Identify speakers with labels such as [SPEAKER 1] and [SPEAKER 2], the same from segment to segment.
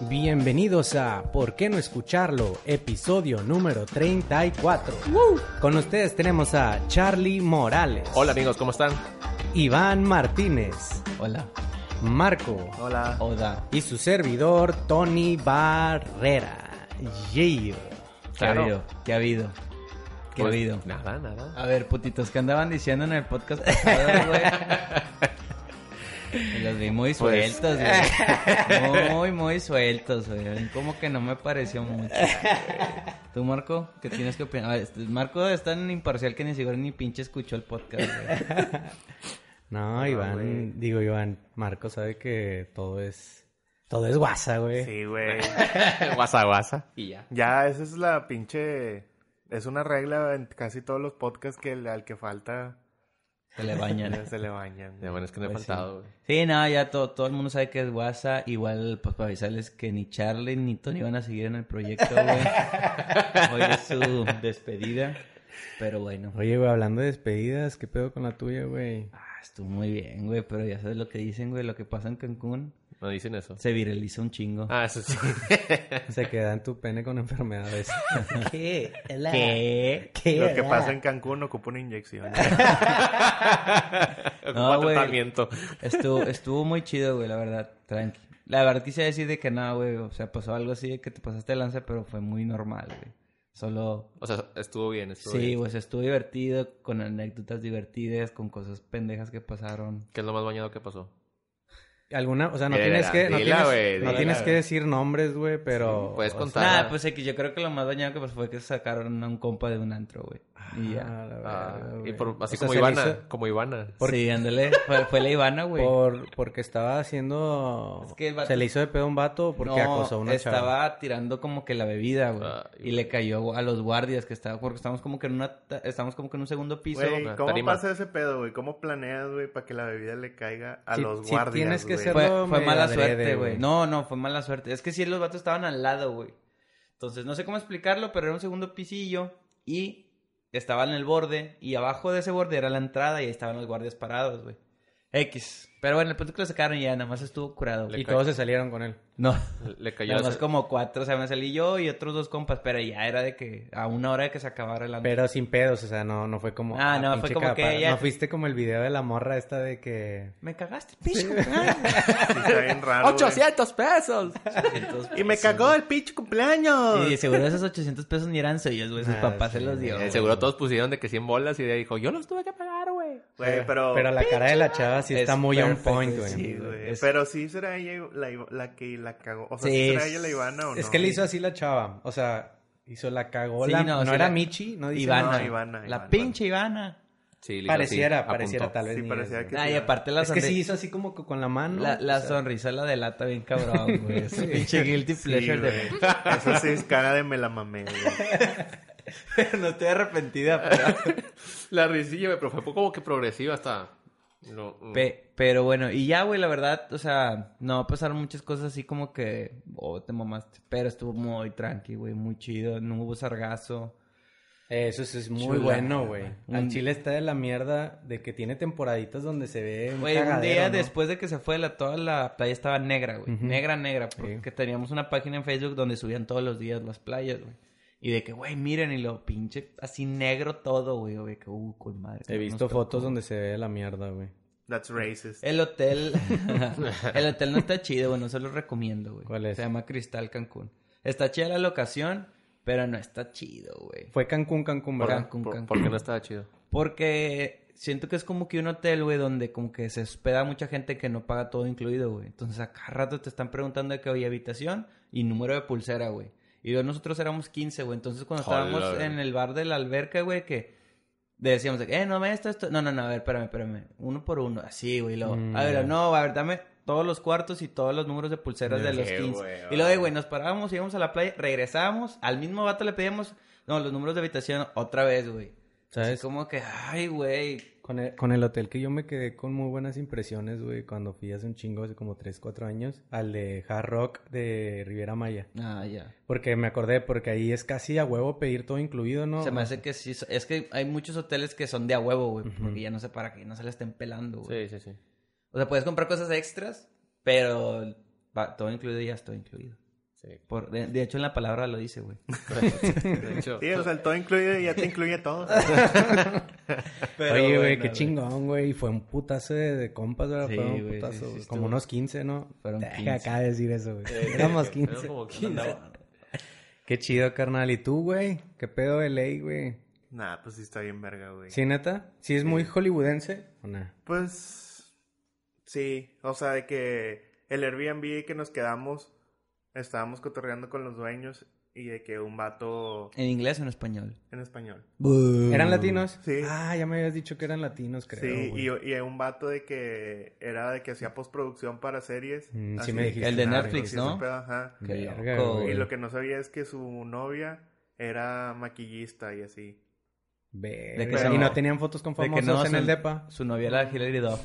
[SPEAKER 1] Bienvenidos a ¿Por qué no escucharlo? Episodio número 34. Con ustedes tenemos a Charlie Morales.
[SPEAKER 2] Hola amigos, ¿cómo están?
[SPEAKER 1] Iván Martínez.
[SPEAKER 3] Hola.
[SPEAKER 1] Marco.
[SPEAKER 2] Hola.
[SPEAKER 3] Oda.
[SPEAKER 1] Y su servidor, Tony Barrera. Yeah.
[SPEAKER 3] ¿Qué
[SPEAKER 2] Claro.
[SPEAKER 3] ha habido? ¿Qué ha habido? ¿Qué ha habido?
[SPEAKER 2] Pues Nada, nada.
[SPEAKER 3] Pues, A ver, putitos, ¿qué andaban diciendo en el podcast pasado, güey? Me Los vi muy
[SPEAKER 2] Pues-
[SPEAKER 3] sueltos, güey. Muy, muy sueltos, güey. Como que no me pareció mucho. ¿Tú, Marco? ¿Qué tienes que opinar? A ver, este- Marco es tan imparcial que ni siquiera ni pinche escuchó el podcast, güey.
[SPEAKER 1] No,
[SPEAKER 2] Ah,
[SPEAKER 1] Iván,
[SPEAKER 4] güey.
[SPEAKER 1] digo Iván, Marco sabe que todo es todo es guasa, güey.
[SPEAKER 4] Sí, güey.
[SPEAKER 2] Guasa, guasa.
[SPEAKER 3] Y ya.
[SPEAKER 4] Ya, esa es la pinche. Es una regla en casi todos los podcasts que el- al que falta
[SPEAKER 3] Se le
[SPEAKER 4] ya
[SPEAKER 3] bañan.
[SPEAKER 4] se le bañan.
[SPEAKER 2] Ya, bueno, es que no he
[SPEAKER 3] Pues sí.
[SPEAKER 2] faltado, güey.
[SPEAKER 3] Sí, no, ya todo, todo el mundo sabe que es WhatsApp. Igual, pues para avisarles que ni Charlie ni Tony van a seguir en el proyecto, güey. Hoy es su despedida. Pero bueno,
[SPEAKER 1] Oye, güey, hablando de despedidas, ¿qué pedo con la tuya, güey?
[SPEAKER 3] ah, estuvo muy bien, güey. Pero ya sabes lo que dicen, güey. Lo que pasa en Cancún
[SPEAKER 2] No dicen eso.
[SPEAKER 3] se viraliza un chingo.
[SPEAKER 2] Ah, eso sí.
[SPEAKER 1] Se queda en tu pene con enfermedades.
[SPEAKER 3] ¿Qué? ¿Qué?
[SPEAKER 4] Lo que pasa en Cancún ocupa una inyección.
[SPEAKER 2] Ocupa
[SPEAKER 3] güey.
[SPEAKER 2] tratamiento.
[SPEAKER 3] Estuvo, estuvo muy chido, güey, la verdad. Tranqui. La verdad quise decir de que no, güey. O sea, pasó algo así de que te pasaste de lanza, pero fue muy normal, güey. Solo
[SPEAKER 2] O sea, estuvo bien, estuvo
[SPEAKER 3] Sí,
[SPEAKER 2] bien.
[SPEAKER 3] pues estuvo divertido, con anécdotas divertidas, con cosas pendejas que pasaron.
[SPEAKER 2] ¿Qué es lo más bañado que pasó?
[SPEAKER 1] Alguna, o sea, no
[SPEAKER 2] Dila,
[SPEAKER 1] tienes que no
[SPEAKER 2] dila,
[SPEAKER 1] tienes,
[SPEAKER 2] güey,
[SPEAKER 1] no
[SPEAKER 2] dila,
[SPEAKER 1] tienes que
[SPEAKER 2] güey.
[SPEAKER 1] decir nombres, güey, pero
[SPEAKER 2] Sí, puedes
[SPEAKER 1] o
[SPEAKER 2] contar.
[SPEAKER 3] Nada, pues aquí yo creo que lo más dañado que pasó fue que sacaron a un compa de un antro, güey.
[SPEAKER 1] sea,
[SPEAKER 3] Y
[SPEAKER 1] ah,
[SPEAKER 3] ya.
[SPEAKER 1] la
[SPEAKER 2] Ah,
[SPEAKER 1] verga,
[SPEAKER 2] y
[SPEAKER 1] güey.
[SPEAKER 2] por, así
[SPEAKER 1] O sea,
[SPEAKER 2] como
[SPEAKER 1] se le
[SPEAKER 2] Ivana,
[SPEAKER 1] hizo
[SPEAKER 2] como Ivana.
[SPEAKER 3] Sí, ándale. Fue, fue la Ivana, güey.
[SPEAKER 1] por- porque estaba haciendo
[SPEAKER 3] Es que el vato-
[SPEAKER 1] se le hizo de pedo a un vato o porque
[SPEAKER 3] No,
[SPEAKER 1] acosó a una
[SPEAKER 3] estaba
[SPEAKER 1] chava.
[SPEAKER 3] tirando como que la bebida, güey.
[SPEAKER 2] Ay,
[SPEAKER 3] y le cayó a los guardias que estaba, porque estábamos como que en una, ta- estábamos como que en un segundo piso.
[SPEAKER 4] Güey,
[SPEAKER 2] una
[SPEAKER 4] ¿cómo
[SPEAKER 2] tarima.
[SPEAKER 4] pasa ese pedo, güey? ¿Cómo planeas, güey, para que la bebida le caiga a
[SPEAKER 1] Sí,
[SPEAKER 4] los
[SPEAKER 1] sí,
[SPEAKER 4] guardias?
[SPEAKER 1] tienes que
[SPEAKER 4] güey?
[SPEAKER 1] ser-
[SPEAKER 3] Fue,
[SPEAKER 1] Hacerlo
[SPEAKER 3] fue
[SPEAKER 1] medio
[SPEAKER 3] mala
[SPEAKER 1] adrede,
[SPEAKER 3] suerte,
[SPEAKER 1] güey.
[SPEAKER 3] güey. No, no, fue mala suerte. Es que sí, los vatos estaban al lado, güey. Entonces, no sé cómo explicarlo, pero era un segundo pisillo y estaba en el borde y abajo de ese borde era la entrada y ahí estaban los guardias parados, güey. X. Pero bueno, el punto es que lo sacaron y ya nada más estuvo curado.
[SPEAKER 2] Le
[SPEAKER 1] Y
[SPEAKER 3] Y-
[SPEAKER 2] ca-
[SPEAKER 1] todos se salieron con él.
[SPEAKER 3] No,
[SPEAKER 2] Le cayó
[SPEAKER 3] nada
[SPEAKER 2] la
[SPEAKER 3] más como cuatro, o sea, me salí yo y otros dos compas, pero ya era de que a una hora de que se acabara el antro.
[SPEAKER 1] Pero sin pedos, o sea, no, no fue como.
[SPEAKER 3] Ah, no,
[SPEAKER 1] pinche
[SPEAKER 3] fue como que ella-
[SPEAKER 1] No fuiste como el video de la morra esta de que.
[SPEAKER 3] Me cagaste, picho.
[SPEAKER 4] Sí, Pues, está bien raro, güey.
[SPEAKER 2] pesos!
[SPEAKER 4] Y me cagó el pinche cumpleaños.
[SPEAKER 3] Y seguro esos 800 pesos ni eran suyos, güey. Sus
[SPEAKER 1] Ah,
[SPEAKER 3] papás se
[SPEAKER 1] sí.
[SPEAKER 3] los dio.
[SPEAKER 2] Eh,
[SPEAKER 3] güey.
[SPEAKER 2] seguro todos pusieron de que 100 bolas y de ahí dijo, yo los tuve que pagar, güey.
[SPEAKER 4] Güey, pero...
[SPEAKER 1] eh, Pero la cara de la chava sí
[SPEAKER 3] Es
[SPEAKER 1] está muy on
[SPEAKER 3] perfecto,
[SPEAKER 1] point, güey.
[SPEAKER 4] Sí, güey.
[SPEAKER 3] Es-
[SPEAKER 4] Pero sí será ella la, la que la cagó. O sea,
[SPEAKER 3] Sí,
[SPEAKER 4] sí, será
[SPEAKER 3] es-
[SPEAKER 4] ella la Ivana o no.
[SPEAKER 1] Es que le hizo así la chava. O sea, hizo la cagó
[SPEAKER 3] Sí,
[SPEAKER 1] la-
[SPEAKER 3] no,
[SPEAKER 1] No,
[SPEAKER 3] sí,
[SPEAKER 1] era
[SPEAKER 3] la-
[SPEAKER 1] Michi, no dice
[SPEAKER 3] Ivana.
[SPEAKER 1] nada.
[SPEAKER 4] No, Ivana,
[SPEAKER 3] La
[SPEAKER 4] Ivana.
[SPEAKER 3] pinche Ivana.
[SPEAKER 2] Sí, le hizo así,
[SPEAKER 1] Pareciera,
[SPEAKER 2] apuntó.
[SPEAKER 1] pareciera tal vez.
[SPEAKER 4] Sí,
[SPEAKER 1] ni
[SPEAKER 4] pareciera
[SPEAKER 1] es,
[SPEAKER 4] que-
[SPEAKER 1] güey.
[SPEAKER 3] Ah, y aparte la
[SPEAKER 1] Es que
[SPEAKER 3] sonrisa.
[SPEAKER 1] sí hizo así como que con la mano.
[SPEAKER 3] La, la
[SPEAKER 1] o sea,
[SPEAKER 3] sonrisa la delata bien cabrón, güey. Ese pinche guilty
[SPEAKER 4] Sí,
[SPEAKER 3] pleasure de.
[SPEAKER 4] güey. Eso sí es cara de me la mamé, güey.
[SPEAKER 3] Pero no estoy arrepentida, pero.
[SPEAKER 2] La risilla, güey, pero fue como que progresiva hasta... No, mm.
[SPEAKER 3] Pe- pero bueno, y ya, güey, la verdad, o sea, no pasaron muchas cosas así como que. Oh, te mamaste. Pero estuvo muy tranqui, güey, muy chido. No hubo sargazo.
[SPEAKER 1] Eso sí es muy
[SPEAKER 3] Chulada,
[SPEAKER 1] bueno, güey.
[SPEAKER 3] güey.
[SPEAKER 1] Al
[SPEAKER 3] Un-
[SPEAKER 1] chile está de la mierda de que tiene temporaditas donde se ve un
[SPEAKER 3] Güey, un
[SPEAKER 1] cagadero,
[SPEAKER 3] día
[SPEAKER 1] ¿no?
[SPEAKER 3] después de que se fue, la, toda la playa estaba negra, güey.
[SPEAKER 1] Ujú.
[SPEAKER 3] Negra, negra. Porque teníamos una página en Facebook donde subían todos los días las playas, güey. Y de que, güey, miren, y lo pinche así negro todo, güey. güey, que, uh, con madre.
[SPEAKER 1] He visto fotos donde se ve de la mierda, güey.
[SPEAKER 4] That's racist.
[SPEAKER 3] El hotel. el hotel no está chido, güey. No se lo recomiendo, güey.
[SPEAKER 1] ¿Cuál es?
[SPEAKER 3] Se llama Cristal Cancún. Está chida la locación, pero no está chido, güey.
[SPEAKER 1] Fue Cancún, Cancún, ¿verdad?
[SPEAKER 3] Cancún,
[SPEAKER 2] Por-
[SPEAKER 3] Cancún.
[SPEAKER 2] porque no estaba chido.
[SPEAKER 3] Porque siento que es como que un hotel, güey, donde como que se hospeda mucha gente que no paga todo incluido, güey. Entonces a cada rato te están preguntando de que había habitación y número de pulsera, güey. Y luego nosotros éramos 15, güey. Entonces cuando
[SPEAKER 2] Joder.
[SPEAKER 3] estábamos en el bar de la alberca, güey, que decíamos, de que, eh, no me esto, esto. No, no, no, a ver, espérame, espérame. Uno por uno, así, güey. y luego,
[SPEAKER 1] Mm,
[SPEAKER 3] a ver,
[SPEAKER 1] ya.
[SPEAKER 3] no, a ver, dame todos los cuartos y todos los números de pulseras
[SPEAKER 1] Ya
[SPEAKER 3] de los
[SPEAKER 2] sé,
[SPEAKER 3] 15.
[SPEAKER 2] güey,
[SPEAKER 3] y luego, eh, güey, nos parábamos, íbamos a la playa, regresábamos, al mismo vato le pedíamos, no, los números de habitación otra vez, güey.
[SPEAKER 1] ¿Sabes?
[SPEAKER 3] Así como que, ay, güey.
[SPEAKER 1] Con el, con el hotel que yo me quedé con muy buenas impresiones, güey, cuando fui hace un chingo, hace como 3, 4 años, al de Hard Rock de Riviera Maya.
[SPEAKER 3] Ah, ya.
[SPEAKER 1] Porque me acordé, porque ahí es casi a huevo pedir todo incluido, ¿no?
[SPEAKER 3] Se me hace que sí. Es que hay muchos hoteles que son de a huevo, güey. Porque ya no sé para qué, no se la estén pelando, güey.
[SPEAKER 2] Sí, sí, sí.
[SPEAKER 3] O sea, puedes comprar cosas extras, pero va- todo incluido ya es todo incluido.
[SPEAKER 2] Sí.
[SPEAKER 3] Por- de, de hecho, en la palabra lo dice, güey.
[SPEAKER 2] De hecho,
[SPEAKER 4] Sí, o sea, el todo incluye, ya te incluye todo.
[SPEAKER 1] Oye, güey,
[SPEAKER 3] bueno,
[SPEAKER 1] qué chingón, güey. Fue un putazo de, de compas, ¿verdad?
[SPEAKER 3] Sí,
[SPEAKER 1] Fue un
[SPEAKER 3] güey, sí,
[SPEAKER 1] putazo.
[SPEAKER 3] sí,
[SPEAKER 1] güey.
[SPEAKER 3] sí,
[SPEAKER 1] Como
[SPEAKER 3] estuvo.
[SPEAKER 1] unos 15, ¿no?
[SPEAKER 3] Fueron
[SPEAKER 1] Deja
[SPEAKER 3] 15.
[SPEAKER 1] acá de decir eso, güey. Éramos 15.
[SPEAKER 2] eran como 15.
[SPEAKER 3] Andaba-
[SPEAKER 1] Qué chido, carnal. ¿Y tú, güey? ¿Qué pedo de ley, güey?
[SPEAKER 4] nah, pues sí está bien verga, güey.
[SPEAKER 1] ¿Sí, neta? ¿Sí es muy hollywoodense? ¿O no?
[SPEAKER 4] Pues sí, o sea, de que el Airbnb que nos quedamos, estábamos cotorreando con los dueños y de que un vato
[SPEAKER 3] ¿En inglés o en español?
[SPEAKER 4] en español.
[SPEAKER 1] ¿Eran latinos?
[SPEAKER 4] Sí.
[SPEAKER 1] Ah, ya me habías dicho que eran latinos, creo.
[SPEAKER 4] sí,
[SPEAKER 1] güey.
[SPEAKER 4] y, y un vato de que era de que hacía postproducción para series.
[SPEAKER 1] Mm, sí
[SPEAKER 4] así
[SPEAKER 1] me
[SPEAKER 4] de
[SPEAKER 1] dijiste.
[SPEAKER 3] El de
[SPEAKER 4] que-
[SPEAKER 3] Netflix,
[SPEAKER 4] sí, ese
[SPEAKER 3] ¿no?
[SPEAKER 4] pedo, ajá.
[SPEAKER 3] Qué
[SPEAKER 1] Verga,
[SPEAKER 3] loco,
[SPEAKER 1] güey.
[SPEAKER 4] Y lo que no sabía es que su novia era maquillista y así.
[SPEAKER 1] Verga.
[SPEAKER 3] que
[SPEAKER 1] ¿Y
[SPEAKER 3] no-
[SPEAKER 1] no tenían fotos con famosos en
[SPEAKER 3] su-
[SPEAKER 1] el depa?
[SPEAKER 3] Su novia era Hilary Duff.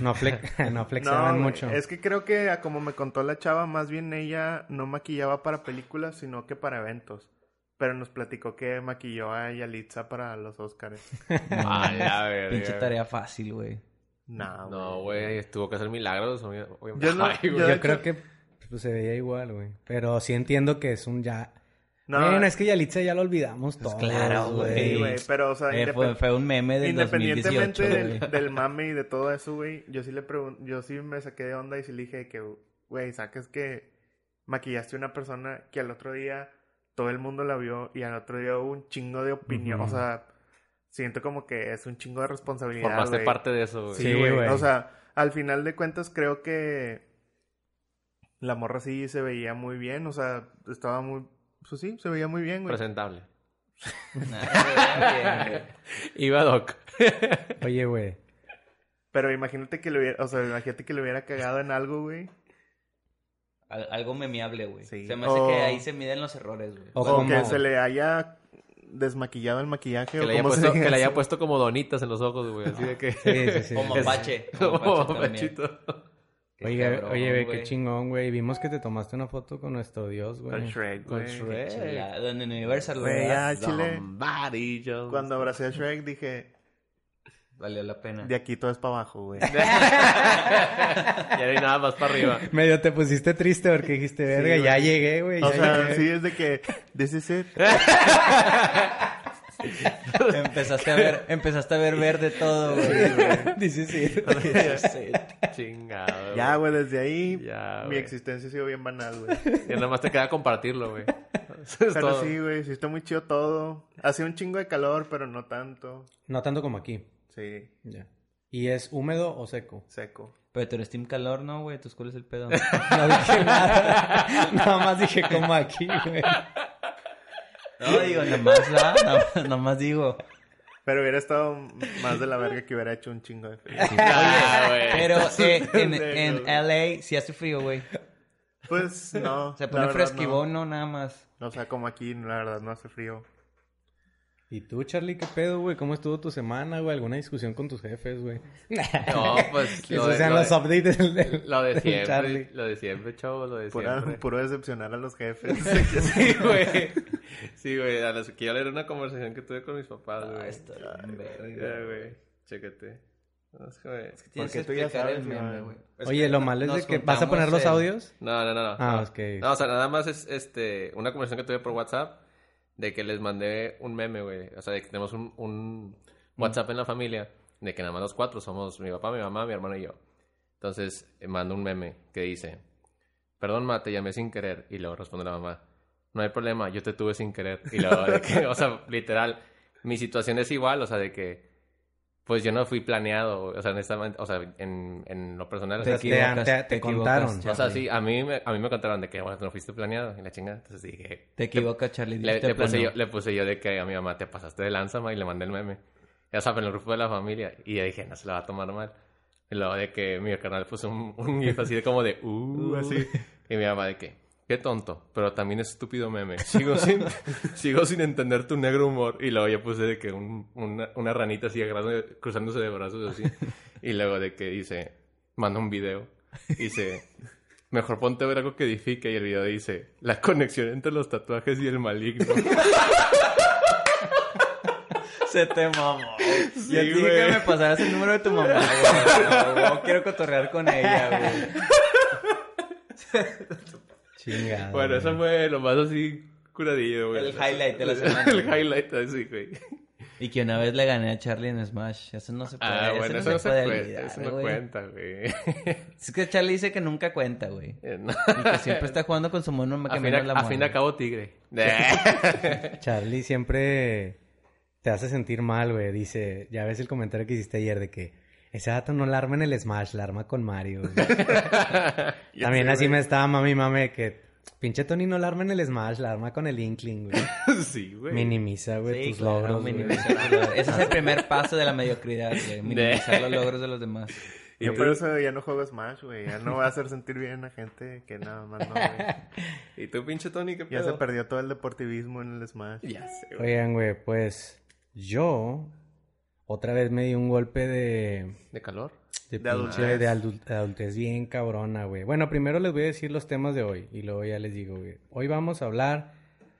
[SPEAKER 1] No, flex, no flexaban
[SPEAKER 4] güey,
[SPEAKER 1] mucho.
[SPEAKER 4] es que creo que a como me contó la chava, más bien ella no maquillaba para películas, sino que para eventos. Pero nos platicó que maquilló a Yalitza para los Oscars.
[SPEAKER 2] Ah, la verga.
[SPEAKER 3] Pinche tarea fácil, güey.
[SPEAKER 4] Nah,
[SPEAKER 2] No, güey, tuvo que hacer milagros. obvia- obviamente.
[SPEAKER 4] Yo no-
[SPEAKER 2] Ay, güey.
[SPEAKER 1] Yo
[SPEAKER 4] de hecho-
[SPEAKER 1] creo que pues, se veía igual, güey. Pero sí entiendo que es un ya...
[SPEAKER 4] No,
[SPEAKER 1] Bueno, es que Yalitza ya lo olvidamos
[SPEAKER 3] Pues
[SPEAKER 1] todos,
[SPEAKER 3] claro,
[SPEAKER 4] sí,
[SPEAKER 3] güey.
[SPEAKER 4] güey, pero o sea,
[SPEAKER 3] Eh,
[SPEAKER 4] independ-
[SPEAKER 3] fue, fue un meme del 2018,
[SPEAKER 4] independientemente del,
[SPEAKER 3] güey.
[SPEAKER 4] del mame y de todo eso, güey, yo sí le pregun- yo sí me saqué de onda y sí le dije que, güey, saques que maquillaste a una persona que al otro día todo el mundo la vio y al otro día hubo un chingo de opinión,
[SPEAKER 1] Ujú.
[SPEAKER 4] o sea, siento como que es un chingo de responsabilidad,
[SPEAKER 2] Formaste
[SPEAKER 4] güey.
[SPEAKER 2] parte de eso, güey.
[SPEAKER 1] Sí,
[SPEAKER 4] Sí, güey.
[SPEAKER 1] güey.
[SPEAKER 4] O sea, al final de cuentas creo que la morra sí se veía muy bien, o sea, estaba muy, pues sí, se veía muy bien, güey.
[SPEAKER 2] Presentable.
[SPEAKER 3] Nah, güey,
[SPEAKER 2] Iba Doc.
[SPEAKER 1] Oye, güey.
[SPEAKER 4] Pero imagínate que le hubiera, o sea, imagínate que le hubiera cagado en algo, güey.
[SPEAKER 3] al- Algo memeable, güey.
[SPEAKER 4] Sí.
[SPEAKER 3] Se me hace
[SPEAKER 4] O-
[SPEAKER 3] que ahí se miden los errores, güey.
[SPEAKER 1] O
[SPEAKER 4] O,
[SPEAKER 1] como-
[SPEAKER 4] que se le haya desmaquillado el maquillaje.
[SPEAKER 2] Que
[SPEAKER 4] o
[SPEAKER 2] le, haya
[SPEAKER 4] como se
[SPEAKER 2] puesto,
[SPEAKER 4] diga
[SPEAKER 2] que le haya
[SPEAKER 4] eso.
[SPEAKER 2] puesto como donitas en los ojos, güey. Así de que...
[SPEAKER 1] Sí, sí, sí.
[SPEAKER 3] O mapache. o
[SPEAKER 2] Como
[SPEAKER 3] mapache también.
[SPEAKER 2] mapachito.
[SPEAKER 3] Qué
[SPEAKER 1] Oye,
[SPEAKER 3] cabrón,
[SPEAKER 1] oye, güey,
[SPEAKER 3] güey.
[SPEAKER 1] qué chingón, güey. Vimos que te tomaste una foto con nuestro Dios, güey.
[SPEAKER 4] Con Shrek,
[SPEAKER 2] Con
[SPEAKER 4] güey.
[SPEAKER 2] Shrek.
[SPEAKER 3] Qué chulada. En Universal,
[SPEAKER 4] Güey,
[SPEAKER 3] güey.
[SPEAKER 4] ya, Ah, chile.
[SPEAKER 2] Somebody just-
[SPEAKER 4] Cuando abracé a Shrek dije,
[SPEAKER 3] Valió la pena.
[SPEAKER 4] de aquí todo es para abajo, güey.
[SPEAKER 2] Ya no hay nada más para arriba.
[SPEAKER 1] Medio te pusiste triste porque dijiste, verga,
[SPEAKER 4] güey.
[SPEAKER 1] ya llegué, güey.
[SPEAKER 4] O
[SPEAKER 1] ya
[SPEAKER 4] sea,
[SPEAKER 1] llegué".
[SPEAKER 4] sí, es de que, this is it.
[SPEAKER 3] empezaste a ver, empezaste a ver verde todo, güey.
[SPEAKER 1] Dices, sí.
[SPEAKER 2] Chingado.
[SPEAKER 4] Ya, güey, desde ahí
[SPEAKER 2] Ya,
[SPEAKER 4] mi
[SPEAKER 2] güey.
[SPEAKER 4] existencia ha sido bien banal, güey.
[SPEAKER 2] Ya nada más te queda compartirlo, güey. Eso es
[SPEAKER 4] Pero
[SPEAKER 2] todo.
[SPEAKER 4] sí, güey, sí está muy chido todo. Hacía un chingo de calor, pero no tanto.
[SPEAKER 1] No tanto como aquí.
[SPEAKER 4] Sí,
[SPEAKER 1] Ya. ¿Y es húmedo o seco?
[SPEAKER 4] seco.
[SPEAKER 3] Pero tú eres Team Calor, ¿no, güey? ¿Tú cuál es el pedo?
[SPEAKER 1] No dije nada. Nada más dije como aquí, güey.
[SPEAKER 3] No, digo, nomás, ¿verdad? Nomás, nomás digo.
[SPEAKER 4] Pero hubiera estado más de la verga que hubiera hecho un chingo de frío.
[SPEAKER 2] Ah, güey.
[SPEAKER 3] Pero eh, en,
[SPEAKER 4] pendejo,
[SPEAKER 3] en LA sí hace frío, güey.
[SPEAKER 4] Pues no.
[SPEAKER 3] Se
[SPEAKER 4] la
[SPEAKER 3] pone
[SPEAKER 4] verdad,
[SPEAKER 3] fresquivón, no. nada más.
[SPEAKER 4] no. O sea, como aquí, la verdad, no hace frío.
[SPEAKER 1] ¿Y tú, Charlie, qué pedo, güey? ¿Cómo estuvo tu semana, güey? ¿Alguna discusión con tus jefes, güey?
[SPEAKER 2] No, pues...
[SPEAKER 1] Que
[SPEAKER 2] lo
[SPEAKER 1] esos
[SPEAKER 2] de-
[SPEAKER 1] sean
[SPEAKER 2] lo
[SPEAKER 1] los
[SPEAKER 2] de-
[SPEAKER 1] updates del, del-
[SPEAKER 2] Lo de
[SPEAKER 1] del
[SPEAKER 2] siempre,
[SPEAKER 1] Charlie.
[SPEAKER 2] lo de siempre, chavo, lo de
[SPEAKER 4] Pura-
[SPEAKER 2] siempre.
[SPEAKER 4] puro decepcionar a los jefes.
[SPEAKER 2] Sí, güey. Sí, güey. A las quiero leer una conversación que tuve con mis papás, güey.
[SPEAKER 3] Ah, está bien,
[SPEAKER 2] Ya,
[SPEAKER 3] verga.
[SPEAKER 2] güey. Chécate. No, es que me-
[SPEAKER 3] Tienes
[SPEAKER 4] Porque
[SPEAKER 3] que
[SPEAKER 4] tú ya
[SPEAKER 3] explicar el
[SPEAKER 4] sabes,
[SPEAKER 3] meme,
[SPEAKER 4] ¿no?
[SPEAKER 3] güey.
[SPEAKER 1] Oye, lo malo es de
[SPEAKER 3] Nos
[SPEAKER 1] que... ¿Vas a
[SPEAKER 3] juntamos
[SPEAKER 1] poner los
[SPEAKER 3] en-
[SPEAKER 1] audios?
[SPEAKER 2] No, no, no, no.
[SPEAKER 1] Ah,
[SPEAKER 2] No.
[SPEAKER 1] ok.
[SPEAKER 2] No, o sea, nada más es este, una conversación que tuve por WhatsApp de que les mandé un meme, güey. O sea, de que tenemos un, un WhatsApp en la familia de que nada más los cuatro somos mi papá, mi mamá, mi hermano y yo. Entonces, eh, mando un meme que dice, perdón, ma, te llamé sin querer. Y luego responde la mamá, no hay problema, yo te tuve sin querer. Y luego, de que, o sea, literal, mi situación es igual, o sea, de que... Pues yo no fui planeado, o sea, honestamente, o sea, en, en lo personal, o sea,
[SPEAKER 1] Te
[SPEAKER 2] sí-
[SPEAKER 1] te- te
[SPEAKER 3] equivocas,
[SPEAKER 1] contaron.
[SPEAKER 2] o
[SPEAKER 3] Charlie.
[SPEAKER 2] sea, sí, a mí, me, a mí me contaron de que, bueno, no fuiste planeado y la chingada. Entonces dije,
[SPEAKER 3] Te equivocas, Charlie.
[SPEAKER 2] le,
[SPEAKER 3] Dios te
[SPEAKER 2] le puse
[SPEAKER 3] planeó.
[SPEAKER 2] yo, le puse yo de que a mi mamá te pasaste de lanza ma", y le mandé el meme. Ya saben, el grupo de la familia. Y yo dije, no se la va a tomar mal. Y luego de que mi canal puso un, un gif así de como de, uh, así. Y mi mamá de que, qué tonto, pero también es estúpido meme. Sigo sin, sigo sin entender tu negro humor. Y luego yo puse de que un- una, una ranita así agarrando- cruzándose de brazos así. Y luego de que dice, manda un video. Dice, mejor ponte a ver algo que edifique. Y el video dice, la conexión entre los tatuajes y el maligno.
[SPEAKER 3] Se te mamó. yo te dije
[SPEAKER 2] güey.
[SPEAKER 3] que me pasaras el número de tu mamá, güey. No, no quiero cotorrear con ella, güey. Chingada.
[SPEAKER 2] Bueno, eso fue lo más así curadillo, güey.
[SPEAKER 3] El highlight de la semana,
[SPEAKER 2] El
[SPEAKER 3] güey.
[SPEAKER 2] highlight, así, güey.
[SPEAKER 3] Y que una vez le gané a Charlie en Smash. Eso no se puede.
[SPEAKER 2] Ah, bueno, eso no se
[SPEAKER 3] puede
[SPEAKER 2] cuenta,
[SPEAKER 3] olvidar,
[SPEAKER 2] eso no
[SPEAKER 3] güey.
[SPEAKER 2] cuenta, güey.
[SPEAKER 3] Es que Charlie dice que nunca cuenta, güey.
[SPEAKER 2] Eh, no.
[SPEAKER 3] Y que siempre está jugando con su mono
[SPEAKER 2] A
[SPEAKER 3] cambiando
[SPEAKER 2] fin,
[SPEAKER 3] la
[SPEAKER 2] a- a
[SPEAKER 3] mona.
[SPEAKER 2] fin de cabo, tigre.
[SPEAKER 1] Charlie siempre te hace sentir mal, güey. Dice, ya ves el comentario que hiciste ayer de que ese dato no la arma en el Smash, la arma con Mario. güey".
[SPEAKER 4] Ya
[SPEAKER 1] También
[SPEAKER 4] sé,
[SPEAKER 1] así
[SPEAKER 4] güey.
[SPEAKER 1] me estaba mami mame que pinche Tony no la arma en el Smash, la arma con el Inkling, güey.
[SPEAKER 2] sí, güey.
[SPEAKER 1] Minimiza, güey,
[SPEAKER 3] Sí,
[SPEAKER 1] tus
[SPEAKER 3] claro,
[SPEAKER 1] logros. güey.
[SPEAKER 3] minimizar tus logros. Ese es el primer paso de la mediocridad, güey. Minimizar los logros de los demás.
[SPEAKER 4] Yo
[SPEAKER 2] Y-
[SPEAKER 4] por eso ya no juego Smash, güey. Ya no voy a hacer sentir bien a gente que nada más no, güey.
[SPEAKER 2] ¿Y tú, pinche Tony, qué
[SPEAKER 4] Ya
[SPEAKER 2] pedo?
[SPEAKER 4] se perdió todo el deportivismo en el Smash.
[SPEAKER 2] Ya sé, güey.
[SPEAKER 1] Oigan, güey, pues yo otra vez me di un golpe de
[SPEAKER 2] ¿De calor?
[SPEAKER 1] de,
[SPEAKER 4] De
[SPEAKER 1] pinche-
[SPEAKER 4] adultez.
[SPEAKER 1] de adul- de adultez bien cabrona, güey. Bueno, primero les voy a decir los temas de hoy y luego ya les digo, güey. Hoy vamos a hablar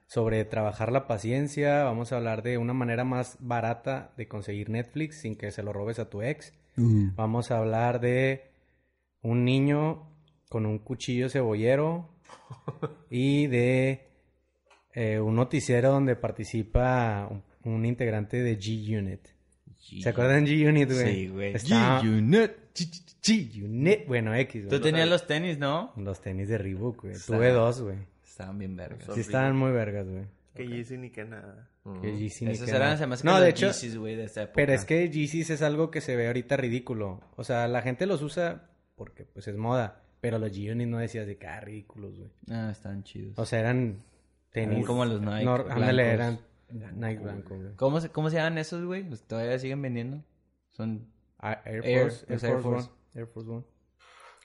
[SPEAKER 1] sobre trabajar la paciencia, vamos a hablar de una manera más barata de conseguir Netflix sin que se lo robes a tu ex. Vamos a hablar de un niño con un cuchillo cebollero y de eh, un noticiero donde participa un, un integrante de G-Unit. ¿Se acuerdan de G-Unit, güey?
[SPEAKER 3] Sí, güey.
[SPEAKER 1] Estaba-
[SPEAKER 3] G-Unit.
[SPEAKER 1] G-Unit. Bueno, X,
[SPEAKER 3] Tú
[SPEAKER 1] güey.
[SPEAKER 3] tenías los tenis, ¿no?
[SPEAKER 1] Los tenis de Reebok, güey.
[SPEAKER 3] Está-
[SPEAKER 1] Tuve dos, güey.
[SPEAKER 3] Estaban bien vergas.
[SPEAKER 1] Sí estaban muy vergas, güey.
[SPEAKER 4] Que Yeezy ni que nada.
[SPEAKER 1] Que
[SPEAKER 2] Mm.
[SPEAKER 1] Yeezy ni
[SPEAKER 3] Mm. Esos
[SPEAKER 1] que
[SPEAKER 3] eran
[SPEAKER 1] nada.
[SPEAKER 3] además que
[SPEAKER 1] No, de
[SPEAKER 3] los
[SPEAKER 1] hecho,
[SPEAKER 3] Yeezys, Ah. güey, de esa época.
[SPEAKER 1] pero es que Yeezys es algo que se ve ahorita ridículo. O sea, la gente los usa porque, pues, es moda. Pero los G-Unit no decías de que, ah, ridículos, güey.
[SPEAKER 3] Ah, estaban chidos.
[SPEAKER 1] O sea, eran
[SPEAKER 3] Eran
[SPEAKER 1] tenis.
[SPEAKER 3] como los Nike.
[SPEAKER 1] nor-
[SPEAKER 3] blancos.
[SPEAKER 1] ándale, eran Nike blanco, güey.
[SPEAKER 3] ¿Cómo se, ¿Cómo se llaman esos, güey? Pues todavía siguen vendiendo. Son...
[SPEAKER 1] Ah, Air
[SPEAKER 3] Air,
[SPEAKER 1] Force, Air,
[SPEAKER 3] los Air
[SPEAKER 1] Force
[SPEAKER 3] Force.
[SPEAKER 1] One. Air Force One.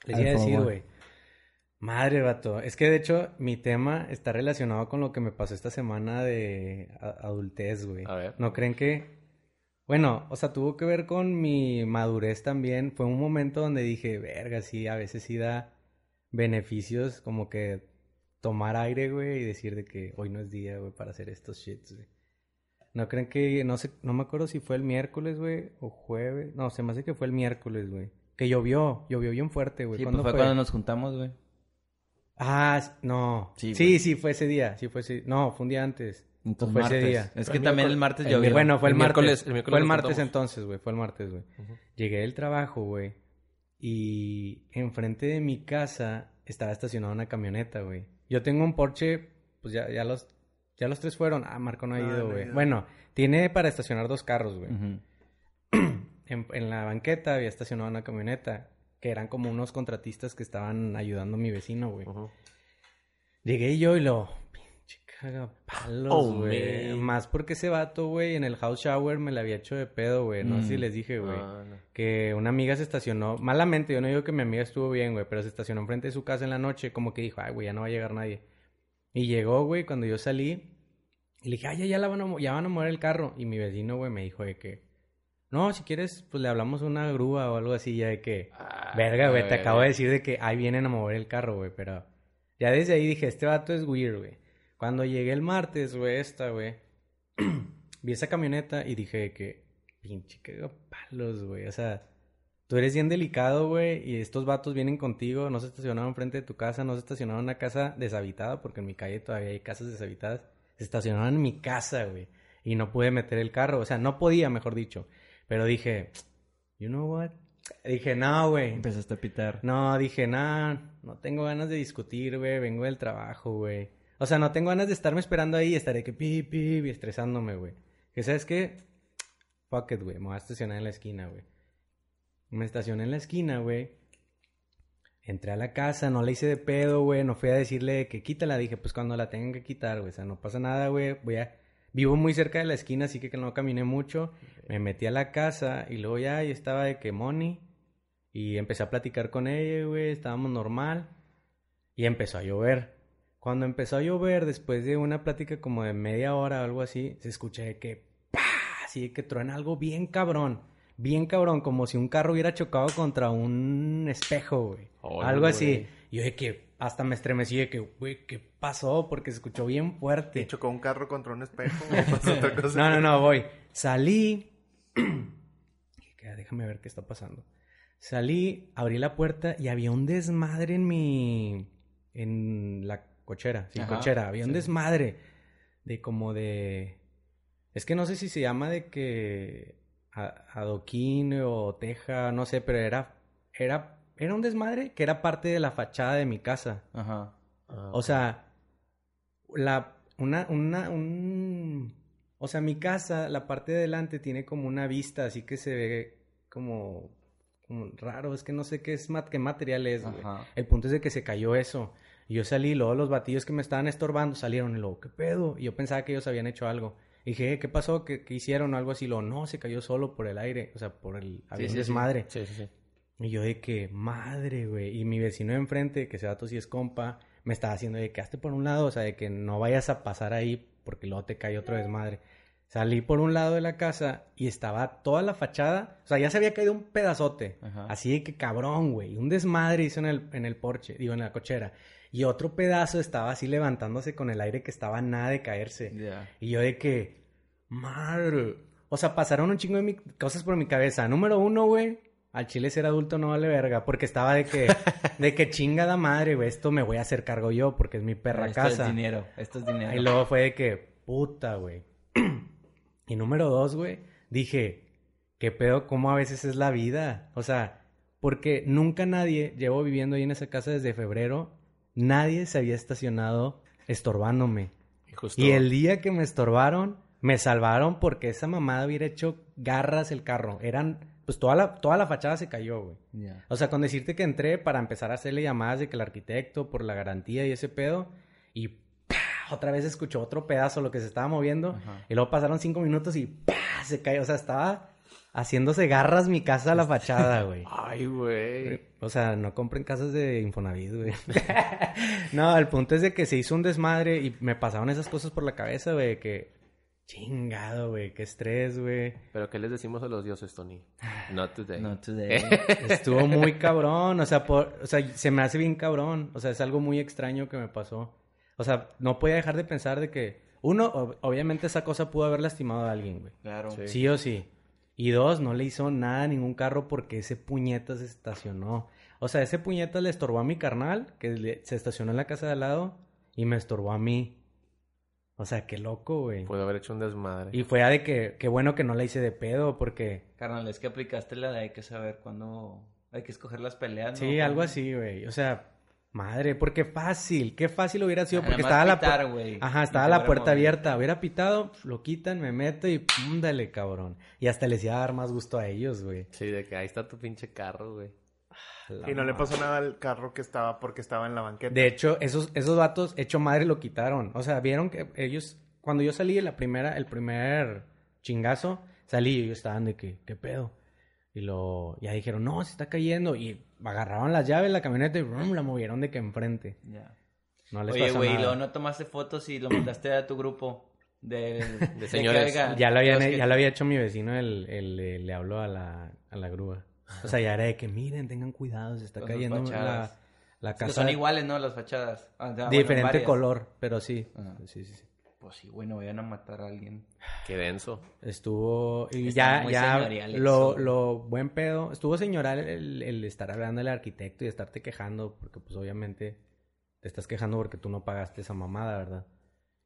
[SPEAKER 1] Les
[SPEAKER 3] Air
[SPEAKER 1] iba a
[SPEAKER 3] Force
[SPEAKER 1] decir,
[SPEAKER 3] One.
[SPEAKER 1] güey. Madre, vato. Es que de hecho, mi tema está relacionado con lo que me pasó esta semana de a- adultez, güey.
[SPEAKER 2] A ver.
[SPEAKER 1] ¿No creen que.? Bueno, o sea, tuvo que ver con mi madurez también. Fue un momento donde dije, verga, sí, a veces sí da beneficios como que tomar aire, güey, y decir de que hoy no es día, güey, para hacer estos shits, güey. ¿No creen que, no sé, no me acuerdo si fue el miércoles, güey, o jueves? No, se me hace que fue el miércoles, güey. Que llovió, llovió bien fuerte, güey.
[SPEAKER 3] Sí, pues
[SPEAKER 1] ¿Cuándo Pues
[SPEAKER 3] fue, cuando nos juntamos, güey.
[SPEAKER 1] Ah, s- no.
[SPEAKER 3] Sí,
[SPEAKER 1] Sí,
[SPEAKER 3] güey.
[SPEAKER 1] sí, fue ese día, sí fue ese No, fue un día antes.
[SPEAKER 3] Entonces,
[SPEAKER 1] Fue ese
[SPEAKER 3] martes.
[SPEAKER 1] día.
[SPEAKER 3] Es que también el martes llovió.
[SPEAKER 1] Bueno, fue el,
[SPEAKER 2] El
[SPEAKER 1] martes.
[SPEAKER 2] miércoles- el miércoles
[SPEAKER 1] fue el
[SPEAKER 2] nos
[SPEAKER 1] martes
[SPEAKER 2] juntamos.
[SPEAKER 1] entonces, güey, fue el martes, güey.
[SPEAKER 2] Ujú.
[SPEAKER 1] Llegué del trabajo, güey, y enfrente de mi casa estaba estacionada una camioneta, güey. Yo tengo un Porsche, pues ya, ya los... Ya los tres fueron. Ah, Marco no ha
[SPEAKER 4] No, no
[SPEAKER 1] ido,
[SPEAKER 4] ha
[SPEAKER 1] güey.
[SPEAKER 4] ido.
[SPEAKER 1] Bueno, tiene para estacionar dos carros, güey.
[SPEAKER 3] Ujú.
[SPEAKER 1] en, en la banqueta había estacionado una camioneta que eran como unos contratistas que estaban ayudando a mi vecino, güey.
[SPEAKER 2] Ujú.
[SPEAKER 1] Llegué yo y lo pinche cagapalos,
[SPEAKER 2] Oh,
[SPEAKER 1] güey.
[SPEAKER 2] man.
[SPEAKER 1] Más porque ese vato, güey, en el house shower me la había hecho de pedo, güey. No
[SPEAKER 3] Mm.
[SPEAKER 1] sé si les dije, güey.
[SPEAKER 2] Ah, no.
[SPEAKER 1] Que una amiga se estacionó, malamente, yo no digo que mi amiga estuvo bien, güey, pero se estacionó enfrente de su casa en la noche, como que dijo, ay, güey, ya no va a llegar nadie. Y llegó, güey, cuando yo salí, y le dije, ay, ya, ya, la van a, mo- ya van a mover el carro. Y mi vecino, güey, me dijo de que, no, si quieres, pues le hablamos a una grúa o algo así, ya de que,
[SPEAKER 2] Ah,
[SPEAKER 1] verga, güey,
[SPEAKER 2] a
[SPEAKER 1] te
[SPEAKER 2] ver,
[SPEAKER 1] acabo de
[SPEAKER 2] güey.
[SPEAKER 1] decir de que ahí vienen a mover el carro, güey, pero ya desde ahí dije, este vato es weird, güey. Cuando llegué el martes, güey, esta, güey, vi esa camioneta y dije de que, pinche cagapalos, güey, o sea, tú eres bien delicado, güey, y estos vatos vienen contigo, no se estacionaron frente de tu casa, no se estacionaron en una casa deshabitada, porque en mi calle todavía hay casas deshabitadas, se estacionaron en mi casa, güey, y no pude meter el carro, o sea, no podía, mejor dicho, pero dije, you know what? Dije, no, güey,
[SPEAKER 3] Empezaste a pitar.
[SPEAKER 1] no, dije, nah, no tengo ganas de discutir, güey, vengo del trabajo, güey. O sea, no tengo ganas de estarme esperando ahí y estaré que pi, pi, y estresándome, güey. Que sabes qué? Fuck it, güey, me voy a estacionar en la esquina, güey. Me estacioné en la esquina, güey. Entré a la casa, no la hice de pedo, güey. No fui a decirle que quítala. Dije, pues cuando la tengan que quitar, güey. O sea, no pasa nada, güey. Voy a... Vivo muy cerca de la esquina, así que no caminé mucho. Me metí a la casa y luego ya yo estaba de que Moni. Y empecé a platicar con ella, güey, estábamos normal. Y empezó a llover. Cuando empezó a llover, después de una plática como de media hora o algo así, se escucha de que ¡pa! Así de que truena algo bien cabrón. Bien cabrón, como si un carro hubiera chocado contra un espejo, güey.
[SPEAKER 2] Ay,
[SPEAKER 1] algo así.
[SPEAKER 2] güey.
[SPEAKER 1] Yo de que hasta me estremecí de que, güey, ¿qué pasó? Porque se escuchó bien fuerte.
[SPEAKER 4] Te chocó un carro contra un espejo. o pasó otra cosa.
[SPEAKER 1] No, no, no, voy. Salí. Dije, "Ah, Déjame ver qué está pasando. Salí, abrí la puerta y había un desmadre en mi. En la cochera, sin
[SPEAKER 3] Ajá,
[SPEAKER 1] cochera. Había un
[SPEAKER 3] sí.
[SPEAKER 1] desmadre de como de... Es que no sé si se llama de que a- adoquín o teja, no sé, pero era, era, era un desmadre que era parte de la fachada de mi casa.
[SPEAKER 3] Ajá.
[SPEAKER 2] Ah.
[SPEAKER 1] O sea, la, una, una, un... O sea, mi casa, la parte de delante tiene como una vista, así que se ve como, como raro. Es que no sé qué es, mat- qué material es, güey.
[SPEAKER 3] Ajá.
[SPEAKER 1] El punto es de que se cayó eso. Y yo salí, luego los batillos que me estaban estorbando salieron y luego, ¿qué pedo? Y yo pensaba que ellos habían hecho algo. Y dije, "Eh, ¿qué pasó? ¿Qué, qué hicieron? O algo así. Lo, no, se cayó solo por el aire. O sea, por el... Había un
[SPEAKER 3] sí, sí.
[SPEAKER 1] desmadre.
[SPEAKER 2] Sí, sí, sí.
[SPEAKER 1] Y yo de que, madre, güey. Y mi vecino de enfrente, que ese dato sí es compa, me estaba haciendo de que hazte por un lado, o sea, de que no vayas a pasar ahí porque luego te cae otra vez madre. Salí por un lado de la casa y estaba toda la fachada, o sea, ya se había caído un pedazote.
[SPEAKER 3] Ajá.
[SPEAKER 1] Así de que cabrón, güey. Un desmadre hizo en el, en el porche, digo, en la cochera. Y otro pedazo estaba así levantándose con el aire que estaba a nada de caerse.
[SPEAKER 3] Ya.
[SPEAKER 1] Y yo de que, madre. O sea, pasaron un chingo de mi- cosas por mi cabeza. Número uno, güey. Al chile ser adulto no vale verga. Porque estaba de que, de que chingada madre, güey. Esto me voy a hacer cargo yo porque es mi perra
[SPEAKER 3] Esto
[SPEAKER 1] casa.
[SPEAKER 3] es dinero. Esto es dinero.
[SPEAKER 1] Y luego fue de que, puta, güey. y número dos, güey, dije, ¿qué pedo? ¿Cómo a veces es la vida? O sea, porque nunca nadie, llevo viviendo ahí en esa casa desde febrero, nadie se había estacionado estorbándome.
[SPEAKER 2] Y justo.
[SPEAKER 1] Y el día que me estorbaron, me salvaron porque esa mamada hubiera hecho garras el carro. Eran, pues toda la, toda la fachada se cayó, güey.
[SPEAKER 3] Ya.
[SPEAKER 1] O sea, con decirte que entré para empezar a hacerle llamadas de que el arquitecto por la garantía y ese pedo, y ¡pah! otra vez escuchó otro pedazo lo que se estaba moviendo,
[SPEAKER 3] Ajá.
[SPEAKER 1] y luego pasaron cinco minutos y ¡pah! se cayó. O sea, estaba haciéndose garras mi casa a la fachada, güey.
[SPEAKER 2] Ay, güey.
[SPEAKER 1] O sea, no compren casas de Infonavit, güey. no, el punto es de que se hizo un desmadre y me pasaron esas cosas por la cabeza, güey, que chingado, güey, qué estrés, güey.
[SPEAKER 2] Pero ¿qué les decimos a los dioses, Tony? Not today.
[SPEAKER 3] No today.
[SPEAKER 1] Estuvo muy cabrón, o sea, por- o sea, se me hace bien cabrón, o sea, es algo muy extraño que me pasó. O sea, no podía dejar de pensar de que uno, ob- obviamente esa cosa pudo haber lastimado a alguien, güey.
[SPEAKER 3] claro.
[SPEAKER 2] Sí.
[SPEAKER 1] Sí o sí. Y dos, no le hizo nada a ningún carro porque ese puñeta se estacionó. O sea, ese puñeta le estorbó a mi carnal, que le- se estacionó en la casa de al lado, y me estorbó a mí. O sea, qué loco, güey.
[SPEAKER 2] Pudo haber hecho un desmadre.
[SPEAKER 1] Y fue a de que, qué bueno que no la hice de pedo, porque...
[SPEAKER 3] Carnal, es que aplicaste la de hay que saber cuándo. Hay que escoger las peleas. ¿no?
[SPEAKER 1] Sí, algo así, güey. O sea, madre, porque fácil, qué fácil hubiera sido,
[SPEAKER 3] Ah,
[SPEAKER 1] porque
[SPEAKER 3] nada
[SPEAKER 1] estaba
[SPEAKER 3] más
[SPEAKER 1] la... pu-
[SPEAKER 3] pitar, güey,
[SPEAKER 1] Ajá, estaba
[SPEAKER 3] y te
[SPEAKER 1] la
[SPEAKER 3] hubiera
[SPEAKER 1] puerta
[SPEAKER 3] movido.
[SPEAKER 1] abierta, hubiera pitado, pf, lo quitan, me meto y pum, dale, cabrón. Y hasta les iba a dar más gusto a ellos, güey.
[SPEAKER 2] Sí, de que ahí está tu pinche carro, güey.
[SPEAKER 1] A la
[SPEAKER 4] Y no le
[SPEAKER 1] madre.
[SPEAKER 4] pasó nada al carro que estaba porque estaba en la banqueta.
[SPEAKER 1] De hecho, esos, esos vatos, hecho madre, lo quitaron. O sea, vieron que ellos, cuando yo salí de la primera, el primer chingazo, salí y ellos estaban de que, ¿qué pedo? Y lo, ya dijeron, no, se está cayendo. Y agarraron las llaves, la camioneta y brum, la movieron de que enfrente.
[SPEAKER 3] Ya.
[SPEAKER 1] No les
[SPEAKER 3] Oye,
[SPEAKER 1] pasó
[SPEAKER 3] güey,
[SPEAKER 1] nada.
[SPEAKER 3] luego no tomaste fotos y lo mandaste a tu grupo de, de
[SPEAKER 2] señores.
[SPEAKER 3] carga.
[SPEAKER 1] Ya lo, habían-
[SPEAKER 3] Los que-
[SPEAKER 1] ya lo había hecho mi vecino, el, el- le- le habló a la, a la grúa. O sea, ya era de que, miren, tengan cuidado, se está
[SPEAKER 3] Los
[SPEAKER 1] cayendo la,
[SPEAKER 3] fachadas.
[SPEAKER 1] la
[SPEAKER 3] que
[SPEAKER 1] casa.
[SPEAKER 3] Son iguales, ¿no? Las fachadas. Ah, ya, bueno,
[SPEAKER 1] de diferente
[SPEAKER 3] varias.
[SPEAKER 1] color, pero sí.
[SPEAKER 3] Ajá.
[SPEAKER 1] Sí, sí, sí.
[SPEAKER 3] Pues sí, güey, no vayan a matar a alguien.
[SPEAKER 2] Qué denso.
[SPEAKER 1] Estuvo. Y
[SPEAKER 3] Está
[SPEAKER 1] ya,
[SPEAKER 3] muy
[SPEAKER 1] ya.
[SPEAKER 3] señorial
[SPEAKER 1] Lo,
[SPEAKER 3] eso, güey.
[SPEAKER 1] lo buen pedo. Estuvo señoral el, el estar hablando al arquitecto y estarte quejando, porque, pues, obviamente, te estás quejando porque tú no pagaste esa mamada, ¿verdad?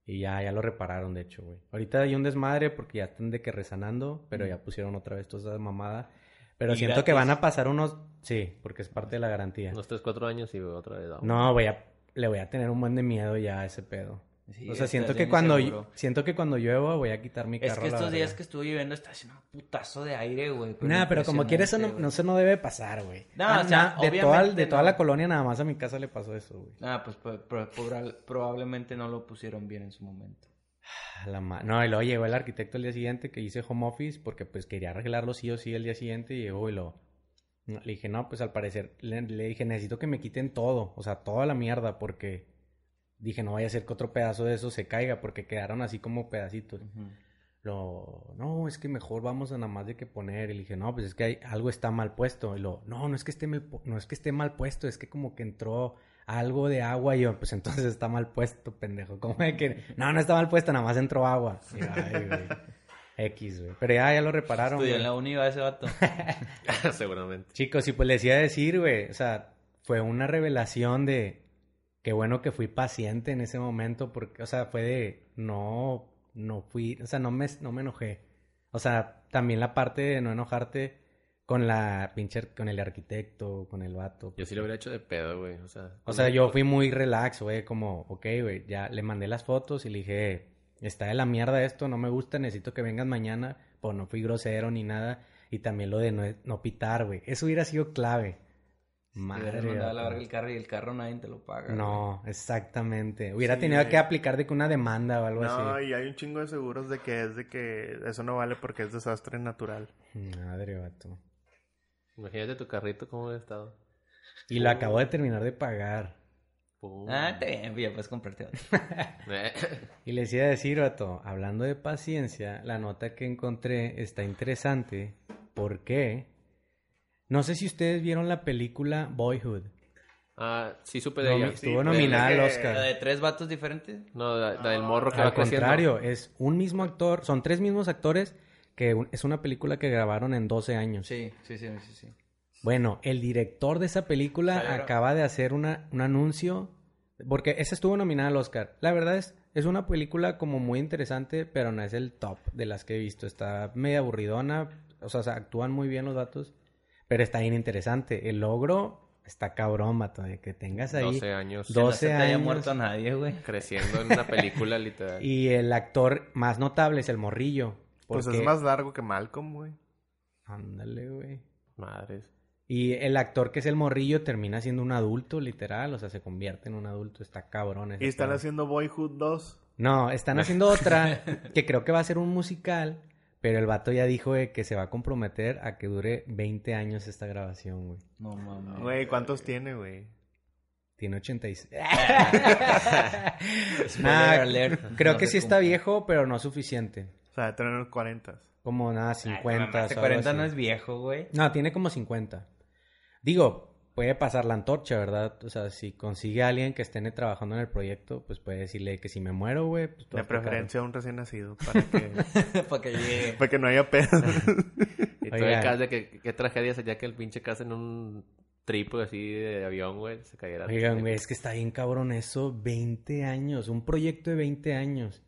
[SPEAKER 1] Y ya, ya lo repararon, de hecho, güey. Ahorita hay un desmadre porque ya están de que resanando, pero ya pusieron otra vez toda esa mamada. Pero
[SPEAKER 3] Y
[SPEAKER 1] siento que
[SPEAKER 3] gratis.
[SPEAKER 1] van a pasar unos. Sí, porque es parte de la garantía.
[SPEAKER 2] Unos 3, 4 años y otra vez. vamos.
[SPEAKER 1] No, voy a. Le voy a tener un buen de miedo ya a ese pedo.
[SPEAKER 3] Sí,
[SPEAKER 1] o sea,
[SPEAKER 3] estás
[SPEAKER 1] siento que
[SPEAKER 3] bien
[SPEAKER 1] cuando
[SPEAKER 3] inseguro.
[SPEAKER 1] siento que cuando llueva voy a quitar mi carro.
[SPEAKER 3] Es que
[SPEAKER 1] a la
[SPEAKER 3] estos días
[SPEAKER 1] verga.
[SPEAKER 3] que estuve lloviendo está haciendo un putazo de aire, güey.
[SPEAKER 1] Nah, pero como quiera eso no,
[SPEAKER 3] impresionante,
[SPEAKER 1] no, eso no debe pasar, güey.
[SPEAKER 3] No,
[SPEAKER 1] Ah,
[SPEAKER 3] o sea,
[SPEAKER 1] na- de toda,
[SPEAKER 3] obviamente
[SPEAKER 1] de toda
[SPEAKER 3] no.
[SPEAKER 1] la colonia nada más a mi casa le pasó eso, güey.
[SPEAKER 3] güey. Ah, pues pro- pro- probal- probablemente no lo pusieron bien en su momento.
[SPEAKER 1] A la ma- No, y luego llegó el arquitecto el día siguiente que hice home office porque pues quería arreglarlo sí o sí el día siguiente y llegó y lo... Le dije, no, pues al parecer, le, le dije, necesito que me quiten todo, o sea, toda la mierda porque dije, no vaya a ser que otro pedazo de eso se caiga porque quedaron así como pedacitos.
[SPEAKER 3] Ujú.
[SPEAKER 1] Lo, no, es que mejor vamos a nada más de que poner. Y le dije, no, pues es que hay- algo está mal puesto. Y lo, no, no es que esté mal, pu- no es que esté mal puesto, es que como que entró algo de agua. Y yo, pues entonces está mal puesto, pendejo. ¿Cómo de que? No, no está mal puesto, nada más entró agua. Y yo, "Ay, güey". X, güey. Pero ya, ya lo repararon.
[SPEAKER 3] Estudió
[SPEAKER 1] güey.
[SPEAKER 3] en la uni, va ese vato.
[SPEAKER 2] Seguramente.
[SPEAKER 1] Chicos, y pues les iba a decir, güey, o sea, fue una revelación de Qué bueno que fui paciente en ese momento porque, o sea, fue de no, no fui, o sea, no me, no me enojé. O sea, también la parte de no enojarte con la pinche, con el arquitecto, con el vato.
[SPEAKER 2] Yo sí lo hubiera hecho de pedo, güey. O sea,
[SPEAKER 1] O sea, yo fui muy relax, güey, como, ok, güey, ya le mandé las fotos y le dije, está de la mierda esto, no me gusta, necesito que vengas mañana, pues no fui grosero ni nada, y también lo de no, no pitar, güey, eso hubiera sido clave.
[SPEAKER 3] Madre.
[SPEAKER 1] Madre.
[SPEAKER 3] mandado a la
[SPEAKER 1] vato.
[SPEAKER 3] verga el carro y el carro nadie te lo paga. güey.
[SPEAKER 1] No, exactamente. Hubiera
[SPEAKER 4] Sí,
[SPEAKER 1] tenido
[SPEAKER 4] güey.
[SPEAKER 1] que aplicar de que una demanda o algo
[SPEAKER 4] No,
[SPEAKER 1] así.
[SPEAKER 4] y hay un chingo de seguros de que es de que eso no vale porque es desastre natural.
[SPEAKER 1] Madre, vato.
[SPEAKER 2] Imagínate tu carrito cómo hubiera estado.
[SPEAKER 1] Y lo acabo de terminar de pagar.
[SPEAKER 2] Pum.
[SPEAKER 3] Ah, está bien, pues ya puedes comprarte otro.
[SPEAKER 2] Eh,
[SPEAKER 1] Y les iba a decir, vato, hablando de paciencia, la nota que encontré está interesante porque no sé si ustedes vieron la película Boyhood.
[SPEAKER 2] Ah, sí supe de
[SPEAKER 1] Nomi-
[SPEAKER 2] ella.
[SPEAKER 1] estuvo
[SPEAKER 4] pero
[SPEAKER 1] nominada al
[SPEAKER 4] es que-
[SPEAKER 1] Oscar.
[SPEAKER 3] ¿La de tres vatos diferentes?
[SPEAKER 2] No, la, la del morro que
[SPEAKER 1] Al
[SPEAKER 2] va creciendo.
[SPEAKER 1] contrario, es un mismo actor, son tres mismos actores que un- es una película que grabaron en 12 años.
[SPEAKER 3] Sí, sí, sí, sí, sí.
[SPEAKER 1] Bueno, el director de esa película
[SPEAKER 3] Claro.
[SPEAKER 1] acaba de hacer una, un anuncio, porque esa estuvo nominada al Oscar. La verdad es, es una película como muy interesante, pero no es el top de las que he visto. Está media aburridona, o sea, actúan muy bien los datos, pero está bien interesante. El logro está cabrón, vato, de que tengas ahí.
[SPEAKER 2] 12 años.
[SPEAKER 1] Do- 12
[SPEAKER 3] Que no se te haya
[SPEAKER 1] años.
[SPEAKER 3] muerto nadie, güey.
[SPEAKER 2] Creciendo en una película literal.
[SPEAKER 1] Y el actor más notable es el morrillo.
[SPEAKER 4] Pues es
[SPEAKER 1] porque-
[SPEAKER 4] más largo que Malcolm, güey.
[SPEAKER 1] Ándale, güey.
[SPEAKER 2] Madres.
[SPEAKER 1] Y el actor que es el morrillo termina siendo un adulto, literal, o sea, se convierte en un adulto, está cabrón. ese
[SPEAKER 4] Y están
[SPEAKER 1] pedo.
[SPEAKER 4] haciendo Boyhood 2.
[SPEAKER 1] No, están haciendo otra que creo que va a ser un musical, pero el vato ya dijo de que se va a comprometer a que dure 20 años esta grabación, güey.
[SPEAKER 3] No mames.
[SPEAKER 4] Güey, ¿cuántos tiene, güey?
[SPEAKER 1] Tiene 86. Nah,
[SPEAKER 3] Spoiler alert.
[SPEAKER 1] creo
[SPEAKER 3] No
[SPEAKER 1] que
[SPEAKER 3] se
[SPEAKER 1] sí está
[SPEAKER 3] cumple.
[SPEAKER 1] viejo, pero no suficiente.
[SPEAKER 4] O sea, tener unos 40.
[SPEAKER 1] Como nada,
[SPEAKER 3] Ay,
[SPEAKER 1] 50.
[SPEAKER 3] mamaste,
[SPEAKER 1] o algo
[SPEAKER 3] 40 no
[SPEAKER 1] así.
[SPEAKER 3] es viejo, güey.
[SPEAKER 1] No, tiene como 50. Digo, puede pasar la antorcha, ¿verdad? O sea, si consigue a alguien que esté en- trabajando en el proyecto, pues puede decirle que si me muero, güey, pues tú
[SPEAKER 4] De
[SPEAKER 1] vas a tocar.
[SPEAKER 4] preferencia un recién nacido para que,
[SPEAKER 3] Para que llegue.
[SPEAKER 1] Pues,
[SPEAKER 4] para que no haya pedo.
[SPEAKER 2] Y tú
[SPEAKER 1] Oigan.
[SPEAKER 2] en caso de que, qué tragedia sería que el pinche casa en un trípode así de avión, güey, se cayera.
[SPEAKER 1] Oigan, güey, es que está bien cabrón eso, 20 años, un proyecto de 20 años.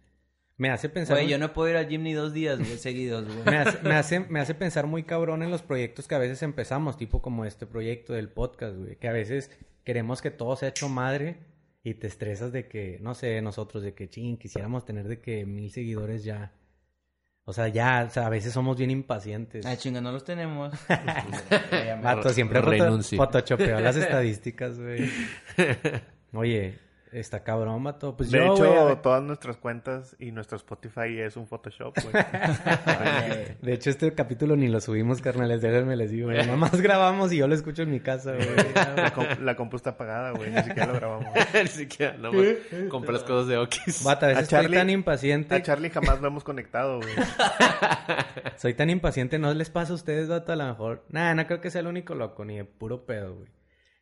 [SPEAKER 1] Me hace pensar,
[SPEAKER 3] Güey, yo no puedo ir al gym ni dos días, güey, seguidos, güey.
[SPEAKER 1] me, hace, me hace- me hace pensar muy cabrón en los proyectos que a veces empezamos, tipo como este proyecto del podcast, güey, que a veces queremos que todo sea hecho madre y te estresas de que, no sé, nosotros, de que, ching, quisiéramos tener de que mil seguidores ya. O sea, ya, o sea, a veces somos bien impacientes.
[SPEAKER 3] Ah, chinga, no los tenemos.
[SPEAKER 1] Vato, siempre foto-
[SPEAKER 2] renuncie.
[SPEAKER 1] photoshopeo las estadísticas, güey. Oye, está cabrón, vato. Pues
[SPEAKER 4] De
[SPEAKER 1] yo,
[SPEAKER 4] hecho,
[SPEAKER 1] güey, a-
[SPEAKER 4] todas nuestras cuentas y nuestro Spotify es un Photoshop, güey.
[SPEAKER 3] Vale.
[SPEAKER 1] De hecho, este capítulo ni lo subimos, carnales. Déjenme les digo. Nada más grabamos y yo lo escucho en mi casa, güey.
[SPEAKER 4] La, com- la compu está apagada, güey. Ni siquiera lo grabamos.
[SPEAKER 2] Ni siquiera, no, güey. Compré las cosas de Okis.
[SPEAKER 1] Vato, a veces
[SPEAKER 4] A Charlie-
[SPEAKER 1] soy tan
[SPEAKER 4] A
[SPEAKER 1] impaciente.
[SPEAKER 4] Charlie jamás lo hemos conectado, güey.
[SPEAKER 1] Soy tan impaciente. No les pasa a ustedes, vato, a lo mejor. Nah, no creo que sea el único loco, ni de puro pedo, güey.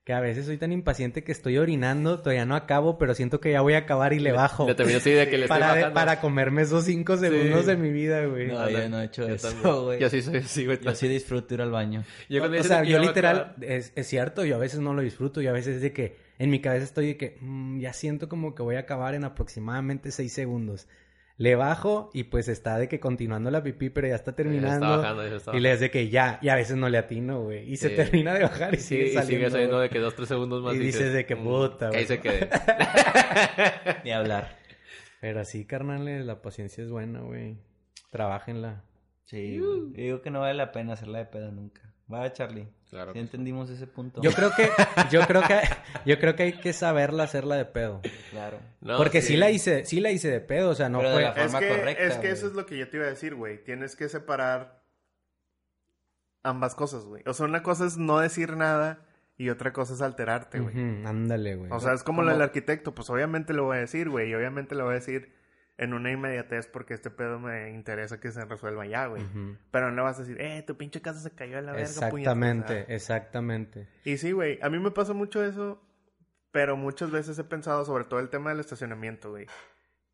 [SPEAKER 1] Que a veces soy tan impaciente que estoy orinando, todavía no acabo, pero siento que ya voy a acabar y le bajo.
[SPEAKER 2] Le terminé así de que le estoy
[SPEAKER 1] para, de-
[SPEAKER 2] bajando.
[SPEAKER 1] para comerme esos cinco segundos
[SPEAKER 2] Sí.
[SPEAKER 1] de mi vida, güey.
[SPEAKER 3] No, yo no he hecho
[SPEAKER 2] Yo
[SPEAKER 3] eso,
[SPEAKER 2] también.
[SPEAKER 3] güey.
[SPEAKER 2] Yo sí soy así, güey.
[SPEAKER 3] Yo sí disfruto ir al baño.
[SPEAKER 2] Yo cuando
[SPEAKER 1] o
[SPEAKER 2] dicen
[SPEAKER 1] sea,
[SPEAKER 2] que
[SPEAKER 1] yo
[SPEAKER 2] ya me
[SPEAKER 1] literal,
[SPEAKER 2] acaba-
[SPEAKER 1] es, es cierto, yo a veces no lo disfruto, yo a veces es de que en mi cabeza estoy de que "Mm, ya siento como que voy a acabar en aproximadamente seis segundos. Le bajo y pues está de que continuando la pipí, pero ya está terminando.
[SPEAKER 2] Está bajando, ya está
[SPEAKER 1] y le es de que ya, y a veces no le atino, güey. Y se
[SPEAKER 2] Sí.
[SPEAKER 1] termina de bajar y
[SPEAKER 2] Sí,
[SPEAKER 1] sigue
[SPEAKER 2] y
[SPEAKER 1] saliendo.
[SPEAKER 2] sigue saliendo
[SPEAKER 1] güey.
[SPEAKER 2] de que dos, tres segundos más.
[SPEAKER 1] Y dices de que
[SPEAKER 2] "Mm,
[SPEAKER 1] puta,
[SPEAKER 2] que ahí
[SPEAKER 1] güey".
[SPEAKER 2] se quede.
[SPEAKER 3] Ni hablar.
[SPEAKER 1] Pero sí, carnales, la paciencia es buena, güey. Trabájenla.
[SPEAKER 3] Sí. güey. Yo digo que no vale la pena hacerla de pedo nunca. Va, Charlie.
[SPEAKER 2] Claro.
[SPEAKER 3] Sí entendimos ese punto.
[SPEAKER 1] Yo creo que, yo creo que, yo creo que hay que saberla hacerla de pedo.
[SPEAKER 3] Claro.
[SPEAKER 2] No,
[SPEAKER 1] Porque sí. la hice, sí la hice de pedo, o sea, no
[SPEAKER 3] Pero de
[SPEAKER 1] fue.
[SPEAKER 3] la
[SPEAKER 4] Es
[SPEAKER 3] forma
[SPEAKER 4] que,
[SPEAKER 3] correcta,
[SPEAKER 4] es que
[SPEAKER 3] güey.
[SPEAKER 4] eso es lo que yo te iba a decir, güey. Tienes que separar ambas cosas, güey. O sea, una cosa es no decir nada y otra cosa es alterarte, güey.
[SPEAKER 1] Ujú, ándale, güey.
[SPEAKER 4] O sea, es como
[SPEAKER 3] Como-
[SPEAKER 4] lo del arquitecto. Pues obviamente lo voy a decir, güey. Y obviamente lo voy a decir en una inmediatez porque este pedo me interesa que se resuelva ya, güey.
[SPEAKER 1] Ujú.
[SPEAKER 4] Pero no vas a decir, eh, tu pinche casa se cayó a la verga,
[SPEAKER 1] Exactamente,
[SPEAKER 4] puñetas", o sea.
[SPEAKER 1] exactamente.
[SPEAKER 4] Y sí, güey, a mí me pasa mucho eso, pero muchas veces he pensado sobre todo el tema del estacionamiento, güey.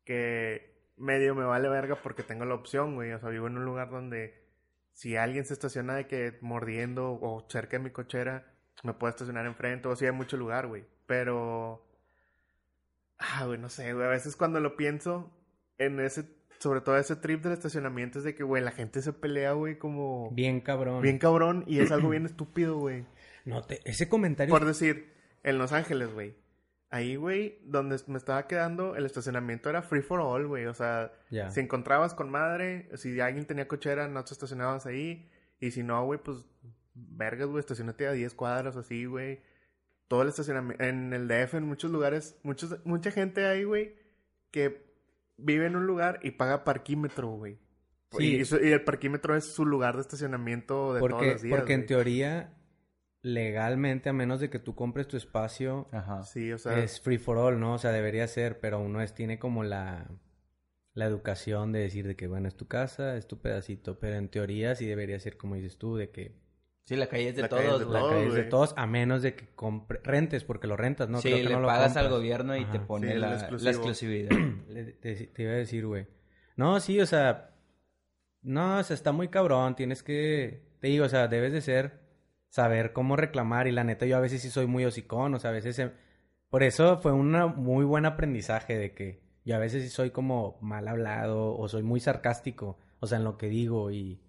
[SPEAKER 4] Que medio me vale verga porque tengo la opción, güey. O sea, vivo en un lugar donde si alguien se estaciona de que mordiendo o cerca de mi cochera, me puedo estacionar enfrente o si hay mucho lugar, güey. Pero Ah, güey, no sé, güey. A veces cuando lo pienso, en ese, sobre todo ese trip del estacionamiento, es de que, güey, la gente se pelea, güey, como bien,
[SPEAKER 1] Bien cabrón.
[SPEAKER 4] cabrón y es algo bien estúpido, güey.
[SPEAKER 1] No te... Ese comentario...
[SPEAKER 4] Por decir, en Los Ángeles, güey. Ahí, güey, donde me estaba quedando, el estacionamiento era free for all, güey. O sea,
[SPEAKER 1] Ya.
[SPEAKER 4] si encontrabas con madre, si alguien tenía cochera, no te estacionabas ahí. Y si no, güey, pues, vergas, güey, estacionate a 10 cuadras así, güey. Todo el estacionamiento, en el DF, en muchos lugares, muchos, mucha gente ahí, güey, que vive en un lugar y paga parquímetro, güey.
[SPEAKER 1] Sí.
[SPEAKER 4] Y, eso- y el parquímetro es su lugar de estacionamiento de
[SPEAKER 1] Porque,
[SPEAKER 4] todos los días.
[SPEAKER 1] porque en
[SPEAKER 4] güey.
[SPEAKER 1] teoría, legalmente, a menos de que tú compres tu espacio,
[SPEAKER 3] Ajá.
[SPEAKER 4] Sí, o sea,
[SPEAKER 1] es free for all, ¿no? O sea, debería ser, pero uno es, tiene como la, la educación de decir de que, bueno, es tu casa, es tu pedacito, pero en teoría sí debería ser como dices tú, de que
[SPEAKER 3] Sí, la calle es de
[SPEAKER 4] La calle es
[SPEAKER 3] todos,
[SPEAKER 4] de
[SPEAKER 3] güey.
[SPEAKER 1] la
[SPEAKER 4] No,
[SPEAKER 1] calle es de
[SPEAKER 4] güey.
[SPEAKER 1] todos, a menos de que compre- rentes, porque lo rentas, ¿no?
[SPEAKER 3] sí,
[SPEAKER 1] Creo que
[SPEAKER 3] le
[SPEAKER 1] no lo
[SPEAKER 3] pagas al
[SPEAKER 1] compras.
[SPEAKER 3] gobierno y
[SPEAKER 1] Ajá.
[SPEAKER 3] te pone
[SPEAKER 4] Sí, el
[SPEAKER 3] la,
[SPEAKER 4] exclusivo.
[SPEAKER 3] la exclusividad.
[SPEAKER 1] Le- te, te iba a decir, güey. No, sí, o sea. No, o sea, está muy cabrón. Tienes que. Te digo, o sea, debes de ser. Saber cómo reclamar. Y la neta, yo a veces sí soy muy hocicón. O sea, a veces. se- Por eso fue un muy buen aprendizaje de que yo a veces sí soy como mal hablado. O soy muy sarcástico. O sea, en lo que digo. Y.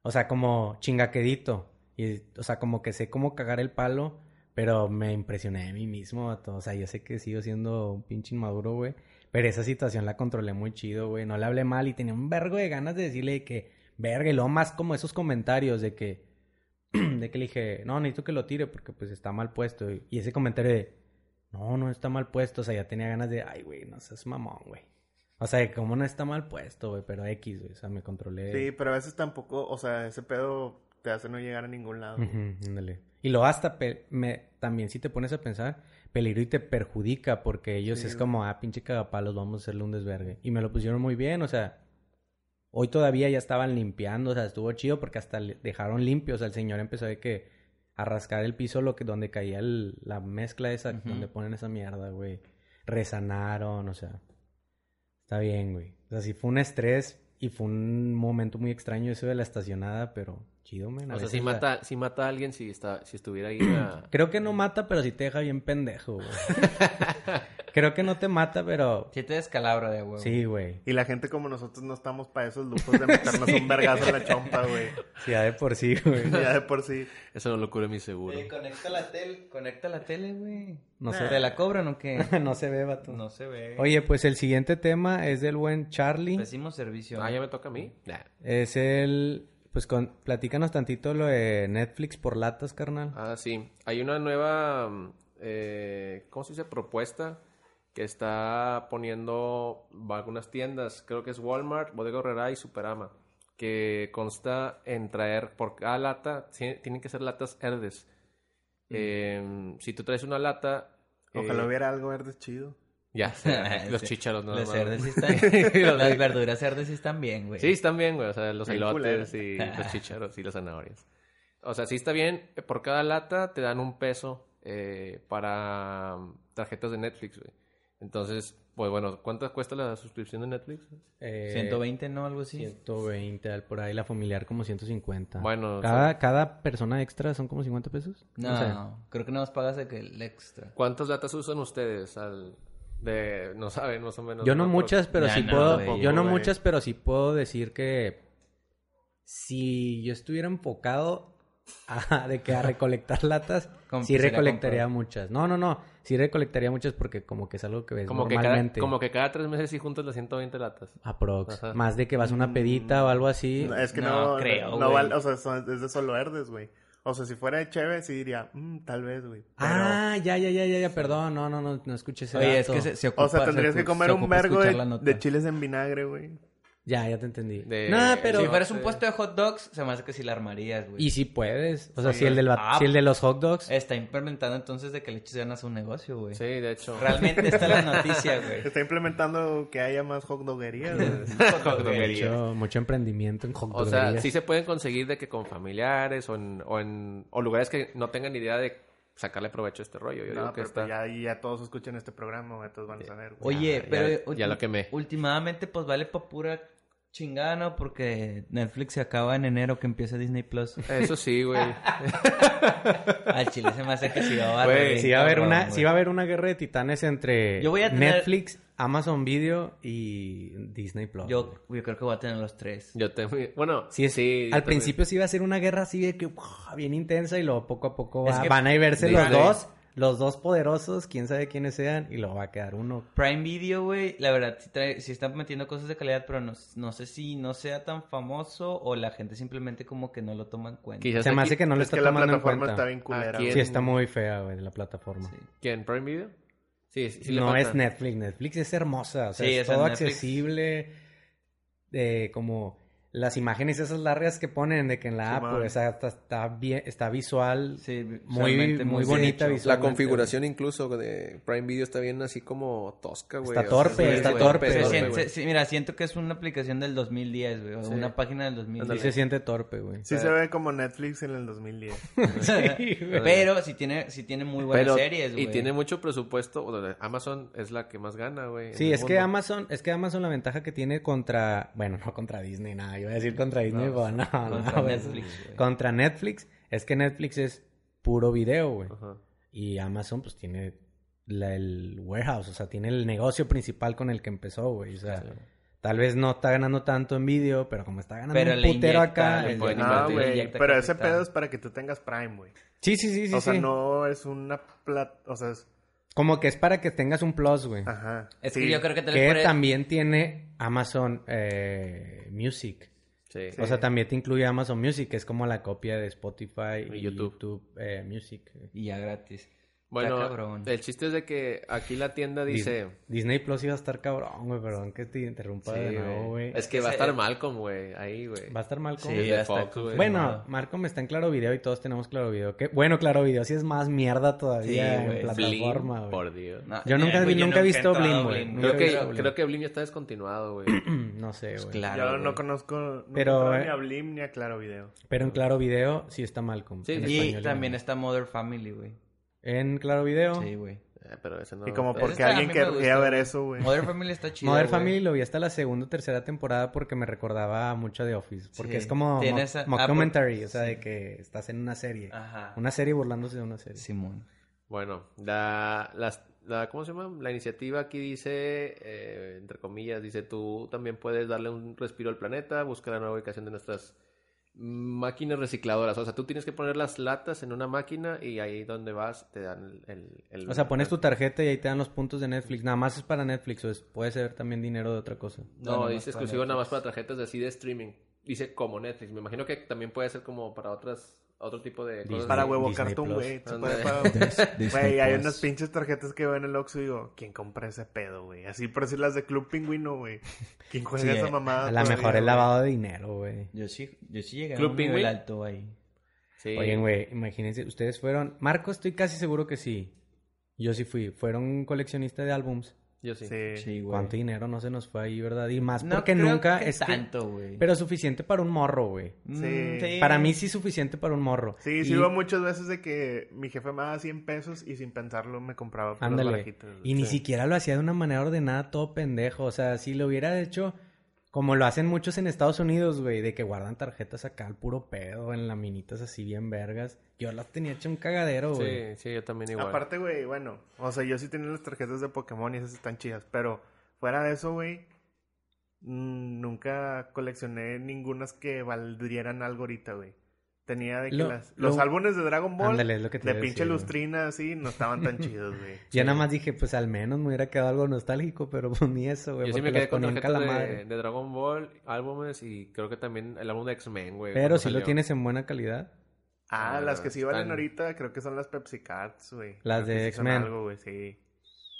[SPEAKER 1] O sea, como chingaquedito. Y, o sea, como que sé cómo cagar el palo. Pero me impresioné de mí mismo, vato. O sea, yo sé que sigo siendo un pinche inmaduro, güey. Pero esa situación la controlé muy chido, güey. No le hablé mal y tenía un vergo de ganas de decirle de que, verga, y luego más como esos comentarios de que, de que le dije, no, necesito que lo tire porque pues está mal puesto. Y ese comentario de, no, no está mal puesto. O sea, ya tenía ganas de, ay, güey, no seas mamón, güey. O sea, de cómo no está mal puesto, güey, pero X, güey. O sea, me controlé.
[SPEAKER 4] Sí, pero a veces tampoco, o sea, ese pedo te hace no llegar a ningún lado. güey.
[SPEAKER 1] Ujú, ándale. Y lo hasta pe- me, también si te pones a pensar, peligro y te perjudica porque ellos
[SPEAKER 4] Sí,
[SPEAKER 1] es
[SPEAKER 4] güey.
[SPEAKER 1] como, ah, pinche cagapalos, vamos a hacerle un desvergue. Y me lo pusieron muy bien, o sea, hoy todavía ya estaban limpiando, o sea, estuvo chido porque hasta le- dejaron limpio, o sea, el señor empezó de que a rascar el piso lo que donde caía el- la mezcla esa,
[SPEAKER 3] Ujú.
[SPEAKER 1] donde ponen esa mierda, güey. Resanaron, o sea, está bien, güey. O sea, sí fue un estrés y fue un momento muy extraño eso de la estacionada, pero chido, men. a
[SPEAKER 2] O sea,
[SPEAKER 1] veces
[SPEAKER 2] si
[SPEAKER 1] la-
[SPEAKER 2] mata, si mata a alguien si, está, si estuviera ahí. a-
[SPEAKER 1] Creo que no mata, pero sí te deja bien pendejo, güey. Creo que no te mata, pero...
[SPEAKER 3] Sí te descalabra de huevo.
[SPEAKER 1] Sí, güey.
[SPEAKER 4] Y la gente como nosotros no estamos para esos lujos de meternos un vergazo en la chompa, güey.
[SPEAKER 1] Sí, ya de por sí, güey.
[SPEAKER 4] Ya de por sí.
[SPEAKER 2] Eso no lo cubre mi seguro.
[SPEAKER 3] Oye, conecta la tele, conecta la tele, güey.
[SPEAKER 1] No
[SPEAKER 3] ¿Te
[SPEAKER 1] se,
[SPEAKER 3] la cobran o qué?
[SPEAKER 1] no se ve, vato.
[SPEAKER 3] No se ve.
[SPEAKER 1] Oye, pues el siguiente tema es del buen Charlie.
[SPEAKER 3] Pésimo servicio.
[SPEAKER 2] Ah, ya me toca a mí. Nah.
[SPEAKER 1] Es el... Pues con... platícanos tantito lo de Netflix por latas, carnal.
[SPEAKER 2] Ah, sí. Hay una nueva, mm, eh, ¿cómo se dice? Propuesta que está poniendo algunas tiendas, creo que es Walmart, Bodega Horrera y Superama, que consta en traer por cada lata, ti- tienen que ser latas verdes. Eh, si tú traes una lata...
[SPEAKER 4] Ojalá
[SPEAKER 2] eh,
[SPEAKER 4] hubiera algo verde chido.
[SPEAKER 2] Ya, sé, los
[SPEAKER 3] Sí.
[SPEAKER 2] chícharos, no
[SPEAKER 3] Los
[SPEAKER 2] mames.
[SPEAKER 3] cerdos sí están... Las verduras cerdas sí están bien, güey.
[SPEAKER 2] Sí, están bien, güey. O sea, los
[SPEAKER 4] Bien
[SPEAKER 2] elotes y los chícharos y las zanahorias. O sea, sí está bien. Por cada lata te dan un peso eh, para mm, tarjetas de Netflix, güey. Entonces, pues bueno, ¿cuánto cuesta la suscripción de Netflix?
[SPEAKER 1] Eh,
[SPEAKER 3] 120, ¿no? Algo así.
[SPEAKER 1] 120, al- por ahí la familiar como 150.
[SPEAKER 2] Bueno,
[SPEAKER 1] Cada, cada persona extra son como 50 pesos.
[SPEAKER 3] No,
[SPEAKER 1] O sea,
[SPEAKER 3] creo que nada más pagas el- el extra.
[SPEAKER 2] ¿cuántas latas usan ustedes al de no saben más o menos?
[SPEAKER 1] Yo no
[SPEAKER 2] me acuerdo.
[SPEAKER 1] muchas, pero
[SPEAKER 3] Ya
[SPEAKER 1] sí
[SPEAKER 3] no,
[SPEAKER 1] puedo.
[SPEAKER 3] güey.
[SPEAKER 1] yo no
[SPEAKER 4] Tampoco,
[SPEAKER 1] muchas, pero sí puedo decir que si yo estuviera enfocado a, de que a recolectar latas,
[SPEAKER 3] Com-
[SPEAKER 1] sí
[SPEAKER 3] sería
[SPEAKER 1] recolectaría
[SPEAKER 3] comprar.
[SPEAKER 1] muchas. No, no, no. Sí recolectaría muchas porque como que es algo que ves
[SPEAKER 2] Como que cada,
[SPEAKER 1] normalmente.
[SPEAKER 2] como que cada tres meses sí juntas las 120 latas.
[SPEAKER 1] Aprox.
[SPEAKER 2] Ajá. Mm, eh,
[SPEAKER 1] Más de que vas a una pedita o algo así.
[SPEAKER 4] No, es que
[SPEAKER 3] no,
[SPEAKER 4] no,
[SPEAKER 3] creo,
[SPEAKER 4] creo, no
[SPEAKER 3] güey.
[SPEAKER 4] vale, o sea, son- es de solo verdes, güey. O sea, si fuera de chévere, sí diría, "Mm, tal vez, güey. Pero,
[SPEAKER 1] Ah, ya, ya, ya, ya, ya, perdón. No, no, no, no escuché ese
[SPEAKER 3] Oye, es
[SPEAKER 1] dato.
[SPEAKER 3] que se, se ocupa...
[SPEAKER 4] o sea,
[SPEAKER 3] se
[SPEAKER 4] tendrías que
[SPEAKER 3] ocu-
[SPEAKER 4] comer
[SPEAKER 3] se
[SPEAKER 4] un
[SPEAKER 3] ocupa
[SPEAKER 4] vergo
[SPEAKER 3] escuchar
[SPEAKER 4] de,
[SPEAKER 3] la nota.
[SPEAKER 4] de chiles en vinagre, güey.
[SPEAKER 1] Ya, ya te entendí.
[SPEAKER 2] De-
[SPEAKER 1] No, pero...
[SPEAKER 3] Si
[SPEAKER 2] Sí,
[SPEAKER 3] fueras un
[SPEAKER 2] Sí.
[SPEAKER 3] puesto de hot dogs, se me hace que si la armarías, güey.
[SPEAKER 1] Y si puedes. O sea,
[SPEAKER 4] Sí.
[SPEAKER 1] si el, del, va-
[SPEAKER 3] Ah.
[SPEAKER 1] si el de los hot
[SPEAKER 2] eh,
[SPEAKER 1] dogs...
[SPEAKER 3] Está implementando entonces de que le eches ganas a un negocio, güey.
[SPEAKER 2] Sí, de hecho.
[SPEAKER 3] Realmente está la noticia, güey.
[SPEAKER 4] Está implementando que haya más hot doguería, güey.
[SPEAKER 1] Mucho, mucho emprendimiento en hot
[SPEAKER 2] O sea,
[SPEAKER 1] doguerías.
[SPEAKER 2] sí se pueden conseguir de que con familiares o en, o en o lugares que no tengan idea de sacarle provecho a este rollo. Yo
[SPEAKER 4] No,
[SPEAKER 2] digo que
[SPEAKER 4] pero
[SPEAKER 2] está.
[SPEAKER 4] pues ya, ya todos escuchan este programa, güey, entonces van a saber, güey.
[SPEAKER 3] Oye,
[SPEAKER 2] Ya-
[SPEAKER 3] pero
[SPEAKER 2] ya lo quemé.
[SPEAKER 3] últimamente pues vale pa' pura Chingada, ¿no? Porque Netflix se acaba en enero que empieza Disney Plus.
[SPEAKER 2] Eso sí, güey.
[SPEAKER 3] Al chile se me hace que sí va a
[SPEAKER 1] Güey,
[SPEAKER 3] barrer,
[SPEAKER 1] si va a haber
[SPEAKER 3] cabrón,
[SPEAKER 1] una,
[SPEAKER 3] Ah, güey.
[SPEAKER 1] si va a haber una guerra de titanes entre
[SPEAKER 3] Yo voy a tener-
[SPEAKER 1] Netflix, Amazon Video y Disney Plus.
[SPEAKER 3] Yo,
[SPEAKER 1] güey.
[SPEAKER 3] yo creo que voy a tener los tres.
[SPEAKER 2] Yo te... Bueno,
[SPEAKER 1] Sí, es-
[SPEAKER 2] sí. yo
[SPEAKER 1] Al
[SPEAKER 2] también.
[SPEAKER 1] principio sí iba a ser una guerra así de que uah, bien intensa y luego poco a poco
[SPEAKER 3] Es
[SPEAKER 1] va-
[SPEAKER 3] que-
[SPEAKER 1] van a verse los
[SPEAKER 2] Disney.
[SPEAKER 1] dos, los dos poderosos, quién sabe quiénes sean y luego va a quedar uno.
[SPEAKER 3] Prime Video, güey, la verdad, sí, trae, sí están metiendo cosas de calidad, pero no, no sé si no sea tan famoso o la gente simplemente como que no lo toma en cuenta.
[SPEAKER 2] Quizás
[SPEAKER 1] Se me hace
[SPEAKER 2] aquí-
[SPEAKER 1] que no lo
[SPEAKER 4] es
[SPEAKER 1] está
[SPEAKER 4] que la
[SPEAKER 1] tomando en
[SPEAKER 4] plataforma
[SPEAKER 1] cuenta.
[SPEAKER 4] está bien culera.
[SPEAKER 2] Aquí
[SPEAKER 4] güey.
[SPEAKER 1] Sí está muy fea, güey, la plataforma.
[SPEAKER 3] Sí.
[SPEAKER 2] ¿Quién? ¿Prime Video? Sí, sí, sí le
[SPEAKER 1] no
[SPEAKER 2] falta.
[SPEAKER 1] es Netflix. Netflix es hermosa. O sea,
[SPEAKER 3] Sí,
[SPEAKER 1] es
[SPEAKER 3] o sea,
[SPEAKER 1] todo
[SPEAKER 3] Netflix-
[SPEAKER 1] accesible. eh, como las imágenes esas largas que ponen de que en la
[SPEAKER 4] Sí,
[SPEAKER 1] app,
[SPEAKER 4] man.
[SPEAKER 1] o sea, está, está bien, está visual.
[SPEAKER 3] Sí,
[SPEAKER 1] Muy-
[SPEAKER 3] realmente
[SPEAKER 1] muy
[SPEAKER 3] bien
[SPEAKER 1] bonita
[SPEAKER 3] hecho.
[SPEAKER 1] visual.
[SPEAKER 5] La
[SPEAKER 1] Solamente,
[SPEAKER 5] configuración incluso de Prime Video está bien así como tosca, güey.
[SPEAKER 1] Está
[SPEAKER 5] O sea,
[SPEAKER 1] torpe,
[SPEAKER 5] sí,
[SPEAKER 1] está
[SPEAKER 5] güey,
[SPEAKER 1] torpe.
[SPEAKER 3] Se
[SPEAKER 1] Pero,
[SPEAKER 3] siente-
[SPEAKER 5] güey.
[SPEAKER 3] se- sí, mira, siento que es una aplicación del 2010, güey, o
[SPEAKER 5] Sí.
[SPEAKER 3] una página del 2010.
[SPEAKER 1] Sí se siente torpe, güey.
[SPEAKER 4] Sí se ve como Netflix en el 2010.
[SPEAKER 3] Pero si tiene, si tiene muy buenas
[SPEAKER 2] Pero-
[SPEAKER 3] series, güey.
[SPEAKER 2] Y tiene mucho presupuesto. o sea, Amazon es la que más gana, güey. en
[SPEAKER 1] Sí,
[SPEAKER 2] el
[SPEAKER 1] es que
[SPEAKER 2] mundo.
[SPEAKER 1] Amazon, es que Amazon la ventaja que tiene contra, bueno, no contra Disney, nada, iba a decir contra Disney,
[SPEAKER 3] No,
[SPEAKER 1] pero no,
[SPEAKER 3] contra
[SPEAKER 1] no, güey.
[SPEAKER 3] Netflix, güey.
[SPEAKER 1] Contra Netflix, es que Netflix es puro video, güey.
[SPEAKER 2] Ajá.
[SPEAKER 1] Y Amazon, pues, tiene la- el warehouse, o sea, tiene el negocio principal con el que empezó, güey. O sea, tal vez no está ganando tanto en video, pero como está ganando
[SPEAKER 3] Pero
[SPEAKER 1] un
[SPEAKER 3] le
[SPEAKER 1] putero
[SPEAKER 3] inyecta,
[SPEAKER 1] acá.
[SPEAKER 3] le
[SPEAKER 1] el-
[SPEAKER 2] pone-
[SPEAKER 4] Ah,
[SPEAKER 2] invertir,
[SPEAKER 4] güey.
[SPEAKER 3] inyecta
[SPEAKER 4] Pero ese
[SPEAKER 3] capital.
[SPEAKER 4] pedo es para que tú tengas Prime, güey.
[SPEAKER 1] Sí, sí, sí, sí.
[SPEAKER 4] o sea,
[SPEAKER 1] sí.
[SPEAKER 4] no es una plat... O sea, es...
[SPEAKER 1] Como que es para que tengas un plus, güey.
[SPEAKER 4] Ajá.
[SPEAKER 3] Es
[SPEAKER 4] Sí.
[SPEAKER 3] que yo creo que tal
[SPEAKER 1] Que
[SPEAKER 3] vez por- e-
[SPEAKER 1] también tiene Amazon eh, Music.
[SPEAKER 2] Sí.
[SPEAKER 1] O sea, también te incluye Amazon Music, que es como la copia de Spotify y,
[SPEAKER 2] Y
[SPEAKER 1] YouTube,
[SPEAKER 2] YouTube.
[SPEAKER 1] eh, Music.
[SPEAKER 3] Y ya gratis. Está
[SPEAKER 2] Bueno,
[SPEAKER 3] cabrón.
[SPEAKER 2] el chiste es de que aquí la tienda dice...
[SPEAKER 1] Dis- Disney Plus iba a estar cabrón, güey, perdón que te interrumpa de
[SPEAKER 2] Sí,
[SPEAKER 1] nuevo,
[SPEAKER 2] güey.
[SPEAKER 1] güey.
[SPEAKER 2] Es que va a
[SPEAKER 3] Ese-
[SPEAKER 2] estar Malcolm, güey. Ahí, güey.
[SPEAKER 1] Eh, Va a estar mal con...
[SPEAKER 2] Sí,
[SPEAKER 3] ya
[SPEAKER 2] de
[SPEAKER 3] está
[SPEAKER 2] Fox, güey.
[SPEAKER 1] bueno, Marco está en Claro Video y todos tenemos Claro Video. que- Bueno, Claro Video sí es más mierda todavía
[SPEAKER 3] Sí,
[SPEAKER 1] en
[SPEAKER 3] güey.
[SPEAKER 1] plataforma,
[SPEAKER 2] Blim,
[SPEAKER 1] güey.
[SPEAKER 2] por Dios.
[SPEAKER 3] No,
[SPEAKER 1] Yo
[SPEAKER 3] mira,
[SPEAKER 1] nunca, vi-
[SPEAKER 3] güey, Eh, pues yo
[SPEAKER 1] nunca he visto
[SPEAKER 3] entrado a
[SPEAKER 1] Blim, güey.
[SPEAKER 3] Blim,
[SPEAKER 1] Nunca
[SPEAKER 2] Creo
[SPEAKER 1] he visto
[SPEAKER 2] que,
[SPEAKER 1] Blim.
[SPEAKER 2] creo que Blim ya está descontinuado, güey.
[SPEAKER 1] No sé, güey.
[SPEAKER 3] Pues Claro.
[SPEAKER 4] Yo
[SPEAKER 3] güey.
[SPEAKER 4] no conozco... no
[SPEAKER 1] Pero,
[SPEAKER 4] conozco
[SPEAKER 1] eh,
[SPEAKER 4] ni a Blim ni a Claro Video.
[SPEAKER 1] Pero en Claro Video sí está Malcolm.
[SPEAKER 2] Sí,
[SPEAKER 1] en
[SPEAKER 2] sí.
[SPEAKER 3] Y
[SPEAKER 1] español,
[SPEAKER 3] también
[SPEAKER 1] güey.
[SPEAKER 3] está Mother Family, güey.
[SPEAKER 1] En Claro Video.
[SPEAKER 3] Sí, güey.
[SPEAKER 2] Eh, Pero ese no...
[SPEAKER 4] y como
[SPEAKER 2] ese
[SPEAKER 4] porque
[SPEAKER 3] está- a mí
[SPEAKER 4] alguien
[SPEAKER 3] me
[SPEAKER 4] querría
[SPEAKER 3] gusta,
[SPEAKER 4] ver
[SPEAKER 3] güey.
[SPEAKER 4] eso, güey.
[SPEAKER 3] Mother Family está chido.
[SPEAKER 1] Modern
[SPEAKER 3] güey.
[SPEAKER 1] Family lo vi hasta la segunda o tercera temporada porque me recordaba mucho de Office. Porque
[SPEAKER 3] Sí.
[SPEAKER 1] es como
[SPEAKER 3] Tiene
[SPEAKER 1] mo-
[SPEAKER 3] esa- ah,
[SPEAKER 1] mockumentary,
[SPEAKER 3] por-
[SPEAKER 1] o sea,
[SPEAKER 3] sí. Ah.
[SPEAKER 1] de que estás en una serie.
[SPEAKER 3] Ajá.
[SPEAKER 1] Una serie burlándose de una serie.
[SPEAKER 3] Simón.
[SPEAKER 2] Bueno, la, las- la- ¿cómo se llama? La iniciativa aquí dice, eh, entre comillas, dice tú también puedes darle un respiro al planeta, buscar la nueva ubicación de nuestras máquinas recicladoras. O sea, tú tienes que poner las latas en una máquina y ahí donde vas te dan el... el- el-
[SPEAKER 1] O sea, pones tu tarjeta y ahí te dan los puntos de Netflix. Nada más es para Netflix o es- puede ser también dinero de otra cosa.
[SPEAKER 2] No,
[SPEAKER 3] nada más
[SPEAKER 2] dice
[SPEAKER 3] para
[SPEAKER 2] exclusivo nada más
[SPEAKER 3] Netflix.
[SPEAKER 2] para tarjetas de así de streaming. Dice como Netflix. Me imagino que también puede ser como para otras otro tipo de
[SPEAKER 1] Disney.
[SPEAKER 2] cosas.
[SPEAKER 4] Para huevo
[SPEAKER 1] Disney
[SPEAKER 4] cartoon,
[SPEAKER 1] Plus.
[SPEAKER 4] güey. Se
[SPEAKER 2] Ándale.
[SPEAKER 4] puede para- Güey, hay
[SPEAKER 3] Plus.
[SPEAKER 4] unas pinches tarjetas que veo en el Oxxo y digo, ¿quién compra ese pedo, güey? Así por decir las de Club Pingüino, güey. ¿Quién juega
[SPEAKER 1] Sí,
[SPEAKER 4] esa
[SPEAKER 1] eh,
[SPEAKER 4] mamada?
[SPEAKER 1] a lo
[SPEAKER 4] todavía,
[SPEAKER 1] mejor el
[SPEAKER 4] Ah, güey?
[SPEAKER 1] lavado de dinero, güey.
[SPEAKER 3] Yo sí, yo sí llegué
[SPEAKER 2] Club
[SPEAKER 3] a un nivel
[SPEAKER 2] Penguin.
[SPEAKER 3] alto ahí.
[SPEAKER 2] Sí.
[SPEAKER 1] Oigan, güey, imagínense, ustedes fueron... Marco, estoy casi seguro que sí. Yo sí fui. Fueron coleccionistas de álbums.
[SPEAKER 2] Yo sí.
[SPEAKER 4] Sí.
[SPEAKER 3] Sí, güey.
[SPEAKER 1] ¿Cuánto dinero no se nos fue ahí, verdad? Y más
[SPEAKER 3] No
[SPEAKER 1] porque
[SPEAKER 3] creo
[SPEAKER 1] nunca...
[SPEAKER 3] que
[SPEAKER 1] es que-
[SPEAKER 3] tanto, güey. Mm,
[SPEAKER 1] Pero suficiente para un morro, güey.
[SPEAKER 4] Sí.
[SPEAKER 1] Para mí sí suficiente para un morro.
[SPEAKER 4] Sí,
[SPEAKER 1] Y-
[SPEAKER 4] sí, hubo muchas veces de que mi jefe me daba 100 pesos y sin pensarlo me compraba puras
[SPEAKER 1] Ándale.
[SPEAKER 4] barajitas, güey.
[SPEAKER 1] Y ni
[SPEAKER 4] Sí.
[SPEAKER 1] siquiera lo hacía de una manera ordenada, todo pendejo. O sea, si lo hubiera hecho como lo hacen muchos en Estados Unidos, güey, de que guardan tarjetas acá al puro pedo, en laminitas así bien vergas. Yo las tenía hecho un cagadero, güey.
[SPEAKER 2] Sí, sí, yo también igual.
[SPEAKER 4] Aparte, güey, bueno, o sea, yo sí tenía las tarjetas de Pokémon y esas están chidas, pero fuera de eso, güey, mm, nunca coleccioné ningunas que valdrieran algo ahorita, güey. Tenía de que
[SPEAKER 1] Lo-
[SPEAKER 4] las-
[SPEAKER 1] lo-
[SPEAKER 4] los álbumes de Dragon Ball
[SPEAKER 1] Ándale, es lo que te
[SPEAKER 4] de
[SPEAKER 1] iba a
[SPEAKER 4] pinche
[SPEAKER 1] decir, güey.
[SPEAKER 4] lustrina así no estaban tan chidos, güey.
[SPEAKER 1] Ya nada más dije, pues al menos me hubiera quedado algo nostálgico, pero pues ni eso, güey.
[SPEAKER 2] Yo sí
[SPEAKER 1] porque
[SPEAKER 2] me
[SPEAKER 1] las
[SPEAKER 2] quedé con
[SPEAKER 1] ponía en
[SPEAKER 2] tarjetas de,
[SPEAKER 1] calamadre.
[SPEAKER 2] de Dragon Ball, álbumes y creo que también el álbum de X-Men, güey.
[SPEAKER 1] Pero
[SPEAKER 2] cuando
[SPEAKER 1] si lo
[SPEAKER 2] salió.
[SPEAKER 1] tienes en buena calidad.
[SPEAKER 4] Ah,
[SPEAKER 2] Ah,
[SPEAKER 4] las que sí valen
[SPEAKER 2] están-
[SPEAKER 4] ahorita creo que son las Pepsi Cards, güey.
[SPEAKER 1] Las
[SPEAKER 4] Creo que
[SPEAKER 1] de
[SPEAKER 4] sí son
[SPEAKER 1] X-Men.
[SPEAKER 4] algo, güey, sí.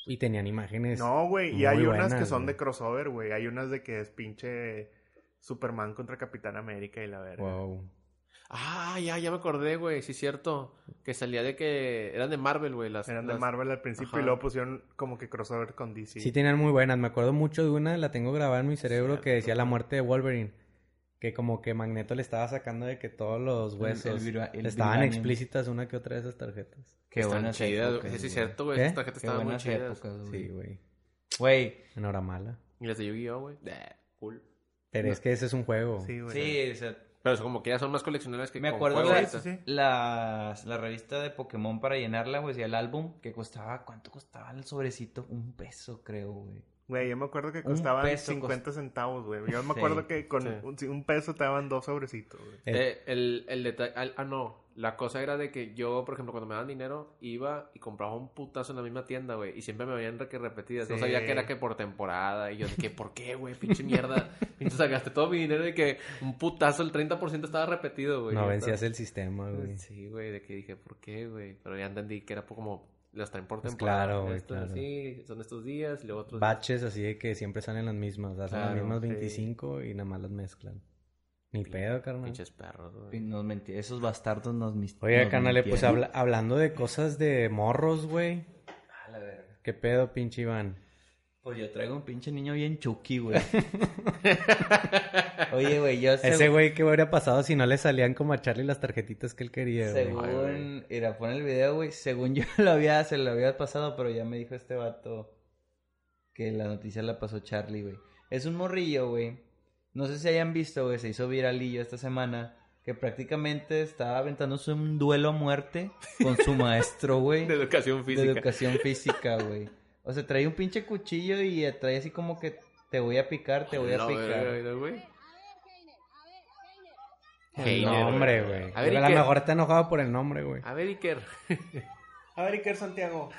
[SPEAKER 1] Y tenían imágenes.
[SPEAKER 4] No, güey,
[SPEAKER 1] muy
[SPEAKER 4] y hay unas
[SPEAKER 1] buenas,
[SPEAKER 4] que son
[SPEAKER 1] güey.
[SPEAKER 4] de crossover, güey. Hay unas de que es pinche Superman contra Capitán América y la verga.
[SPEAKER 1] Wow.
[SPEAKER 2] Ah, ya, ya me acordé, güey. Sí, cierto. Que salía de que... Eran de Marvel, güey. Las,
[SPEAKER 4] Eran de
[SPEAKER 2] las-
[SPEAKER 4] Marvel al principio
[SPEAKER 2] Ajá.
[SPEAKER 4] y luego pusieron como que crossover con DC.
[SPEAKER 1] Sí. tenían muy buenas. Me acuerdo mucho de una, la tengo grabada en mi cerebro, que
[SPEAKER 4] Cierto.
[SPEAKER 1] decía la muerte de Wolverine. Que como que Magneto le estaba sacando de que todos los huesos
[SPEAKER 3] Pues el vira- el
[SPEAKER 1] estaban
[SPEAKER 3] vibranium.
[SPEAKER 1] explícitas una que otra de esas tarjetas.
[SPEAKER 3] Qué
[SPEAKER 2] Están
[SPEAKER 3] buenas
[SPEAKER 2] chidas,
[SPEAKER 3] épocas,
[SPEAKER 2] güey. Sí,
[SPEAKER 3] güey.
[SPEAKER 2] sí, cierto, güey.
[SPEAKER 1] ¿Qué?
[SPEAKER 2] Esas tarjetas
[SPEAKER 3] Qué
[SPEAKER 2] estaban muy
[SPEAKER 3] buenas
[SPEAKER 2] chidas.
[SPEAKER 3] épocas, güey.
[SPEAKER 1] Sí, güey.
[SPEAKER 3] Güey,
[SPEAKER 1] Enhoramala.
[SPEAKER 2] Y las de Yu-Gi-Oh, güey. Eh, Cool.
[SPEAKER 1] Pero es que ese es un juego.
[SPEAKER 4] Sí, güey.
[SPEAKER 3] Sí, o sea,
[SPEAKER 2] Pero es como que ya son más coleccionables que
[SPEAKER 3] Me
[SPEAKER 2] con
[SPEAKER 3] acuerdo
[SPEAKER 2] juego
[SPEAKER 3] de-
[SPEAKER 2] ahorita.
[SPEAKER 4] Sí, sí, sí.
[SPEAKER 3] las- la revista de Pokémon para llenarla, güey, y el álbum que costaba, ¿cuánto costaba el sobrecito? Un peso, creo, güey.
[SPEAKER 4] Güey, yo me acuerdo que
[SPEAKER 3] Un
[SPEAKER 4] costaban
[SPEAKER 3] peso
[SPEAKER 4] 50 centavos, güey. Yo me
[SPEAKER 3] Sí,
[SPEAKER 4] acuerdo que con
[SPEAKER 2] sí.
[SPEAKER 4] un, si un peso te daban dos sobrecitos, güey.
[SPEAKER 1] Eh,
[SPEAKER 2] Eh, el, el detalle... al- Ah, no. La cosa era de que yo, por ejemplo, cuando me daban dinero, iba y compraba un putazo en la misma tienda, güey. Y siempre me veían re que repetidas. No
[SPEAKER 4] Sí.
[SPEAKER 2] sabía que era que por temporada. Y yo de que, ¿por qué, güey? Pinche mierda. Entonces gasté todo mi dinero y que un putazo, el 30% estaba repetido, güey. pues
[SPEAKER 1] no
[SPEAKER 2] Yo
[SPEAKER 1] vencías
[SPEAKER 2] estaba-
[SPEAKER 1] el sistema, güey.
[SPEAKER 2] Sí, güey. De que dije, ¿por qué, güey? Pero ya entendí que era po- como... Las traen por
[SPEAKER 1] Pues
[SPEAKER 2] temporada.
[SPEAKER 1] claro, güey,
[SPEAKER 2] Esto,
[SPEAKER 1] claro.
[SPEAKER 2] Sí, son estos días y luego otros días.
[SPEAKER 1] Baches así de que siempre salen las mismas. Hacen las
[SPEAKER 2] Pues, Claro,
[SPEAKER 1] mismas
[SPEAKER 4] sí.
[SPEAKER 1] 25 y nada más las mezclan. Ni
[SPEAKER 2] Pin-
[SPEAKER 1] pedo, carnal.
[SPEAKER 2] Pinches perros, güey.
[SPEAKER 3] Y nos menti- esos bastardos nos mis-
[SPEAKER 1] Oye,
[SPEAKER 3] nos
[SPEAKER 1] carnal, pues
[SPEAKER 3] mintieron.
[SPEAKER 1] habla- hablando de cosas de morros, güey.
[SPEAKER 3] A la verga.
[SPEAKER 1] ¿Qué pedo, pinche Iván?
[SPEAKER 3] Pues yo traigo un pinche niño bien chucky, güey. Oye, güey, yo
[SPEAKER 1] Ese güey, ¿qué hubiera pasado si no le salían como a Charlie las tarjetitas que él quería, güey?
[SPEAKER 2] Ay,
[SPEAKER 3] Según,
[SPEAKER 2] güey.
[SPEAKER 3] mira, pon el video, güey. Según yo lo había, se lo había pasado, pero ya me dijo este vato que la noticia la pasó Charlie, güey. Es un morrillo, güey. No sé si hayan visto, güey, se hizo viralillo esta semana. Que prácticamente estaba aventándose un duelo a muerte con su maestro, güey.
[SPEAKER 2] De educación física.
[SPEAKER 3] De educación física, güey. O sea, trae un pinche cuchillo y eh, trae así como que te voy a picar, te voy a
[SPEAKER 2] La
[SPEAKER 3] picar.
[SPEAKER 2] verga, güey.
[SPEAKER 1] El
[SPEAKER 2] Hater,
[SPEAKER 1] nombre, güey.
[SPEAKER 2] A
[SPEAKER 1] Yo
[SPEAKER 2] ver, ¿y
[SPEAKER 1] A lo
[SPEAKER 2] qué?
[SPEAKER 1] mejor está enojado por el nombre, güey.
[SPEAKER 2] A ver, Iker.
[SPEAKER 4] A ver, Iker Santiago.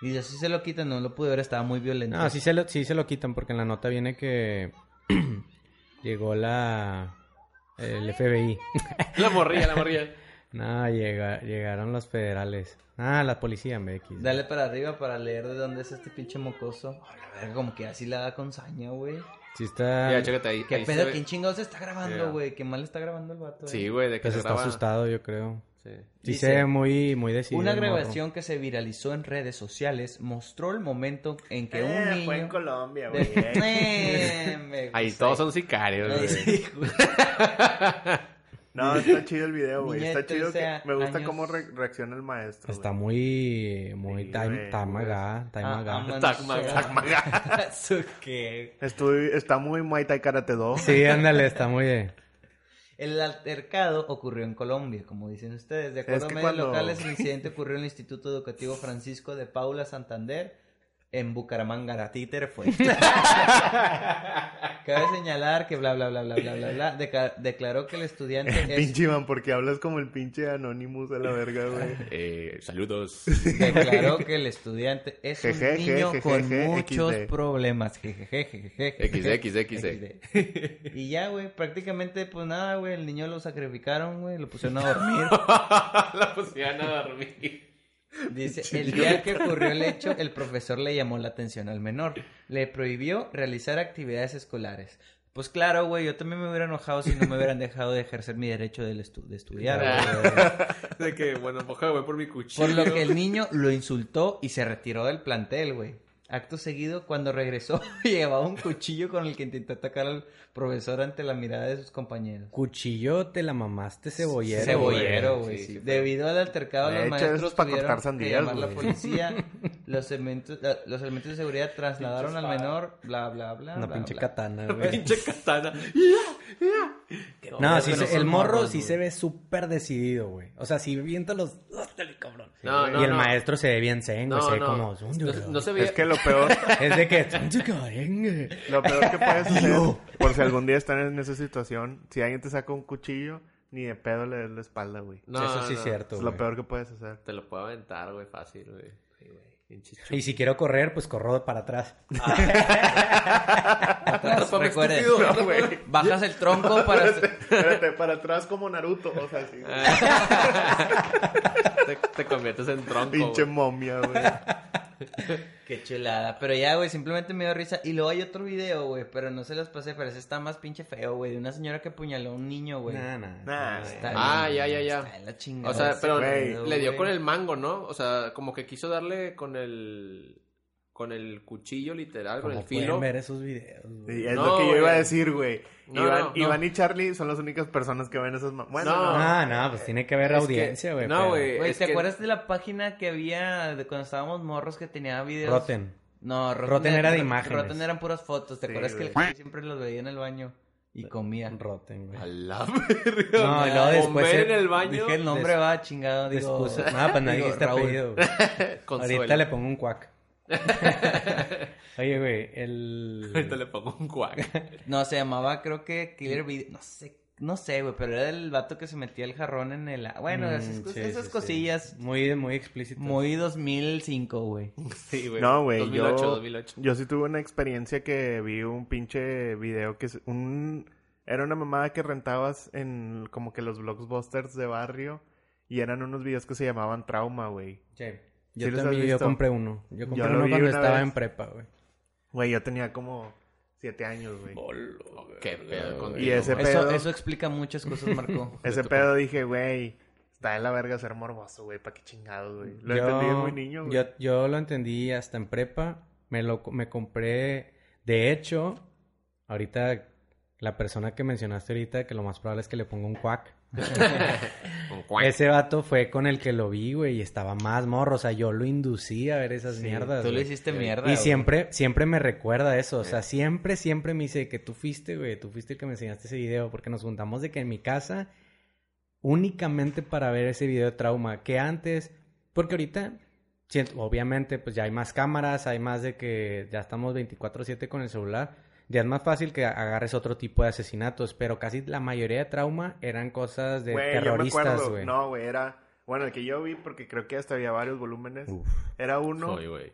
[SPEAKER 3] Y así se lo quitan, no lo pude ver, estaba muy violento.
[SPEAKER 1] No, Ah, sí se, lo, sí se lo quitan porque en la nota viene que llegó la... el FBI.
[SPEAKER 2] La morrilla, la morrilla.
[SPEAKER 1] No, llega, llegaron los federales. Ah, la policía MX.
[SPEAKER 3] Dale para arriba para leer de dónde es este pinche mocoso. A la verga, como que así la da con saña, güey.
[SPEAKER 1] Sí está...
[SPEAKER 2] Mira, chécate ahí.
[SPEAKER 3] ¿Qué
[SPEAKER 2] ahí se
[SPEAKER 3] pedo?
[SPEAKER 2] ve-
[SPEAKER 3] ¿Quién chingados está grabando,
[SPEAKER 2] Ya.
[SPEAKER 3] güey? ¿Qué mal está grabando el vato?
[SPEAKER 2] Sí,
[SPEAKER 3] eh?
[SPEAKER 2] güey, de que
[SPEAKER 1] Pues
[SPEAKER 2] se
[SPEAKER 1] está
[SPEAKER 2] graba.
[SPEAKER 1] asustado, yo creo.
[SPEAKER 2] Sí.
[SPEAKER 1] Sí
[SPEAKER 3] Dice,
[SPEAKER 1] se ve muy, muy decidido.
[SPEAKER 3] Una
[SPEAKER 1] el morro.
[SPEAKER 3] grabación que se viralizó en redes sociales mostró el momento en que un
[SPEAKER 2] Eh,
[SPEAKER 3] niño...
[SPEAKER 4] Eh, fue en
[SPEAKER 3] de-
[SPEAKER 4] Colombia, güey. eh.
[SPEAKER 3] Eh, me
[SPEAKER 2] Ahí
[SPEAKER 3] gusta.
[SPEAKER 2] todos son sicarios,
[SPEAKER 3] Ahí
[SPEAKER 2] güey.
[SPEAKER 3] sí, güey.
[SPEAKER 4] No, está chido el video, güey.
[SPEAKER 3] Niña de
[SPEAKER 4] Está chido que
[SPEAKER 3] 13
[SPEAKER 4] me gusta
[SPEAKER 3] años.
[SPEAKER 4] cómo re- reacciona el maestro.
[SPEAKER 1] Está
[SPEAKER 4] güey.
[SPEAKER 1] muy... Muy...
[SPEAKER 4] Sí,
[SPEAKER 1] time,
[SPEAKER 4] güey,
[SPEAKER 1] time
[SPEAKER 4] güey.
[SPEAKER 1] aga, time
[SPEAKER 3] Ah,
[SPEAKER 1] aga.
[SPEAKER 3] ama-
[SPEAKER 2] Tacma- Tacmaga.
[SPEAKER 3] ¿Su qué?
[SPEAKER 4] Estoy, está muy Muay Thai Karate Do.
[SPEAKER 1] Sí, ándale, está muy... de-
[SPEAKER 3] El altercado ocurrió en Colombia, como dicen ustedes. De acuerdo
[SPEAKER 4] Es que
[SPEAKER 3] a medios
[SPEAKER 4] cuando-
[SPEAKER 3] locales, el incidente ocurrió en el Instituto Educativo Francisco de Paula Santander en Bucaramanga. Títer fue. Cabe señalar que bla, bla, bla, bla, bla, bla, bla, deca- declaró que el estudiante
[SPEAKER 4] Pinche
[SPEAKER 3] es...
[SPEAKER 4] Iván, porque hablas como el pinche Anonymous de la verga, güey.
[SPEAKER 2] Eh, saludos.
[SPEAKER 3] Declaró que el estudiante es un
[SPEAKER 4] Jejeje,
[SPEAKER 3] niño con
[SPEAKER 4] jejeje,
[SPEAKER 3] muchos
[SPEAKER 4] XD.
[SPEAKER 3] problemas. Jejeje, jejeje, jejeje.
[SPEAKER 2] XD.
[SPEAKER 3] XD. Y ya, güey, prácticamente, pues nada, güey, el niño lo sacrificaron, güey, lo pusieron a dormir.
[SPEAKER 2] Ah, la pusieron a dormir.
[SPEAKER 3] Dice, el día que ocurrió el hecho, el profesor le llamó la atención al menor. Le prohibió realizar actividades escolares. Pues claro, güey, yo también me hubiera enojado si no me hubieran dejado de ejercer mi derecho del estu- de estudiar. güey.
[SPEAKER 2] De que, bueno, moja, güey, por mi cuchillo.
[SPEAKER 3] Por lo que el niño lo insultó y se retiró del plantel, güey. Acto seguido, cuando regresó, llevaba un cuchillo con el que intentó atacar al profesor ante la mirada de sus compañeros.
[SPEAKER 1] Cuchillo, te la mamaste cebollero.
[SPEAKER 3] Cebollero,
[SPEAKER 2] güey.
[SPEAKER 3] güey.
[SPEAKER 2] Sí,
[SPEAKER 3] sí.
[SPEAKER 2] sí, fue.
[SPEAKER 3] Debido al altercado, los
[SPEAKER 4] De hecho, eso
[SPEAKER 3] maestros
[SPEAKER 4] es para
[SPEAKER 3] tuvieron
[SPEAKER 4] cortar sandías,
[SPEAKER 3] que llamar a la
[SPEAKER 4] güey.
[SPEAKER 3] policía. Los elementos, la- los elementos de seguridad trasladaron al menor, bla, bla, bla.
[SPEAKER 1] Una
[SPEAKER 3] bla,
[SPEAKER 1] pinche
[SPEAKER 3] bla.
[SPEAKER 1] katana,
[SPEAKER 2] La
[SPEAKER 1] güey.
[SPEAKER 2] pinche katana.
[SPEAKER 1] No,
[SPEAKER 3] Pero
[SPEAKER 1] sí
[SPEAKER 3] son
[SPEAKER 1] se- el morro
[SPEAKER 3] morros,
[SPEAKER 1] sí
[SPEAKER 3] güey.
[SPEAKER 1] se ve súper decidido, güey. O sea, si viento los... ¡Hostia, cabrón!
[SPEAKER 2] No,
[SPEAKER 1] y
[SPEAKER 2] no,
[SPEAKER 1] el
[SPEAKER 2] no.
[SPEAKER 1] maestro se ve bien zen, güey.
[SPEAKER 2] No,
[SPEAKER 1] se ve
[SPEAKER 2] no.
[SPEAKER 1] como...
[SPEAKER 2] No, no se veía.
[SPEAKER 4] Es que lo peor,
[SPEAKER 1] Es de que... "Tanto cabrón, güey".
[SPEAKER 4] lo peor que puede suceder,
[SPEAKER 1] No.
[SPEAKER 4] por si algún día están en esa situación, si alguien te saca un cuchillo, ni de pedo le des la espalda, güey.
[SPEAKER 2] No,
[SPEAKER 1] Eso sí
[SPEAKER 2] no.
[SPEAKER 1] es cierto,
[SPEAKER 4] Es
[SPEAKER 1] güey.
[SPEAKER 4] lo peor que puedes hacer.
[SPEAKER 2] Te lo puedo aventar, güey, fácil, güey. Pinche
[SPEAKER 1] Y si quiero correr, pues corro para atrás.
[SPEAKER 3] Atrás,
[SPEAKER 2] Atrás,
[SPEAKER 3] recuerden,
[SPEAKER 2] estúpido.
[SPEAKER 4] No, güey.
[SPEAKER 3] bajas el tronco para...
[SPEAKER 4] Espérate, para atrás como Naruto, o sea, sí.
[SPEAKER 2] Ah, te, te conviertes en tronco.
[SPEAKER 4] Pinche
[SPEAKER 2] güey.
[SPEAKER 4] momia, güey.
[SPEAKER 3] Qué chulada. Pero ya, güey, simplemente me dio risa. Y luego hay otro video, güey, pero no se los pasé, pero ese está más pinche feo, güey. De una señora que apuñaló a un niño, güey.
[SPEAKER 1] Nah, nah.
[SPEAKER 4] Nah,
[SPEAKER 3] Está
[SPEAKER 2] Ah,
[SPEAKER 3] bien,
[SPEAKER 2] ya, ya, ya.
[SPEAKER 3] Está en la chingada.
[SPEAKER 2] O sea,
[SPEAKER 3] ese
[SPEAKER 2] pero
[SPEAKER 3] pedo,
[SPEAKER 2] le dio
[SPEAKER 3] güey.
[SPEAKER 2] con el mango, ¿no? O sea, como que quiso darle con el con el cuchillo literal, Ah, con
[SPEAKER 1] Como
[SPEAKER 2] el filo.
[SPEAKER 1] pueden ver esos videos, güey.
[SPEAKER 4] Sí, es
[SPEAKER 2] No,
[SPEAKER 4] lo que yo iba a
[SPEAKER 2] güey.
[SPEAKER 4] decir, güey.
[SPEAKER 2] No,
[SPEAKER 4] Iván,
[SPEAKER 2] no, no.
[SPEAKER 4] Iván y Charlie son las únicas personas que ven esas... ma- Bueno,
[SPEAKER 2] No.
[SPEAKER 4] no.
[SPEAKER 1] Ah, no, pues tiene que haber
[SPEAKER 2] Es que-
[SPEAKER 1] audiencia, güey.
[SPEAKER 2] no,
[SPEAKER 1] pero-
[SPEAKER 2] güey.
[SPEAKER 3] Güey,
[SPEAKER 2] es
[SPEAKER 3] ¿te
[SPEAKER 2] que-
[SPEAKER 3] acuerdas de la página que había de cuando estábamos morros que tenía videos?
[SPEAKER 1] Rotten.
[SPEAKER 3] No, Rotten,
[SPEAKER 1] Rotten era de
[SPEAKER 3] Rot-
[SPEAKER 1] imágenes.
[SPEAKER 3] Rotten eran puras fotos. ¿Te
[SPEAKER 4] Sí,
[SPEAKER 3] acuerdas que
[SPEAKER 4] güey.
[SPEAKER 3] el jefe siempre los veía en el baño y comía?
[SPEAKER 1] Rotten, güey.
[SPEAKER 2] A la verga.
[SPEAKER 1] No, y luego después
[SPEAKER 2] Bombero
[SPEAKER 1] se-
[SPEAKER 2] en el baño.
[SPEAKER 3] Dije el nombre,
[SPEAKER 1] Des-
[SPEAKER 3] va, chingado.
[SPEAKER 1] Les
[SPEAKER 3] Digo,
[SPEAKER 1] puse- No, pues no
[SPEAKER 3] digo,
[SPEAKER 1] dijiste
[SPEAKER 3] Raúl.
[SPEAKER 1] apellido, güey.
[SPEAKER 2] Consuelo.
[SPEAKER 1] Ahorita le pongo un cuac. Oye, güey, el...
[SPEAKER 2] Ahorita le pongo un cuac.
[SPEAKER 3] No, se llamaba, creo que Killer Video. No sé, no sé, güey, pero era el vato que se metía el jarrón en el. Bueno,
[SPEAKER 1] Mm,
[SPEAKER 3] esas, cos-
[SPEAKER 1] sí,
[SPEAKER 3] esas
[SPEAKER 1] sí, sí.
[SPEAKER 3] cosillas.
[SPEAKER 1] Muy, muy explícito.
[SPEAKER 3] Muy 2005, güey.
[SPEAKER 2] Sí, güey.
[SPEAKER 4] No, güey,
[SPEAKER 2] 2008,
[SPEAKER 4] yo-
[SPEAKER 2] 2008.
[SPEAKER 4] Yo sí tuve una experiencia que vi un pinche video que es un era una mamada que rentabas en como que los blockbusters de barrio y eran unos videos que se llamaban Trauma, güey.
[SPEAKER 1] Sí. Yo
[SPEAKER 4] los has
[SPEAKER 1] también, yo
[SPEAKER 4] visto?
[SPEAKER 1] compré uno. Yo compré
[SPEAKER 4] lo
[SPEAKER 1] uno
[SPEAKER 4] vi
[SPEAKER 1] cuando
[SPEAKER 4] una
[SPEAKER 1] estaba
[SPEAKER 4] vez.
[SPEAKER 1] en prepa, güey.
[SPEAKER 4] Güey, yo tenía como siete años, güey.
[SPEAKER 2] Qué pedo contigo.
[SPEAKER 4] Y ese
[SPEAKER 2] güey.
[SPEAKER 4] pedo,
[SPEAKER 3] Eso, eso explica muchas cosas, Marco.
[SPEAKER 4] ese pedo dije, güey, está en la verga ser morboso, güey, pa' qué chingados, güey. Lo entendí de muy niño, güey.
[SPEAKER 1] Yo, yo lo entendí hasta en prepa. Me lo co- me compré. De hecho, ahorita la persona que mencionaste ahorita, que lo más probable es que le ponga un cuac.
[SPEAKER 2] Un cuac.
[SPEAKER 1] Ese vato fue con el que lo vi, güey, y estaba más morro. O sea, yo lo inducí a ver esas
[SPEAKER 4] Sí,
[SPEAKER 1] mierdas.
[SPEAKER 3] Tú lo
[SPEAKER 1] güey.
[SPEAKER 3] hiciste
[SPEAKER 2] Y
[SPEAKER 3] mierda.
[SPEAKER 1] Y
[SPEAKER 3] güey.
[SPEAKER 1] siempre, siempre me recuerda eso. O sea, siempre, siempre me dice que tú fuiste, güey. Tú fuiste el que me enseñaste ese video. Porque nos juntamos de que en mi casa, únicamente para ver ese video de trauma. Que antes, porque ahorita, siento- obviamente, pues ya hay más cámaras, hay más de que ya estamos 24-7 con el celular. Ya es más fácil que agarres otro tipo de asesinatos. Pero casi la mayoría de trauma eran cosas de
[SPEAKER 4] Güey, yo me
[SPEAKER 1] terroristas,
[SPEAKER 4] acuerdo.
[SPEAKER 1] güey.
[SPEAKER 4] No, güey, era... Bueno, el que yo vi, porque creo que hasta había varios volúmenes.
[SPEAKER 1] Uf.
[SPEAKER 4] Era uno...
[SPEAKER 2] Soy, güey.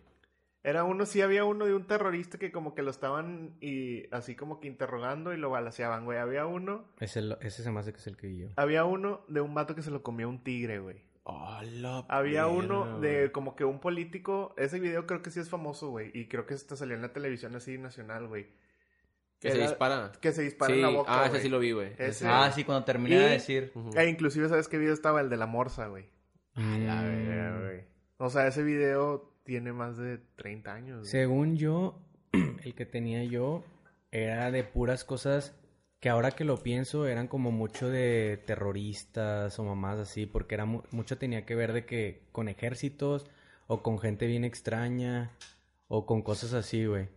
[SPEAKER 4] Era uno, sí había uno de un terrorista que como que lo estaban y así como que interrogando y lo balaceaban, güey. Había uno,
[SPEAKER 1] Ese, lo- ese se me hace que es el que vi yo.
[SPEAKER 4] había uno de un vato que se lo comió un tigre, güey.
[SPEAKER 2] Hola,
[SPEAKER 4] Había
[SPEAKER 2] perra,
[SPEAKER 4] uno
[SPEAKER 2] güey.
[SPEAKER 4] de como que un político, ese video creo que sí es famoso, güey, y creo que hasta salió en la televisión así nacional, güey.
[SPEAKER 2] Que se
[SPEAKER 4] era-
[SPEAKER 2] dispara.
[SPEAKER 4] Que se dispara
[SPEAKER 2] Sí.
[SPEAKER 4] en la boca,
[SPEAKER 2] Ah, ese
[SPEAKER 4] güey.
[SPEAKER 2] sí lo vi, güey.
[SPEAKER 4] Ese-
[SPEAKER 3] Ah, sí, cuando terminé de
[SPEAKER 4] Y-
[SPEAKER 3] decir.
[SPEAKER 2] Ujú.
[SPEAKER 4] E inclusive, ¿sabes qué video estaba? El de la morsa, güey.
[SPEAKER 2] la
[SPEAKER 1] Mm.
[SPEAKER 2] verga,
[SPEAKER 4] O sea, ese video tiene más de 30 años. güey.
[SPEAKER 1] Según yo, el que tenía yo era de puras cosas que ahora que lo pienso eran como mucho de terroristas o mamás así, porque era mu- mucho tenía que ver de que con ejércitos o con gente bien extraña o con cosas así, güey.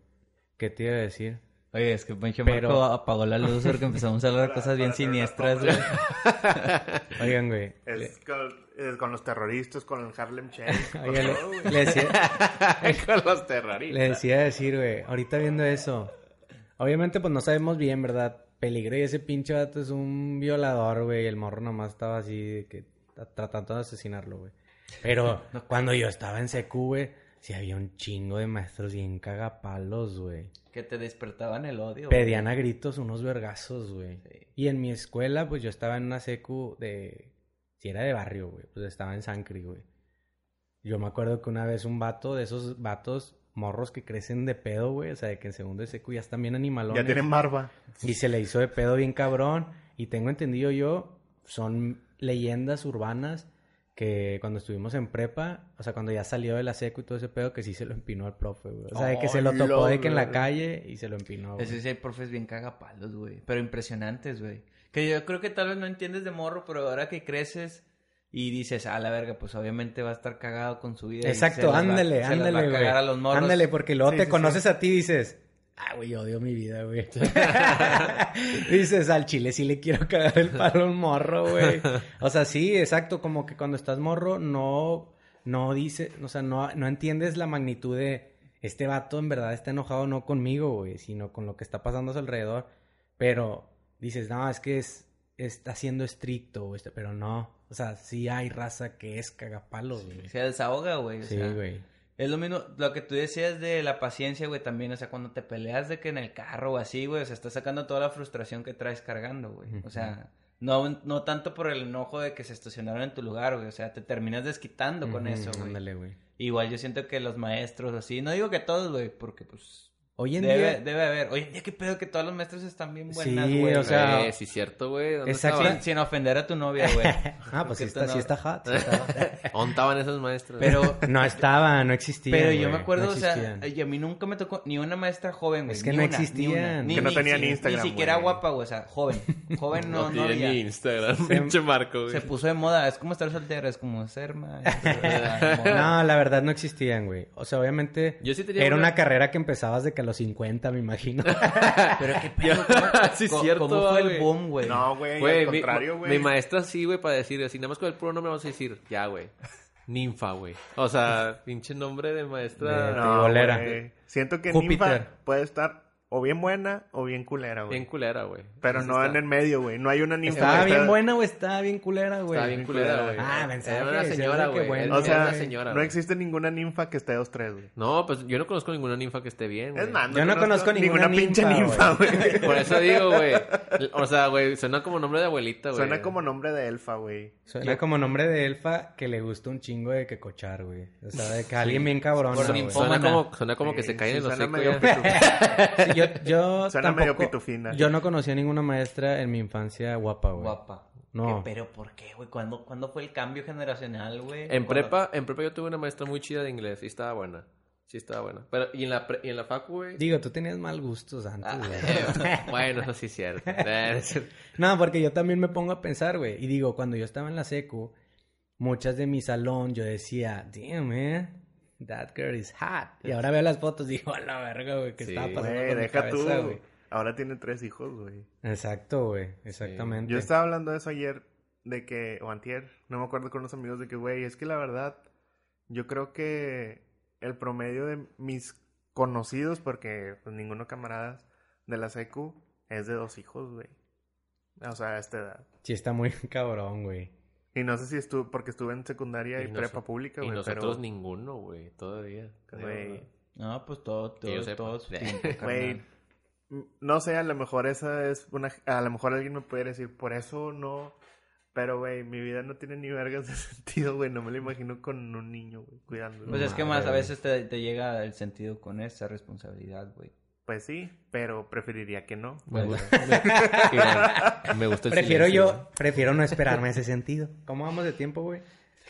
[SPEAKER 1] ¿Qué te iba a decir?
[SPEAKER 3] Oye, es que Pancho
[SPEAKER 1] Pero-
[SPEAKER 3] Marco apagó la luz porque empezamos a hablar de cosas bien
[SPEAKER 4] Para hacer una
[SPEAKER 3] siniestras,
[SPEAKER 4] sombra.
[SPEAKER 3] güey.
[SPEAKER 1] Oigan, güey. le-
[SPEAKER 4] Es con, es con los terroristas, con el Harlem Shake. con
[SPEAKER 1] oigan,
[SPEAKER 4] todo,
[SPEAKER 1] le,
[SPEAKER 4] güey.
[SPEAKER 1] le decía,
[SPEAKER 2] Con los terroristas.
[SPEAKER 1] Le decía decir, güey, ahorita viendo eso. Obviamente, pues no sabemos bien, ¿verdad? Peligro y ese pinche vato es un violador, güey. El morro nomás estaba así, de que tra- tratando de asesinarlo, güey. Pero cuando yo estaba en CQ, güey, sí había un chingo de maestros bien cagapalos, güey.
[SPEAKER 3] Que te despertaban el odio. güey.
[SPEAKER 1] Pedían a gritos unos vergazos, güey.
[SPEAKER 3] Sí.
[SPEAKER 1] Y en mi escuela, pues yo estaba en una secu de. Si era de barrio, güey. Pues estaba en Sancri, güey. Yo me acuerdo que una vez un vato de esos vatos morros que crecen de pedo, güey. O sea, de que en segundo de secu ya están bien animalones.
[SPEAKER 4] Ya tienen barba.
[SPEAKER 1] Y se le hizo de pedo bien cabrón. Y tengo entendido yo, son leyendas urbanas que cuando estuvimos en prepa, o sea, cuando ya salió de la secu y todo ese pedo, que sí se lo empinó al profe, güey. O sea, de que se lo
[SPEAKER 4] ¡Hola,
[SPEAKER 1] topó de que en la
[SPEAKER 4] güey!
[SPEAKER 1] calle y se lo empinó, güey.
[SPEAKER 3] Es que sí hay profes bien cagapalos, güey. Pero impresionantes, güey. Que yo creo que tal vez no entiendes de morro, pero ahora que creces y dices, a la verga, pues obviamente va a estar cagado con su vida. y se
[SPEAKER 1] Exacto,
[SPEAKER 3] las va-
[SPEAKER 1] ándale,
[SPEAKER 3] se las va
[SPEAKER 1] ándale,
[SPEAKER 3] a
[SPEAKER 1] güey.
[SPEAKER 3] cagar a los morros.
[SPEAKER 1] Ándale, porque luego
[SPEAKER 4] Sí,
[SPEAKER 1] te
[SPEAKER 4] sí,
[SPEAKER 1] conoces a ti y dices, ah, güey, odio mi vida, güey. dices, al chile sí le quiero cagar el palo a un morro, güey. O sea, sí, exacto, como que cuando estás morro no, no dice, o sea, no, no entiendes la magnitud de este vato en verdad está enojado no conmigo, güey, sino con lo que está pasando a su alrededor. Pero dices, no, es que es, está siendo estricto, güey, este- pero no. O sea, sí hay raza que es cagapalos, güey.
[SPEAKER 3] Se desahoga, güey. o
[SPEAKER 1] Sí,
[SPEAKER 3] sea,
[SPEAKER 1] güey.
[SPEAKER 3] Es lo mismo, lo que tú decías de la paciencia, güey, también, o sea, cuando te peleas de que en el carro o así, güey, o sea, estás sacando toda la frustración que traes cargando, güey. O sea, no, no tanto por el enojo de que se estacionaron en tu lugar, güey, o sea, te terminas desquitando con
[SPEAKER 1] Ujú,
[SPEAKER 3] eso, güey.
[SPEAKER 1] Ándale, güey.
[SPEAKER 3] Igual yo siento que los maestros así, no digo que todos, güey, porque pues
[SPEAKER 1] Hoy en
[SPEAKER 3] Debe,
[SPEAKER 1] día...
[SPEAKER 3] debe haber. Oye, en día qué pedo que todas las maestras están bien buenas,
[SPEAKER 1] Sí,
[SPEAKER 3] güey.
[SPEAKER 1] o sea,
[SPEAKER 2] Eh, sí, cierto, güey. ¿Dónde
[SPEAKER 1] Exacto.
[SPEAKER 2] estaban?
[SPEAKER 3] sin, sin ofender a tu novia, güey.
[SPEAKER 1] Ah, pues sí
[SPEAKER 3] Porque
[SPEAKER 1] está,
[SPEAKER 3] tú
[SPEAKER 1] sí
[SPEAKER 3] no-
[SPEAKER 1] está hot. sí está hot.
[SPEAKER 2] ¿Dónde estaban esas maestras?
[SPEAKER 3] Pero,
[SPEAKER 1] No estaba, no existía.
[SPEAKER 3] pero yo
[SPEAKER 1] güey,
[SPEAKER 3] me acuerdo,
[SPEAKER 1] no
[SPEAKER 3] o sea,
[SPEAKER 1] existían.
[SPEAKER 3] y a mí nunca me tocó ni una maestra joven, güey.
[SPEAKER 1] Es que
[SPEAKER 3] ni
[SPEAKER 1] no
[SPEAKER 3] una, ni
[SPEAKER 1] existían.
[SPEAKER 3] una,
[SPEAKER 1] Que
[SPEAKER 4] no tenían
[SPEAKER 3] si-
[SPEAKER 4] Instagram,
[SPEAKER 3] Ni siquiera
[SPEAKER 4] güey.
[SPEAKER 3] guapa, güey. O sea, joven. Joven no,
[SPEAKER 2] no,
[SPEAKER 3] no,
[SPEAKER 2] tiene
[SPEAKER 3] había.
[SPEAKER 2] ni Instagram, pinche Marco, güey.
[SPEAKER 3] Se puso de moda. Es como estar soltera. Es como ser maestra.
[SPEAKER 1] No, la verdad no existían, güey. O sea, obviamente
[SPEAKER 2] Yo sí tenía
[SPEAKER 1] era
[SPEAKER 2] una-
[SPEAKER 1] una carrera que empezabas de que a los 50, me imagino.
[SPEAKER 3] Pero qué pedo. ¿cómo-
[SPEAKER 2] Sí,
[SPEAKER 3] co-
[SPEAKER 2] cierto,
[SPEAKER 3] ¿Cómo fue el
[SPEAKER 2] güey.
[SPEAKER 3] boom, güey?
[SPEAKER 4] No, güey,
[SPEAKER 2] Güey,
[SPEAKER 4] al
[SPEAKER 2] mi-
[SPEAKER 4] contrario,
[SPEAKER 2] mi,
[SPEAKER 4] güey.
[SPEAKER 2] maestra sí, güey, para decir, así nada más con el puro nombre vamos a decir, ya, güey. Ninfa, güey. O sea, pinche nombre de maestra.
[SPEAKER 1] De-
[SPEAKER 4] No,
[SPEAKER 1] Bolera.
[SPEAKER 4] güey. Siento que
[SPEAKER 1] Júpiter.
[SPEAKER 4] Ninfa puede estar o bien buena o bien culera, güey.
[SPEAKER 2] Bien culera, güey.
[SPEAKER 4] Pero
[SPEAKER 2] Entonces
[SPEAKER 4] no
[SPEAKER 2] está-
[SPEAKER 4] en el medio, güey. No hay una ninfa.
[SPEAKER 1] ¿Estaba
[SPEAKER 4] que
[SPEAKER 1] bien
[SPEAKER 4] esté-
[SPEAKER 1] buena o estaba bien culera, güey?
[SPEAKER 2] Está bien culera, güey.
[SPEAKER 1] Ah, pensaba
[SPEAKER 2] Era
[SPEAKER 1] que
[SPEAKER 2] una
[SPEAKER 1] decías de
[SPEAKER 2] señora,
[SPEAKER 1] que
[SPEAKER 2] güey.
[SPEAKER 1] bueno.
[SPEAKER 2] Era
[SPEAKER 4] O sea,
[SPEAKER 2] una señora,
[SPEAKER 4] no
[SPEAKER 2] güey.
[SPEAKER 4] existe ninguna ninfa que esté dos tres, güey.
[SPEAKER 2] No, pues yo no conozco ninguna ninfa que esté bien, güey.
[SPEAKER 4] Es más,
[SPEAKER 1] Yo no conozco ninguna
[SPEAKER 4] pinche ninfa,
[SPEAKER 1] ninfa,
[SPEAKER 4] güey.
[SPEAKER 2] Por eso digo, güey. O sea, güey, suena como nombre de abuelita, güey.
[SPEAKER 4] Suena como nombre de elfa, güey.
[SPEAKER 1] Suena como nombre de elfa que le gusta un chingo de que cochar, güey. O sea, de que alguien bien cabrón.
[SPEAKER 3] Por
[SPEAKER 1] güey.
[SPEAKER 3] ninfómana.
[SPEAKER 2] Suena como, suena como que
[SPEAKER 4] Sí,
[SPEAKER 2] se cae
[SPEAKER 4] sí,
[SPEAKER 2] en los
[SPEAKER 4] suena
[SPEAKER 2] secos,
[SPEAKER 4] medio
[SPEAKER 2] ya.
[SPEAKER 4] pitu-
[SPEAKER 1] Sí, yo, yo
[SPEAKER 4] Suena medio
[SPEAKER 1] tampoco-
[SPEAKER 4] pitufina.
[SPEAKER 1] Yo no conocí a ninguna maestra en mi infancia guapa, güey.
[SPEAKER 3] Guapa.
[SPEAKER 1] No.
[SPEAKER 3] ¿Qué- Pero ¿por qué, güey? ¿Cuándo, ¿Cuándo fue el cambio generacional, güey?
[SPEAKER 2] En
[SPEAKER 3] Cuando-
[SPEAKER 2] prepa, en prepa yo tuve una maestra muy chida de inglés. Sí estaba buena. Sí estaba buena. Pero, y en la, pre- y en la facu, güey...
[SPEAKER 1] Digo, tú tenías mal gustos antes,
[SPEAKER 2] Ah,
[SPEAKER 1] güey.
[SPEAKER 2] eh, bueno, eso sí es cierto. Eh, es-
[SPEAKER 1] No, porque yo también me pongo a pensar, güey. Y digo, cuando yo estaba en la secu, muchas de mi salón yo decía, damn, eh, that girl is hot. Y ahora veo las fotos y digo, a la verga, güey, que
[SPEAKER 2] Sí,
[SPEAKER 1] estaba pasando
[SPEAKER 4] Güey,
[SPEAKER 1] con mi
[SPEAKER 4] deja tú.
[SPEAKER 1] cabeza, güey.
[SPEAKER 4] Ahora tiene tres hijos, güey.
[SPEAKER 1] Exacto, güey, exactamente.
[SPEAKER 4] Yo estaba hablando de eso ayer, de que, o antier, no me acuerdo con los amigos, de que, güey, es que la verdad, yo creo que el promedio de mis conocidos, porque pues ninguno camaradas de la secu, es de dos hijos, güey. O sea, a esta edad.
[SPEAKER 1] Sí está muy cabrón, güey.
[SPEAKER 4] Y no sé si estuve, porque estuve en secundaria y,
[SPEAKER 2] Y noso-
[SPEAKER 4] prepa pública,
[SPEAKER 2] y
[SPEAKER 4] güey, pero...
[SPEAKER 2] nosotros ninguno, güey, todavía. creo,
[SPEAKER 4] Güey.
[SPEAKER 2] ¿no?
[SPEAKER 3] No, pues todo,
[SPEAKER 2] Que yo
[SPEAKER 3] todo,
[SPEAKER 2] sepa.
[SPEAKER 3] todo su tiempo,
[SPEAKER 4] Güey,
[SPEAKER 3] carnal.
[SPEAKER 4] m- no sé, a lo mejor esa es una... A lo mejor alguien me puede decir, por eso no... Pero, güey, mi vida no tiene ni vergas de sentido, güey. No me lo imagino con un niño, güey, cuidándolo.
[SPEAKER 3] Pues es que
[SPEAKER 1] Madre,
[SPEAKER 3] más a
[SPEAKER 1] güey.
[SPEAKER 3] veces te, te llega el sentido con esa responsabilidad, güey.
[SPEAKER 4] Pues sí, pero preferiría que no.
[SPEAKER 2] Me gusta- me- mira, me gusta el
[SPEAKER 1] Prefiero
[SPEAKER 2] Pues silencio,
[SPEAKER 1] yo, prefiero no esperarme ese sentido. ¿Cómo vamos de tiempo, güey?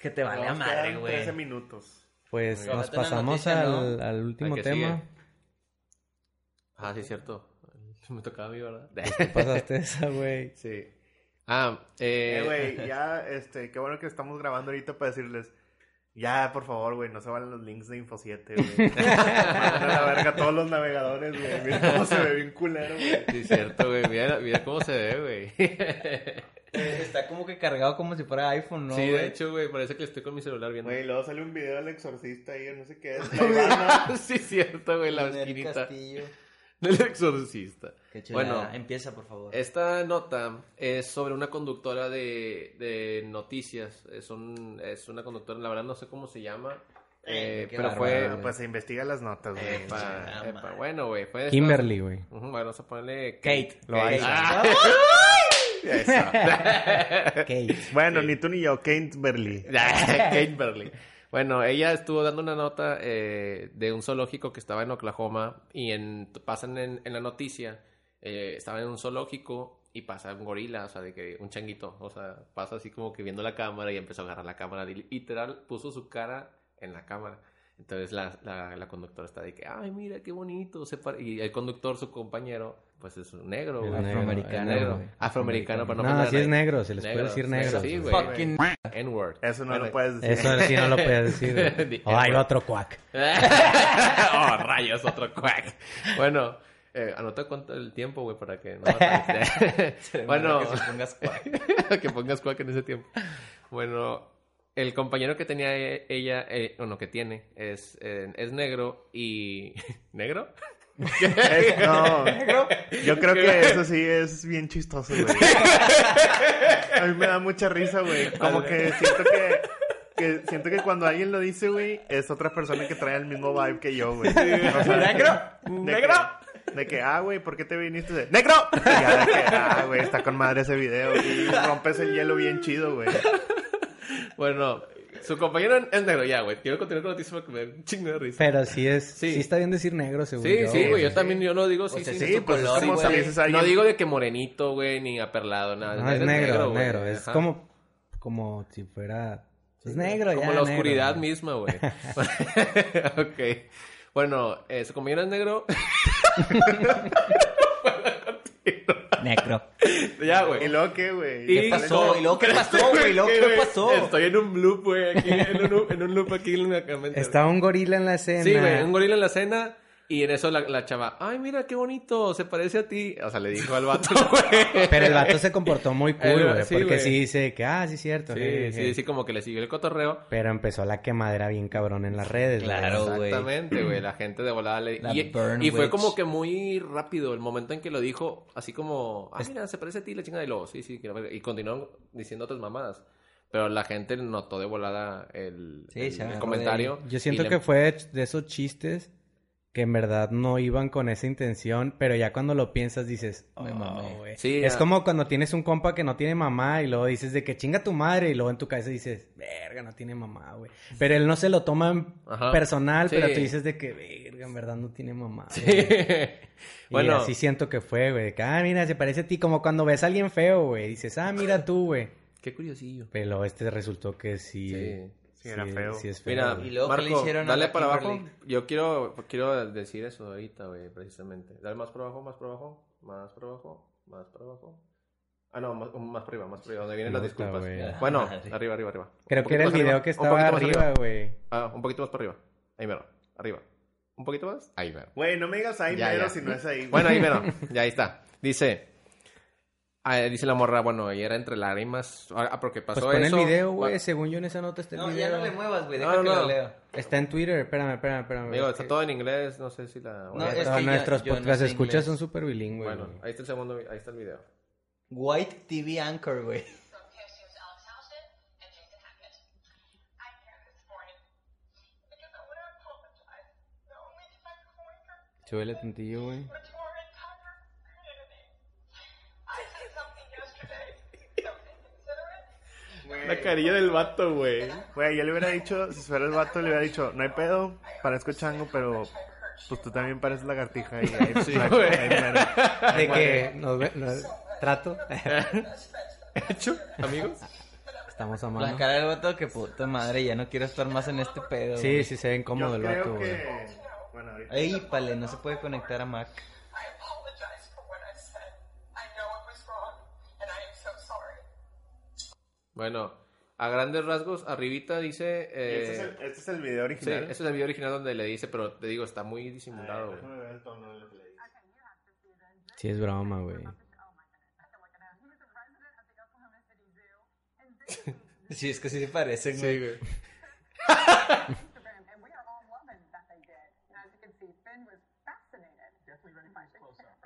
[SPEAKER 3] Que te vale a
[SPEAKER 4] Nos
[SPEAKER 3] madre,
[SPEAKER 4] quedan
[SPEAKER 3] güey.
[SPEAKER 4] 13 minutos.
[SPEAKER 1] Pues
[SPEAKER 3] Ojalá
[SPEAKER 1] nos
[SPEAKER 3] tenga
[SPEAKER 1] pasamos
[SPEAKER 3] noticia,
[SPEAKER 1] al,
[SPEAKER 3] ¿no?
[SPEAKER 1] al último
[SPEAKER 2] que
[SPEAKER 1] tema.
[SPEAKER 2] sigue. Ah, sí, cierto. Me tocaba a mí, ¿verdad?
[SPEAKER 1] ¿Qué pasaste esa, güey?
[SPEAKER 2] Sí. Ah, eh,
[SPEAKER 4] Eh, güey, ya, este, qué bueno que estamos grabando ahorita para decirles... Ya, por favor, güey, no se valen los links de Info7, güey. Mandan a la verga todos los navegadores, güey. Mira cómo se ve bien culero, güey.
[SPEAKER 2] Sí, cierto, güey. Mira, mira cómo se ve, güey.
[SPEAKER 3] Eh, Está como que cargado como si fuera iPhone, ¿no?
[SPEAKER 2] sí, de
[SPEAKER 3] güey?
[SPEAKER 2] hecho, güey, parece que estoy con mi celular viendo.
[SPEAKER 4] Güey, luego sale un video del exorcista ahí, no sé qué es. la Ivana.
[SPEAKER 2] sí, cierto, güey, la
[SPEAKER 3] Del
[SPEAKER 2] esquinita
[SPEAKER 3] Castillo.
[SPEAKER 2] del exorcista.
[SPEAKER 3] Qué
[SPEAKER 2] Bueno,
[SPEAKER 3] Bueno, empieza, por favor.
[SPEAKER 2] Esta nota es sobre una conductora de, de noticias. Es, un- es una conductora, la verdad no sé cómo se llama.
[SPEAKER 3] Eh,
[SPEAKER 2] eh,
[SPEAKER 3] qué
[SPEAKER 2] pero
[SPEAKER 3] bárbaro,
[SPEAKER 2] fue.
[SPEAKER 4] Bueno, pues se investiga las notas, güey.
[SPEAKER 2] Epa,
[SPEAKER 3] chingada
[SPEAKER 2] epa,
[SPEAKER 3] madre.
[SPEAKER 2] Bueno, güey. fue de Estados-
[SPEAKER 1] Kimberly, güey.
[SPEAKER 2] Ujú, bueno, vamos a ponerle.
[SPEAKER 3] Kate.
[SPEAKER 4] Lo hay.
[SPEAKER 2] Ah,
[SPEAKER 1] Kate.
[SPEAKER 4] Bueno, ni tú ni yo, Kate Berly.
[SPEAKER 2] Kate Berley. Bueno, ella estuvo dando una nota eh, de un zoológico que estaba en Oklahoma y en, pasan en, en la noticia, eh, estaba en un zoológico y pasa un gorila, o sea, de que un changuito, o sea, pasa así como que viendo la cámara y empezó a agarrar la cámara y literal puso su cara en la cámara. Entonces la, la, la conductora está de que, ay, mira, qué bonito. se pare-". Y el conductor, su compañero, pues es un negro,
[SPEAKER 1] Es
[SPEAKER 2] güey.
[SPEAKER 1] negro,
[SPEAKER 2] Negro.
[SPEAKER 1] es negro.
[SPEAKER 2] Afroamericano, para no
[SPEAKER 1] No,
[SPEAKER 2] ofender a
[SPEAKER 1] si es
[SPEAKER 2] nadie.
[SPEAKER 1] negro, se les puede decir negro.
[SPEAKER 2] Sí, güey.
[SPEAKER 3] Fucking.
[SPEAKER 2] N-word.
[SPEAKER 4] Eso no
[SPEAKER 2] Bueno,
[SPEAKER 4] lo puedes decir.
[SPEAKER 1] Eso sí no lo puedes decir. güey.
[SPEAKER 2] Di-
[SPEAKER 1] O hay otro cuac.
[SPEAKER 2] oh, rayos, otro cuac. Bueno, eh, anota cuánto el tiempo, güey, para que no
[SPEAKER 3] Se me
[SPEAKER 2] Bueno,
[SPEAKER 3] hace que se pongas cuatro.
[SPEAKER 2] que pongas cuac en ese tiempo. Bueno, el compañero que tenía e- ella, eh, bueno, que tiene, es, eh, es negro y. ¿Negro?
[SPEAKER 4] Es- no, yo creo que eso sí es bien chistoso, güey. A mí me da mucha risa, güey. Como que siento que, que siento que cuando alguien lo dice, güey, es otra persona que trae el mismo vibe que yo, güey. ¿Negro?
[SPEAKER 2] ¿Negro?
[SPEAKER 4] de que, ah, güey, ¿por qué te viniste? De, ¡Negro! Y ya de que, ah, güey, está con madre ese video. Y rompes el hielo bien chido, güey.
[SPEAKER 2] Bueno, Su compañero es negro, ya, güey. Quiero continuar con la noticia porque me da un chingo de risa.
[SPEAKER 1] Pero sí es. Sí.
[SPEAKER 2] Sí.
[SPEAKER 1] está bien decir negro, seguro.
[SPEAKER 2] Sí, sí, güey. Yo también, yo lo digo, sí,
[SPEAKER 3] O sea,
[SPEAKER 2] sí.
[SPEAKER 3] sí,
[SPEAKER 2] sí,
[SPEAKER 3] es tu
[SPEAKER 2] pues,
[SPEAKER 3] color,
[SPEAKER 2] como
[SPEAKER 3] güey.
[SPEAKER 2] sabes,
[SPEAKER 4] Sí, sí,
[SPEAKER 2] No
[SPEAKER 4] sí.
[SPEAKER 2] digo de que morenito, güey, ni aperlado, nada.
[SPEAKER 1] No, es
[SPEAKER 2] Eres
[SPEAKER 1] negro, negro.
[SPEAKER 2] güey.
[SPEAKER 1] Es
[SPEAKER 2] Ajá.
[SPEAKER 1] como, como si fuera. Es negro,
[SPEAKER 2] Como
[SPEAKER 1] ya,
[SPEAKER 2] la
[SPEAKER 1] negro,
[SPEAKER 2] oscuridad
[SPEAKER 1] güey.
[SPEAKER 2] misma, güey. ok. Bueno, eh, su compañero es negro.
[SPEAKER 3] Negro.
[SPEAKER 2] ya, güey.
[SPEAKER 4] ¿Y luego qué, güey?
[SPEAKER 2] Y-
[SPEAKER 4] ¿Qué
[SPEAKER 3] pasó?
[SPEAKER 2] no,
[SPEAKER 3] ¿Y luego qué pasó, güey? ¿Y luego qué pasó?
[SPEAKER 2] Estoy en un loop, güey. Aquí, en un, en un loop aquí en la camioneta.
[SPEAKER 1] Está eh. un gorila en la escena.
[SPEAKER 2] Sí, güey, un gorila en la cena. Y en eso la, la chava, ay, mira qué bonito, se parece a ti. O sea, le dijo al vato, güey.
[SPEAKER 1] Pero el vato se comportó muy cool,
[SPEAKER 2] Eh,
[SPEAKER 1] güey.
[SPEAKER 2] sí,
[SPEAKER 1] porque
[SPEAKER 2] güey.
[SPEAKER 1] sí dice que, ah, sí, es cierto.
[SPEAKER 2] Sí,
[SPEAKER 1] jeje.
[SPEAKER 2] sí, sí, como que le siguió el cotorreo.
[SPEAKER 1] Pero empezó la quemadera bien cabrón en las redes, güey.
[SPEAKER 3] Claro. güey.
[SPEAKER 2] Exactamente, güey. La gente de volada le...
[SPEAKER 3] La
[SPEAKER 2] Y,
[SPEAKER 3] burn
[SPEAKER 2] y fue
[SPEAKER 3] witch.
[SPEAKER 2] como que muy rápido el momento en que lo dijo, así como... Ah, mira, se parece a ti la chingada. Y luego, sí, sí. que la verga". Y continuaron diciendo otras mamadas. Pero la gente notó de volada el,
[SPEAKER 3] Sí,
[SPEAKER 2] el-
[SPEAKER 3] se
[SPEAKER 2] el
[SPEAKER 3] agarró
[SPEAKER 2] comentario.
[SPEAKER 1] Yo siento
[SPEAKER 2] y le-
[SPEAKER 1] que fue de esos chistes que en verdad no iban con esa intención, pero ya cuando lo piensas dices,
[SPEAKER 3] Me
[SPEAKER 1] "Oh,
[SPEAKER 3] mamé".
[SPEAKER 1] güey".
[SPEAKER 2] Sí,
[SPEAKER 1] es
[SPEAKER 2] ah.
[SPEAKER 1] como cuando tienes un compa que no tiene mamá y luego dices de que chinga tu madre y luego en tu cabeza dices, verga, no tiene mamá, güey. Pero él no se lo toma en
[SPEAKER 2] Ajá.
[SPEAKER 1] personal,
[SPEAKER 2] Sí.
[SPEAKER 1] pero tú dices de que, verga, en verdad no tiene mamá. güey".
[SPEAKER 2] Sí.
[SPEAKER 1] Bueno. Y
[SPEAKER 2] bueno,
[SPEAKER 1] así siento que fue, güey. de que, ah, mira, se parece a ti. Como cuando ves a alguien feo, güey. Dices, ah, mira tú, güey.
[SPEAKER 2] qué curiosillo.
[SPEAKER 1] Pero este resultó que sí.
[SPEAKER 2] Sí.
[SPEAKER 4] Sí, era feo.
[SPEAKER 1] Sí, es feo.
[SPEAKER 2] Mira,
[SPEAKER 1] güey.
[SPEAKER 3] Y luego, ¿qué
[SPEAKER 2] Marco,
[SPEAKER 3] le hicieron a
[SPEAKER 2] dale
[SPEAKER 3] la
[SPEAKER 2] para abajo.
[SPEAKER 3] Kimberly?
[SPEAKER 2] Yo quiero, quiero decir eso ahorita, güey, precisamente. Dale más para abajo, más para abajo, más para abajo, más para abajo. Ah, no, más, más para arriba, más para arriba, donde vienen las
[SPEAKER 1] Puta,
[SPEAKER 2] disculpas.
[SPEAKER 1] güey.
[SPEAKER 2] Bueno,
[SPEAKER 3] Madre.
[SPEAKER 2] arriba, arriba, arriba.
[SPEAKER 1] Creo
[SPEAKER 2] Un
[SPEAKER 1] que era el
[SPEAKER 2] poquito
[SPEAKER 1] video
[SPEAKER 2] más arriba,
[SPEAKER 1] que
[SPEAKER 2] un
[SPEAKER 1] estaba
[SPEAKER 2] poquito más
[SPEAKER 1] arriba, güey. Pues
[SPEAKER 2] Ah, un poquito más para arriba. Ahí mero, arriba. Un poquito más. Ahí mero.
[SPEAKER 4] Güey, no me digas ahí
[SPEAKER 2] Ya,
[SPEAKER 4] mero
[SPEAKER 2] ya.
[SPEAKER 4] si no es ahí. güey.
[SPEAKER 2] Bueno, ahí mero, ya ahí está. Dice. ah, dice la morra, bueno, y era entre lágrimas. Ah, ah, porque
[SPEAKER 1] Pues
[SPEAKER 2] pasó
[SPEAKER 1] pon el
[SPEAKER 2] eso.
[SPEAKER 1] video, güey.
[SPEAKER 2] Bueno,
[SPEAKER 1] Según yo en esa nota está el
[SPEAKER 3] No, ya
[SPEAKER 1] video.
[SPEAKER 3] no le muevas, güey.
[SPEAKER 2] No,
[SPEAKER 3] Deja que
[SPEAKER 2] no,
[SPEAKER 3] lo
[SPEAKER 2] no.
[SPEAKER 3] leo.
[SPEAKER 1] Está en Twitter. Espérame, espérame, espérame.
[SPEAKER 2] Amigo,
[SPEAKER 1] güey.
[SPEAKER 2] está todo en inglés, no sé si la...
[SPEAKER 3] No, es
[SPEAKER 1] Todos
[SPEAKER 3] que ya-
[SPEAKER 1] nuestros
[SPEAKER 3] yo no sé
[SPEAKER 1] podcast escuchas
[SPEAKER 3] inglés.
[SPEAKER 1] son súper bilingües.
[SPEAKER 2] Bueno,
[SPEAKER 1] güey.
[SPEAKER 2] ahí está el segundo, vi- ahí está el video.
[SPEAKER 3] White TV Anchor, güey.
[SPEAKER 6] from KSU's Alex Houston and Jason Hackett. I'm here this morning because I want to apologize not only to my coworkers,
[SPEAKER 1] Súbele tantillo, güey.
[SPEAKER 6] but to our entire community. I said something yesterday that was inconsiderate.
[SPEAKER 2] La carilla del vato, güey.
[SPEAKER 4] Güey, yo le hubiera dicho, si fuera el vato, le hubiera dicho, no hay pedo, parezco chango, pero pues tú también pareces lagartija. Y ahí,
[SPEAKER 2] Sí,
[SPEAKER 4] la-
[SPEAKER 2] güey.
[SPEAKER 4] ahí mero.
[SPEAKER 1] De que nos, ve- nos- trato.
[SPEAKER 2] ¿Hecho, amigos?
[SPEAKER 1] Estamos a
[SPEAKER 3] La
[SPEAKER 1] mano.
[SPEAKER 3] cara del vato que puta madre, ya no quiero estar más en este pedo.
[SPEAKER 1] Sí,
[SPEAKER 3] güey.
[SPEAKER 1] sí, se ve incómodo
[SPEAKER 4] Yo
[SPEAKER 1] el
[SPEAKER 4] creo
[SPEAKER 1] vato, güey.
[SPEAKER 4] que... Bueno, ahorita...
[SPEAKER 3] Ey, pale, no se puede conectar a Mac.
[SPEAKER 6] I apologize for what I said. I know it was wrong, and I am so sorry.
[SPEAKER 2] Bueno, a grandes rasgos, arribita dice...
[SPEAKER 4] Y
[SPEAKER 2] Eh,
[SPEAKER 4] este, es el, este es el video
[SPEAKER 2] sí,
[SPEAKER 4] original.
[SPEAKER 2] ese es el video original donde le dice, pero te digo, está muy
[SPEAKER 4] A ver,
[SPEAKER 2] disimulado, güey.
[SPEAKER 4] déjame ver el tono de lo que le dice.
[SPEAKER 1] Sí, es broma, güey.
[SPEAKER 3] Sí, es que sí se parecen, güey.
[SPEAKER 2] Sí, güey.
[SPEAKER 6] And we are all loving that they did. And as you can see, Finn was fascinated. Definitely ready for his close up.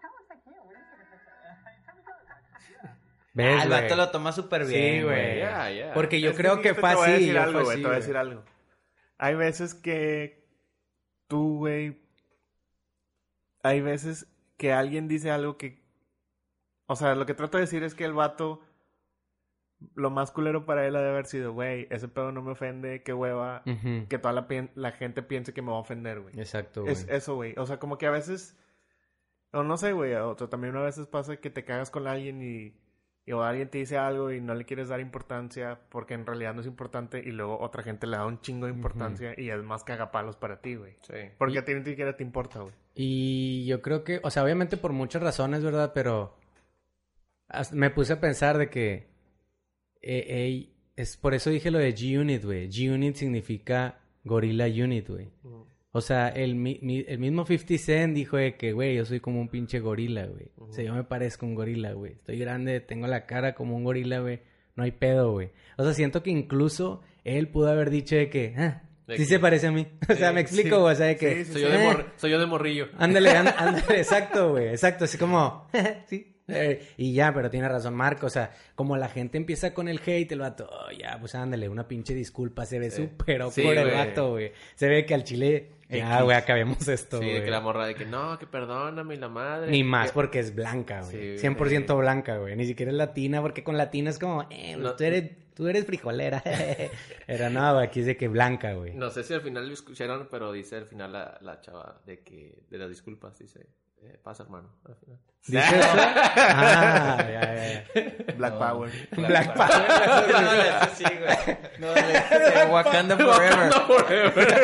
[SPEAKER 6] Kind of looks like you. We just took a picture. Kind of does, actually.
[SPEAKER 1] ¿Ves,
[SPEAKER 3] Ah, el
[SPEAKER 1] güey?
[SPEAKER 3] vato lo toma súper bien.
[SPEAKER 1] Sí, güey.
[SPEAKER 2] Ya, ya.
[SPEAKER 1] Porque yo
[SPEAKER 4] Es
[SPEAKER 1] creo que
[SPEAKER 4] fíjate,
[SPEAKER 1] fue
[SPEAKER 4] Te voy a
[SPEAKER 1] así.
[SPEAKER 4] decir
[SPEAKER 1] yo
[SPEAKER 4] algo,
[SPEAKER 1] fue
[SPEAKER 4] güey.
[SPEAKER 1] así,
[SPEAKER 4] Te voy a
[SPEAKER 1] güey.
[SPEAKER 4] decir algo. Hay veces que tú, güey. Hay veces que alguien dice algo que. O sea, lo que trato de decir es que el vato. Lo más culero para él ha de haber sido, güey, ese pedo no me ofende, qué hueva.
[SPEAKER 1] Ujú.
[SPEAKER 4] Que toda la, pien- la gente piense que me va a ofender, güey.
[SPEAKER 1] Exacto, güey.
[SPEAKER 4] Es eso, güey. O sea, como que a veces. O no sé, güey. O sea, también a veces pasa que te cagas con alguien y. y o alguien te dice algo y no le quieres dar importancia porque en realidad no es importante y luego otra gente le da un chingo de importancia y es más cagapalos para ti, güey.
[SPEAKER 2] Sí.
[SPEAKER 4] Porque a ti ni siquiera te importa, güey.
[SPEAKER 1] Y yo creo que, o sea, obviamente por muchas razones, ¿verdad? Pero as- me puse a pensar de que eh, ey, es por eso dije lo de G-Unit, güey. G-Unit significa Gorilla Unit, güey.
[SPEAKER 4] Mm.
[SPEAKER 1] O sea, el, mi- mi- el mismo 50 Cent dijo de que, güey, yo soy como un pinche gorila, güey. O sea, yo me parezco a un gorila, güey. Estoy grande, tengo la cara como un gorila, güey. No hay pedo, güey. O sea, siento que incluso él pudo haber dicho de que, ah,
[SPEAKER 2] De
[SPEAKER 1] sí
[SPEAKER 2] que-
[SPEAKER 1] se parece a mí. O sea, me explico, güey. O sea, de que...
[SPEAKER 4] Sí,
[SPEAKER 2] Soy yo, de
[SPEAKER 1] "Eh,
[SPEAKER 2] mor- soy yo de morrillo.
[SPEAKER 1] Ándale, án- ándale, exacto, güey, exacto, así como, sí, Eh, y ya, pero tiene razón Marco, o sea, como la gente empieza con el hate, el vato, "Oh, ya, pues ándale, una pinche disculpa, se ve
[SPEAKER 2] Sí.
[SPEAKER 1] súper
[SPEAKER 2] Sí,
[SPEAKER 1] awkward el
[SPEAKER 2] güey.
[SPEAKER 1] vato, güey. Se ve que al chile, ya,
[SPEAKER 3] X.
[SPEAKER 1] güey, acabemos esto,
[SPEAKER 2] Sí, de
[SPEAKER 1] güey.
[SPEAKER 2] que la morra de que no, que perdóname y la madre.
[SPEAKER 1] Ni
[SPEAKER 2] que-
[SPEAKER 1] más porque es blanca,
[SPEAKER 2] Sí,
[SPEAKER 1] güey.
[SPEAKER 2] güey.
[SPEAKER 1] 100% blanca, güey. Ni siquiera es latina, porque con latina es como, eh,
[SPEAKER 2] No-
[SPEAKER 1] tú, eres, tú eres frijolera. Pero no, güey, aquí es de que blanca, güey.
[SPEAKER 2] No sé si al final lo escucharon, pero dice al final la, la chava de que, de las disculpas, dice, eh, pasa hermano. al final.
[SPEAKER 1] ¿Dice eso? Ah, ya, ya, ya.
[SPEAKER 4] Black
[SPEAKER 3] No.
[SPEAKER 4] Power.
[SPEAKER 1] Black Power.
[SPEAKER 3] No, eso sí, güey. No, de Wakanda Forever.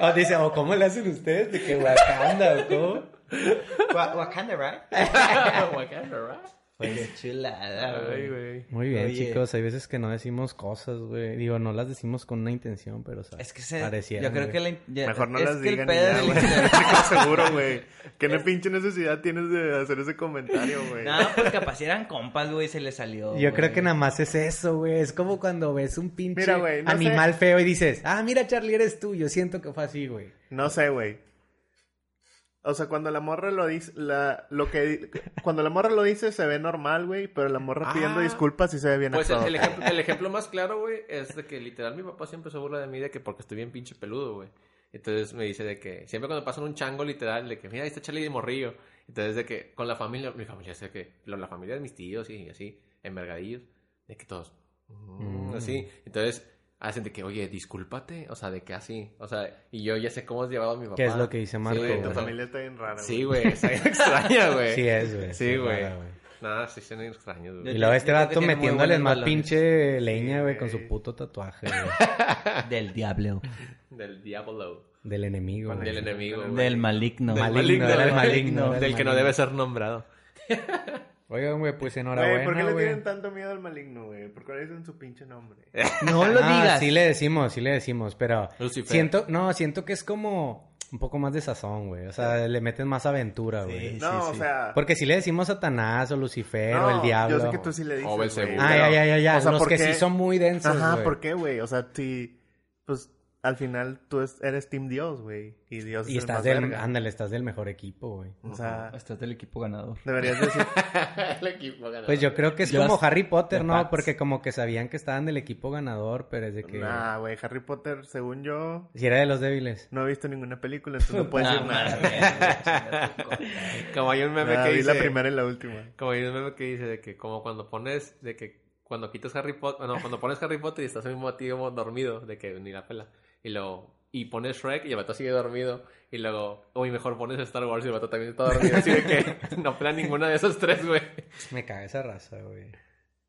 [SPEAKER 1] O dice, o cómo le hacen ustedes de que Wakanda, o cómo.
[SPEAKER 3] Wa- Wakanda, right?
[SPEAKER 2] Wakanda, right?
[SPEAKER 3] Pues chulada,
[SPEAKER 2] Ay,
[SPEAKER 3] güey.
[SPEAKER 2] güey.
[SPEAKER 1] Muy bien,
[SPEAKER 3] Oye.
[SPEAKER 1] chicos. Hay veces que no decimos cosas, güey. Digo, no las decimos con una intención, pero, o sea,
[SPEAKER 3] Es que se.
[SPEAKER 1] parecieran,
[SPEAKER 3] yo creo
[SPEAKER 1] güey.
[SPEAKER 3] que la. ya-
[SPEAKER 4] Mejor no
[SPEAKER 3] es
[SPEAKER 4] las
[SPEAKER 3] que el
[SPEAKER 4] digan. y
[SPEAKER 3] pedo
[SPEAKER 4] ya,
[SPEAKER 3] del
[SPEAKER 4] güey.
[SPEAKER 3] internet-
[SPEAKER 4] Estoy Seguro, güey. ¿Qué ne- pinche necesidad tienes de hacer ese comentario, güey?
[SPEAKER 3] No, pues capaz eran compas, güey, se le salió.
[SPEAKER 1] Yo creo
[SPEAKER 3] güey.
[SPEAKER 1] que nada más es eso, güey. Es como cuando ves un pinche
[SPEAKER 4] Mira, güey, no
[SPEAKER 1] animal feo y dices, ah, mira, Charlie, eres tú. Yo siento que fue así, güey.
[SPEAKER 4] No sé, güey. O sea, cuando la morra lo dice, la, lo que, di- cuando la morra lo dice se ve normal, güey, pero la morra
[SPEAKER 2] Ah.
[SPEAKER 4] pidiendo disculpas sí se ve bien
[SPEAKER 2] Pues el,
[SPEAKER 4] actuado.
[SPEAKER 2] el ejemplo, el ejemplo más claro, güey, es de que literal mi papá siempre se burla de mí de que porque estoy bien pinche peludo, güey. Entonces me dice de que siempre cuando pasan un chango literal, de que mira, ahí está Charlie de morrillo. Entonces de que con la familia, mi familia, sé que lo- la familia de mis tíos y así, envergadillos, de que todos, mm,
[SPEAKER 1] Mm.
[SPEAKER 2] así. Entonces hacen de que, oye, discúlpate, o sea, de que así, o sea, y yo ya sé cómo has llevado a mi papá.
[SPEAKER 1] ¿Qué es lo que dice Marco,
[SPEAKER 2] güey,
[SPEAKER 4] Güey,
[SPEAKER 1] güey.
[SPEAKER 4] tu
[SPEAKER 2] entonces-
[SPEAKER 4] familia está bien rara,
[SPEAKER 2] Sí, güey, está bien extraña, güey.
[SPEAKER 1] Sí es, güey.
[SPEAKER 2] Sí, güey.
[SPEAKER 1] rara,
[SPEAKER 2] Nada, sí, son extraños,
[SPEAKER 1] Y
[SPEAKER 2] güey.
[SPEAKER 3] Yo-
[SPEAKER 1] luego este
[SPEAKER 3] yo creo que
[SPEAKER 1] vato
[SPEAKER 3] tiene muy
[SPEAKER 1] metiéndole
[SPEAKER 3] buenos
[SPEAKER 1] más
[SPEAKER 3] valores.
[SPEAKER 1] pinche leña, güey, con
[SPEAKER 4] güey.
[SPEAKER 1] su puto tatuaje, güey.
[SPEAKER 3] Del diablo.
[SPEAKER 2] Del diablo.
[SPEAKER 1] Del enemigo, güey.
[SPEAKER 2] Del enemigo. güey.
[SPEAKER 3] Del maligno.
[SPEAKER 1] Del maligno, era el maligno, era el
[SPEAKER 2] Del que no
[SPEAKER 1] maligno.
[SPEAKER 2] debe ser nombrado.
[SPEAKER 1] Oigan, güey, pues
[SPEAKER 4] Güey, ¿por qué
[SPEAKER 1] enhorabuena,
[SPEAKER 4] le
[SPEAKER 1] güey.
[SPEAKER 4] tienen tanto miedo al maligno, güey? ¿Por qué le dicen su pinche nombre?
[SPEAKER 3] No lo
[SPEAKER 1] Ah,
[SPEAKER 3] digas.
[SPEAKER 1] Sí le decimos, sí le decimos, pero
[SPEAKER 2] Lucifer.
[SPEAKER 1] siento, no, siento que es como un poco más de sazón, güey. O sea, le meten más aventura, güey.
[SPEAKER 4] No, o sea...
[SPEAKER 1] Porque si le decimos Satanás o Lucifer
[SPEAKER 4] no,
[SPEAKER 1] o el diablo.
[SPEAKER 4] Yo sé que tú sí le dices,
[SPEAKER 2] O
[SPEAKER 4] güey.
[SPEAKER 2] Belcebú.
[SPEAKER 1] Ah, ya,
[SPEAKER 4] pero-
[SPEAKER 1] ya, ya, ya.
[SPEAKER 4] o sea,
[SPEAKER 1] Los
[SPEAKER 4] ¿por
[SPEAKER 1] que
[SPEAKER 4] qué?
[SPEAKER 1] sí son muy densos,
[SPEAKER 4] Ajá,
[SPEAKER 1] güey.
[SPEAKER 4] ¿por qué, güey? O sea, si... Pues, al final tú es- eres Team Dios, güey. Y Dios es
[SPEAKER 1] Y
[SPEAKER 4] el
[SPEAKER 1] estás
[SPEAKER 4] más
[SPEAKER 1] del,
[SPEAKER 4] verga.
[SPEAKER 1] ándale, estás del mejor equipo, güey.
[SPEAKER 4] O sea,
[SPEAKER 3] Estás del este equipo ganador.
[SPEAKER 4] deberías decir...
[SPEAKER 2] el equipo ganador.
[SPEAKER 1] Pues yo creo que es
[SPEAKER 3] Yo
[SPEAKER 1] como
[SPEAKER 3] hasta-
[SPEAKER 1] Harry Potter,
[SPEAKER 3] de
[SPEAKER 1] ¿no?
[SPEAKER 3] Pats.
[SPEAKER 1] Porque como que sabían que estaban del equipo ganador, pero es de que...
[SPEAKER 4] Nah, güey, Harry Potter, según yo,
[SPEAKER 1] Si era de los débiles.
[SPEAKER 4] no he visto ninguna película, entonces no puedo
[SPEAKER 3] Ah,
[SPEAKER 4] decir nada.
[SPEAKER 3] madre, chinga tu cola.
[SPEAKER 2] Como hay un meme
[SPEAKER 4] Nada,
[SPEAKER 2] que
[SPEAKER 4] Ah, vi
[SPEAKER 2] dice...
[SPEAKER 4] la primera y la última.
[SPEAKER 2] Como hay un meme que dice de que como cuando pones... De que cuando quitas Harry Potter... No, cuando pones Harry Potter y estás al mismo tiempo dormido. De que ni la pela. Y luego... Y pones Shrek y el vato sigue dormido. Y luego... Uy, mejor pones Star Wars y el vato también está dormido. Así de que no pela ninguna de esos tres, güey.
[SPEAKER 1] Me caga esa raza, güey.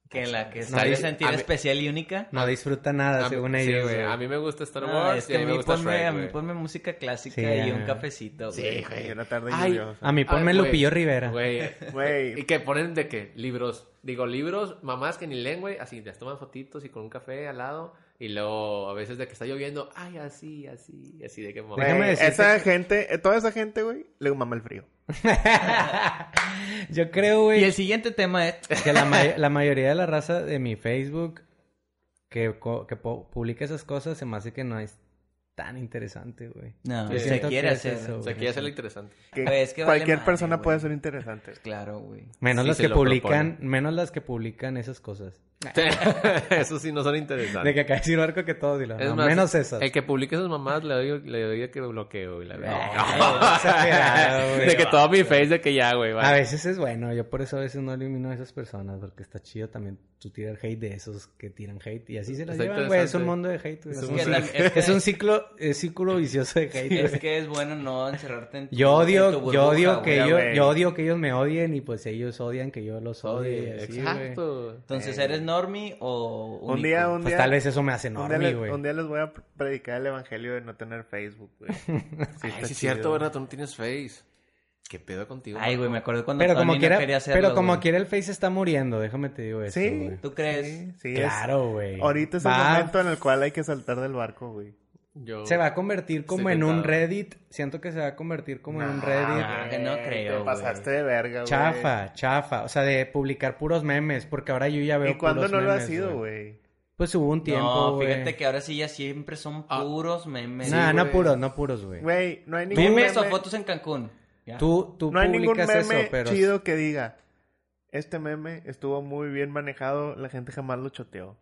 [SPEAKER 3] Que la que
[SPEAKER 1] No,
[SPEAKER 3] se hace
[SPEAKER 1] yo-
[SPEAKER 3] sentir
[SPEAKER 2] a mí-
[SPEAKER 3] especial y única.
[SPEAKER 1] No disfruta nada,
[SPEAKER 2] Ah, A mí-
[SPEAKER 1] según
[SPEAKER 2] sí,
[SPEAKER 1] ellos,
[SPEAKER 2] güey.
[SPEAKER 1] güey.
[SPEAKER 2] A mí me gusta Star
[SPEAKER 3] No,
[SPEAKER 2] Wars
[SPEAKER 3] Ah, es
[SPEAKER 2] y
[SPEAKER 3] que
[SPEAKER 2] a mí me gusta
[SPEAKER 3] ponme, a mí
[SPEAKER 2] Shrek, güey.
[SPEAKER 3] ponme música clásica
[SPEAKER 1] Sí,
[SPEAKER 3] y
[SPEAKER 1] a
[SPEAKER 3] un
[SPEAKER 1] mí-
[SPEAKER 3] cafecito, güey.
[SPEAKER 2] Sí,
[SPEAKER 4] Y
[SPEAKER 2] güey.
[SPEAKER 4] Era tarde
[SPEAKER 2] Ay,
[SPEAKER 4] lluviosa.
[SPEAKER 1] A mí ponme
[SPEAKER 2] Ay, güey.
[SPEAKER 1] Lupillo Rivera.
[SPEAKER 2] Güey. Y
[SPEAKER 4] Güey,
[SPEAKER 2] que ponen de que libros, digo libros, mamás que ni leen, güey, así les toman fotitos y con un café al lado y luego a veces de que está lloviendo, ay, así, así, así de que mamá.
[SPEAKER 1] Déjame
[SPEAKER 4] güey,
[SPEAKER 1] decirte
[SPEAKER 4] esa gente, eh, toda esa gente, güey, le mama el frío.
[SPEAKER 1] Yo creo,
[SPEAKER 3] Y
[SPEAKER 1] güey,
[SPEAKER 3] el siguiente tema es...
[SPEAKER 1] que la, may- la mayoría de la raza de mi Facebook que, co- que po- publica esas cosas se me hace que no es tan interesante, güey.
[SPEAKER 3] No,
[SPEAKER 1] Yo
[SPEAKER 3] se
[SPEAKER 1] siento
[SPEAKER 3] quiere
[SPEAKER 1] que es
[SPEAKER 3] hacer.
[SPEAKER 1] eso,
[SPEAKER 2] O sea,
[SPEAKER 1] güey.
[SPEAKER 2] aquí ya es lo interesante.
[SPEAKER 4] Que
[SPEAKER 3] Güey, es que vale
[SPEAKER 4] cualquier
[SPEAKER 3] madre,
[SPEAKER 4] persona
[SPEAKER 3] güey.
[SPEAKER 4] puede ser interesante.
[SPEAKER 3] Claro, güey.
[SPEAKER 1] Menos
[SPEAKER 2] Sí
[SPEAKER 1] las
[SPEAKER 2] se
[SPEAKER 1] que
[SPEAKER 2] lo
[SPEAKER 1] publican, menos las que publican esas cosas.
[SPEAKER 2] Eso sí no son interesantes.
[SPEAKER 1] De que acá decir barco que todos y lo-
[SPEAKER 2] Es
[SPEAKER 1] no,
[SPEAKER 2] más,
[SPEAKER 1] menos esas.
[SPEAKER 2] El que publique esas mamás le doy, le doy que bloqueo, güey, la verdad.
[SPEAKER 1] Ay, exagerado, güey.
[SPEAKER 2] de que todo mi face de que ya, güey,
[SPEAKER 1] A
[SPEAKER 2] vale.
[SPEAKER 1] veces es bueno, yo por eso a veces no elimino a esas personas, porque está chido también tú tirar hate de esos que tiran hate y así se las
[SPEAKER 2] Está
[SPEAKER 1] llevan, güey. Es un
[SPEAKER 2] interesante.
[SPEAKER 1] mundo de hate, güey.
[SPEAKER 2] Es
[SPEAKER 1] Es,
[SPEAKER 2] un
[SPEAKER 1] un
[SPEAKER 2] ciclo.
[SPEAKER 1] ciclo- es un ciclo, es círculo vicioso de hate, güey.
[SPEAKER 3] Es que es bueno no encerrarte en tu-
[SPEAKER 1] Yo
[SPEAKER 3] en tu
[SPEAKER 1] odio, yo
[SPEAKER 3] burbuja,
[SPEAKER 1] odio que
[SPEAKER 3] güey.
[SPEAKER 1] ellos,
[SPEAKER 4] güey.
[SPEAKER 1] yo odio que ellos me odien y pues ellos odian que yo los odie. y así, güey.
[SPEAKER 2] Exacto.
[SPEAKER 3] Entonces, ¿eres normie o
[SPEAKER 4] Un
[SPEAKER 3] único?
[SPEAKER 4] día, un
[SPEAKER 1] Pues
[SPEAKER 4] día...
[SPEAKER 1] tal vez eso me hace
[SPEAKER 4] un día,
[SPEAKER 1] enorme,
[SPEAKER 4] les,
[SPEAKER 1] güey.
[SPEAKER 4] un día les voy a pr- predicar el evangelio de no tener Facebook, güey. Sí,
[SPEAKER 2] Ay,
[SPEAKER 4] está
[SPEAKER 2] sí es
[SPEAKER 4] chido.
[SPEAKER 2] cierto, ¿verdad? Tú no tienes face. ¿Qué pedo contigo?
[SPEAKER 3] Ay, güey, me acuerdo cuando
[SPEAKER 1] Pero
[SPEAKER 3] Tony
[SPEAKER 1] como
[SPEAKER 3] no
[SPEAKER 1] quiera,
[SPEAKER 3] quería hacerlo,
[SPEAKER 1] pero como
[SPEAKER 3] güey.
[SPEAKER 1] quiera el Face está muriendo, déjame te digo eso,
[SPEAKER 4] Sí.
[SPEAKER 1] güey.
[SPEAKER 3] ¿Tú crees?
[SPEAKER 4] Sí, sí, es-
[SPEAKER 1] Claro, güey.
[SPEAKER 4] Ahorita es
[SPEAKER 1] Va-
[SPEAKER 4] el momento en el cual hay que saltar del barco, güey.
[SPEAKER 2] Yo-
[SPEAKER 1] Se va a convertir como
[SPEAKER 2] Estoy
[SPEAKER 1] en un
[SPEAKER 2] tentado.
[SPEAKER 1] Reddit. Siento que se va a convertir como en un
[SPEAKER 4] Nah,
[SPEAKER 1] Reddit.
[SPEAKER 3] Ah, que no
[SPEAKER 4] güey,
[SPEAKER 3] creo,
[SPEAKER 4] Te
[SPEAKER 3] güey.
[SPEAKER 4] pasaste de verga, güey.
[SPEAKER 1] Chafa, chafa. O sea, de publicar puros memes. Porque ahora yo ya veo
[SPEAKER 4] ¿Y cuándo
[SPEAKER 1] puros
[SPEAKER 4] no lo ha
[SPEAKER 1] memes,
[SPEAKER 4] sido, güey?
[SPEAKER 1] Pues hubo un tiempo,
[SPEAKER 3] no,
[SPEAKER 1] güey.
[SPEAKER 3] fíjate que ahora sí ya siempre son
[SPEAKER 2] Ah.
[SPEAKER 3] puros memes.
[SPEAKER 1] Nah,
[SPEAKER 2] Sí,
[SPEAKER 1] no
[SPEAKER 2] güey.
[SPEAKER 1] puros, no puros, güey.
[SPEAKER 4] Güey, no hay ningún
[SPEAKER 3] memes o
[SPEAKER 4] meme-
[SPEAKER 3] fotos en Cancún. Ya.
[SPEAKER 1] Tú, tú
[SPEAKER 4] No hay ningún
[SPEAKER 1] publicas
[SPEAKER 4] meme
[SPEAKER 1] eso, pero...
[SPEAKER 4] chido que diga Este meme estuvo muy bien manejado, la gente jamás lo choteó.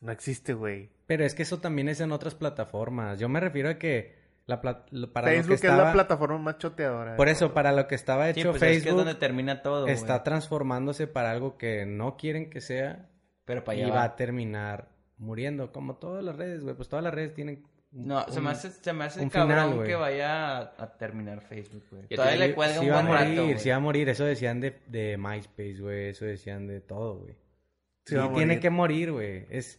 [SPEAKER 4] No existe, güey.
[SPEAKER 1] Pero es que eso también es en otras plataformas. Yo me refiero a que la pla- lo- para lo
[SPEAKER 4] Facebook
[SPEAKER 1] que
[SPEAKER 4] es
[SPEAKER 1] estaba...
[SPEAKER 4] la plataforma más choteadora. de
[SPEAKER 1] Por eso,
[SPEAKER 4] todas.
[SPEAKER 1] para lo que estaba
[SPEAKER 3] Sí,
[SPEAKER 1] hecho
[SPEAKER 3] pues es que es
[SPEAKER 1] Facebook
[SPEAKER 3] donde termina todo, güey.
[SPEAKER 1] está transformándose para algo que no quieren que sea
[SPEAKER 3] Pero para
[SPEAKER 1] y
[SPEAKER 3] allá
[SPEAKER 1] va
[SPEAKER 3] va.
[SPEAKER 1] a terminar muriendo, como todas las redes, güey. Pues todas las redes tienen... un-
[SPEAKER 3] No, se me
[SPEAKER 1] un-
[SPEAKER 3] hace, se me hace
[SPEAKER 1] un
[SPEAKER 3] cabrón
[SPEAKER 1] final, güey.
[SPEAKER 3] que vaya a, a terminar Facebook, güey.
[SPEAKER 2] Ya
[SPEAKER 3] Todavía
[SPEAKER 2] tiene-
[SPEAKER 3] le cuelga
[SPEAKER 1] Sí va
[SPEAKER 3] un
[SPEAKER 1] a
[SPEAKER 3] buen
[SPEAKER 1] morir,
[SPEAKER 3] rato, güey.
[SPEAKER 1] sí va a morir. Eso decían de, de MySpace, güey. Eso decían de todo, güey.
[SPEAKER 4] Sí
[SPEAKER 1] y
[SPEAKER 4] va a
[SPEAKER 1] tiene
[SPEAKER 4] morir.
[SPEAKER 1] que morir, güey. Es,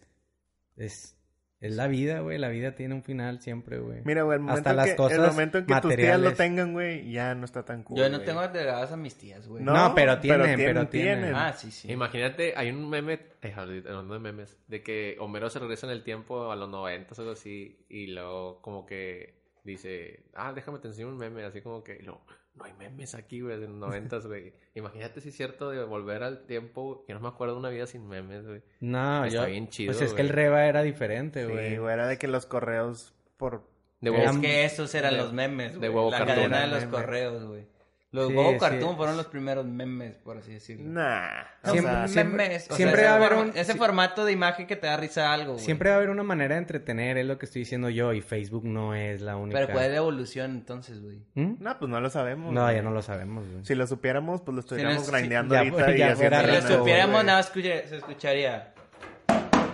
[SPEAKER 1] es, es la vida, güey. La vida tiene un final siempre, güey.
[SPEAKER 4] Mira, güey, el momento,
[SPEAKER 1] hasta
[SPEAKER 4] en
[SPEAKER 1] las
[SPEAKER 4] que, el
[SPEAKER 1] cosas
[SPEAKER 4] momento en que tus tías lo
[SPEAKER 1] materiales.
[SPEAKER 4] tengan, güey, ya no está tan cool.
[SPEAKER 3] Yo no
[SPEAKER 4] güey.
[SPEAKER 3] tengo agregadas a mis tías, güey.
[SPEAKER 1] No, pero tienen, pero tienen.
[SPEAKER 3] Ah, sí, sí.
[SPEAKER 2] Imagínate, hay un meme, eh, ahorita hablando de memes, de que Homero se regresa en el tiempo a los 90 o algo así, y luego como que dice, ah, déjame te enseño un meme, así como que, no, no hay memes aquí, güey, de los 90, güey. Imagínate si es cierto de volver al tiempo, que no me acuerdo de una vida sin memes, güey.
[SPEAKER 1] No,
[SPEAKER 2] Está
[SPEAKER 1] yo-
[SPEAKER 2] bien chido,
[SPEAKER 1] Pues es que el
[SPEAKER 2] güey.
[SPEAKER 1] Reba era diferente, güey.
[SPEAKER 4] Sí, güey, era de que los correos por...
[SPEAKER 2] De
[SPEAKER 1] Era
[SPEAKER 2] huevos
[SPEAKER 3] Es que esos eran
[SPEAKER 2] de-
[SPEAKER 3] los memes,
[SPEAKER 2] de
[SPEAKER 3] güey.
[SPEAKER 2] huevo
[SPEAKER 3] La
[SPEAKER 2] cartoon.
[SPEAKER 3] cadena de los
[SPEAKER 4] Memes.
[SPEAKER 3] correos, güey. Los
[SPEAKER 1] Sí,
[SPEAKER 3] huevo
[SPEAKER 1] sí.
[SPEAKER 3] cartoon fueron los primeros memes, por así decirlo.
[SPEAKER 4] Nah. o
[SPEAKER 1] Siempre-
[SPEAKER 4] sea,
[SPEAKER 1] siempre-
[SPEAKER 3] memes. o
[SPEAKER 1] siempre
[SPEAKER 3] sea,
[SPEAKER 1] va a
[SPEAKER 3] ese,
[SPEAKER 1] haber
[SPEAKER 3] forma-
[SPEAKER 1] un-
[SPEAKER 3] ese
[SPEAKER 1] sí.
[SPEAKER 3] formato de imagen que te da risa a algo, güey.
[SPEAKER 1] Siempre va a haber una manera de entretener, es lo que estoy diciendo yo. Y Facebook no es la única.
[SPEAKER 3] Pero ¿cuál es la evolución entonces, güey?
[SPEAKER 1] ¿Mm?
[SPEAKER 4] No, pues no lo sabemos.
[SPEAKER 1] No,
[SPEAKER 4] güey.
[SPEAKER 1] ya no lo sabemos, güey.
[SPEAKER 4] Si lo supiéramos, pues lo estuviéramos
[SPEAKER 3] si-
[SPEAKER 4] grindeando
[SPEAKER 1] ya-
[SPEAKER 4] ahorita y
[SPEAKER 1] ya
[SPEAKER 4] haciendo
[SPEAKER 1] fuera
[SPEAKER 3] Si
[SPEAKER 1] Era
[SPEAKER 3] lo
[SPEAKER 1] raro,
[SPEAKER 3] supiéramos, nada, más escucha- se escucharía.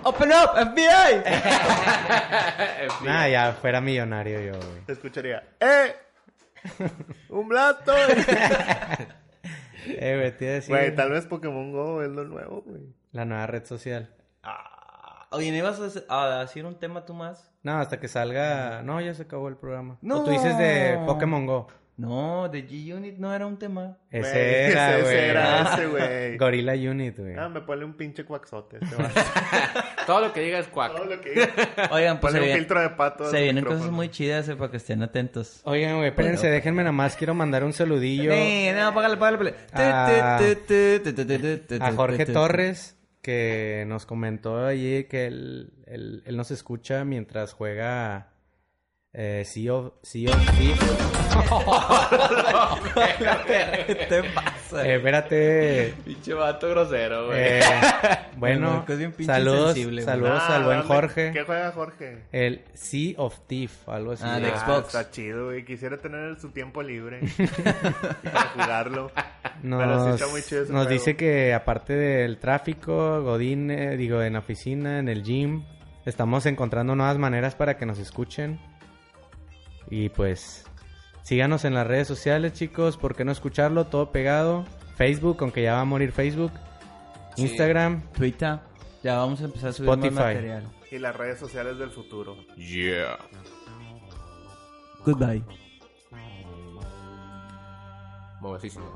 [SPEAKER 3] ¡Open up, FBI!
[SPEAKER 1] Nah, ya fuera millonario yo, güey.
[SPEAKER 4] Te escucharía, ¡eh! ¡Un blato! güey,
[SPEAKER 1] Eh, güey, te iba a decir,
[SPEAKER 4] tal vez Pokémon GO es lo nuevo, güey.
[SPEAKER 1] La nueva red social.
[SPEAKER 3] Ah, Oye, ¿no ibas a hacer- a decir un tema tú más?
[SPEAKER 1] No, hasta que salga. No, ya se acabó el programa.
[SPEAKER 3] No.
[SPEAKER 1] O tú dices de Pokémon Go.
[SPEAKER 3] No, de G-Unit no era un tema.
[SPEAKER 1] Ese
[SPEAKER 4] Güey,
[SPEAKER 1] era,
[SPEAKER 4] ese,
[SPEAKER 1] güey. Ah,
[SPEAKER 4] Ese era
[SPEAKER 3] Ah.
[SPEAKER 4] ese, güey.
[SPEAKER 1] Gorilla Unit, güey.
[SPEAKER 4] Ah, me ponle un pinche cuaxote. este vato.
[SPEAKER 2] Todo lo que diga es
[SPEAKER 4] Todo
[SPEAKER 2] cuac.
[SPEAKER 4] lo que diga.
[SPEAKER 3] Oigan, pues se,
[SPEAKER 4] Ponle un
[SPEAKER 3] viene-
[SPEAKER 4] filtro de pato.
[SPEAKER 3] se vienen cosas muy chidas eh, para que estén atentos.
[SPEAKER 1] Oigan, güey, espérense,
[SPEAKER 3] Bueno.
[SPEAKER 1] déjenme nada más. Quiero mandar un saludillo
[SPEAKER 3] Sí, no, págale, págale,
[SPEAKER 1] Ah.
[SPEAKER 3] págale. Tu, tu, tu, tu, tu, tu, tu, tu,
[SPEAKER 1] a
[SPEAKER 3] tu,
[SPEAKER 1] Jorge
[SPEAKER 3] tu.
[SPEAKER 1] Torres, que nos comentó allí que él, él, él nos escucha mientras juega eh, Sea of, sea of Thieves.
[SPEAKER 3] ¿Qué te pasa?
[SPEAKER 1] Eh, espérate.
[SPEAKER 2] Pinche vato grosero, güey.
[SPEAKER 1] Eh, bueno,
[SPEAKER 3] Marco es bien pinche
[SPEAKER 1] saludos,
[SPEAKER 3] insensible, güey.
[SPEAKER 1] saludos al buen Jorge.
[SPEAKER 4] Ah, ¿Qué juega Jorge?
[SPEAKER 1] El Sea of Thief, algo así.
[SPEAKER 3] Ah, de
[SPEAKER 1] Ah,
[SPEAKER 3] Xbox.
[SPEAKER 4] Está chido, güey. Quisiera tener su tiempo libre para jugarlo.
[SPEAKER 1] Nos,
[SPEAKER 4] Pero sí está muy chido ese
[SPEAKER 1] nos
[SPEAKER 4] juego.
[SPEAKER 1] dice que aparte del tráfico, Godín, eh, digo, en la oficina, en el gym, estamos encontrando nuevas maneras para que nos escuchen. Y pues, síganos en las redes sociales, chicos, ¿por qué no escucharlo? Todo pegado. Facebook, aunque ya va a morir Facebook.
[SPEAKER 2] Sí.
[SPEAKER 1] Instagram.
[SPEAKER 3] Twitter. Ya vamos a empezar a subir más
[SPEAKER 1] Spotify.
[SPEAKER 3] material.
[SPEAKER 4] Y las redes sociales del futuro.
[SPEAKER 2] Yeah.
[SPEAKER 3] Goodbye.
[SPEAKER 2] Muevesísimo.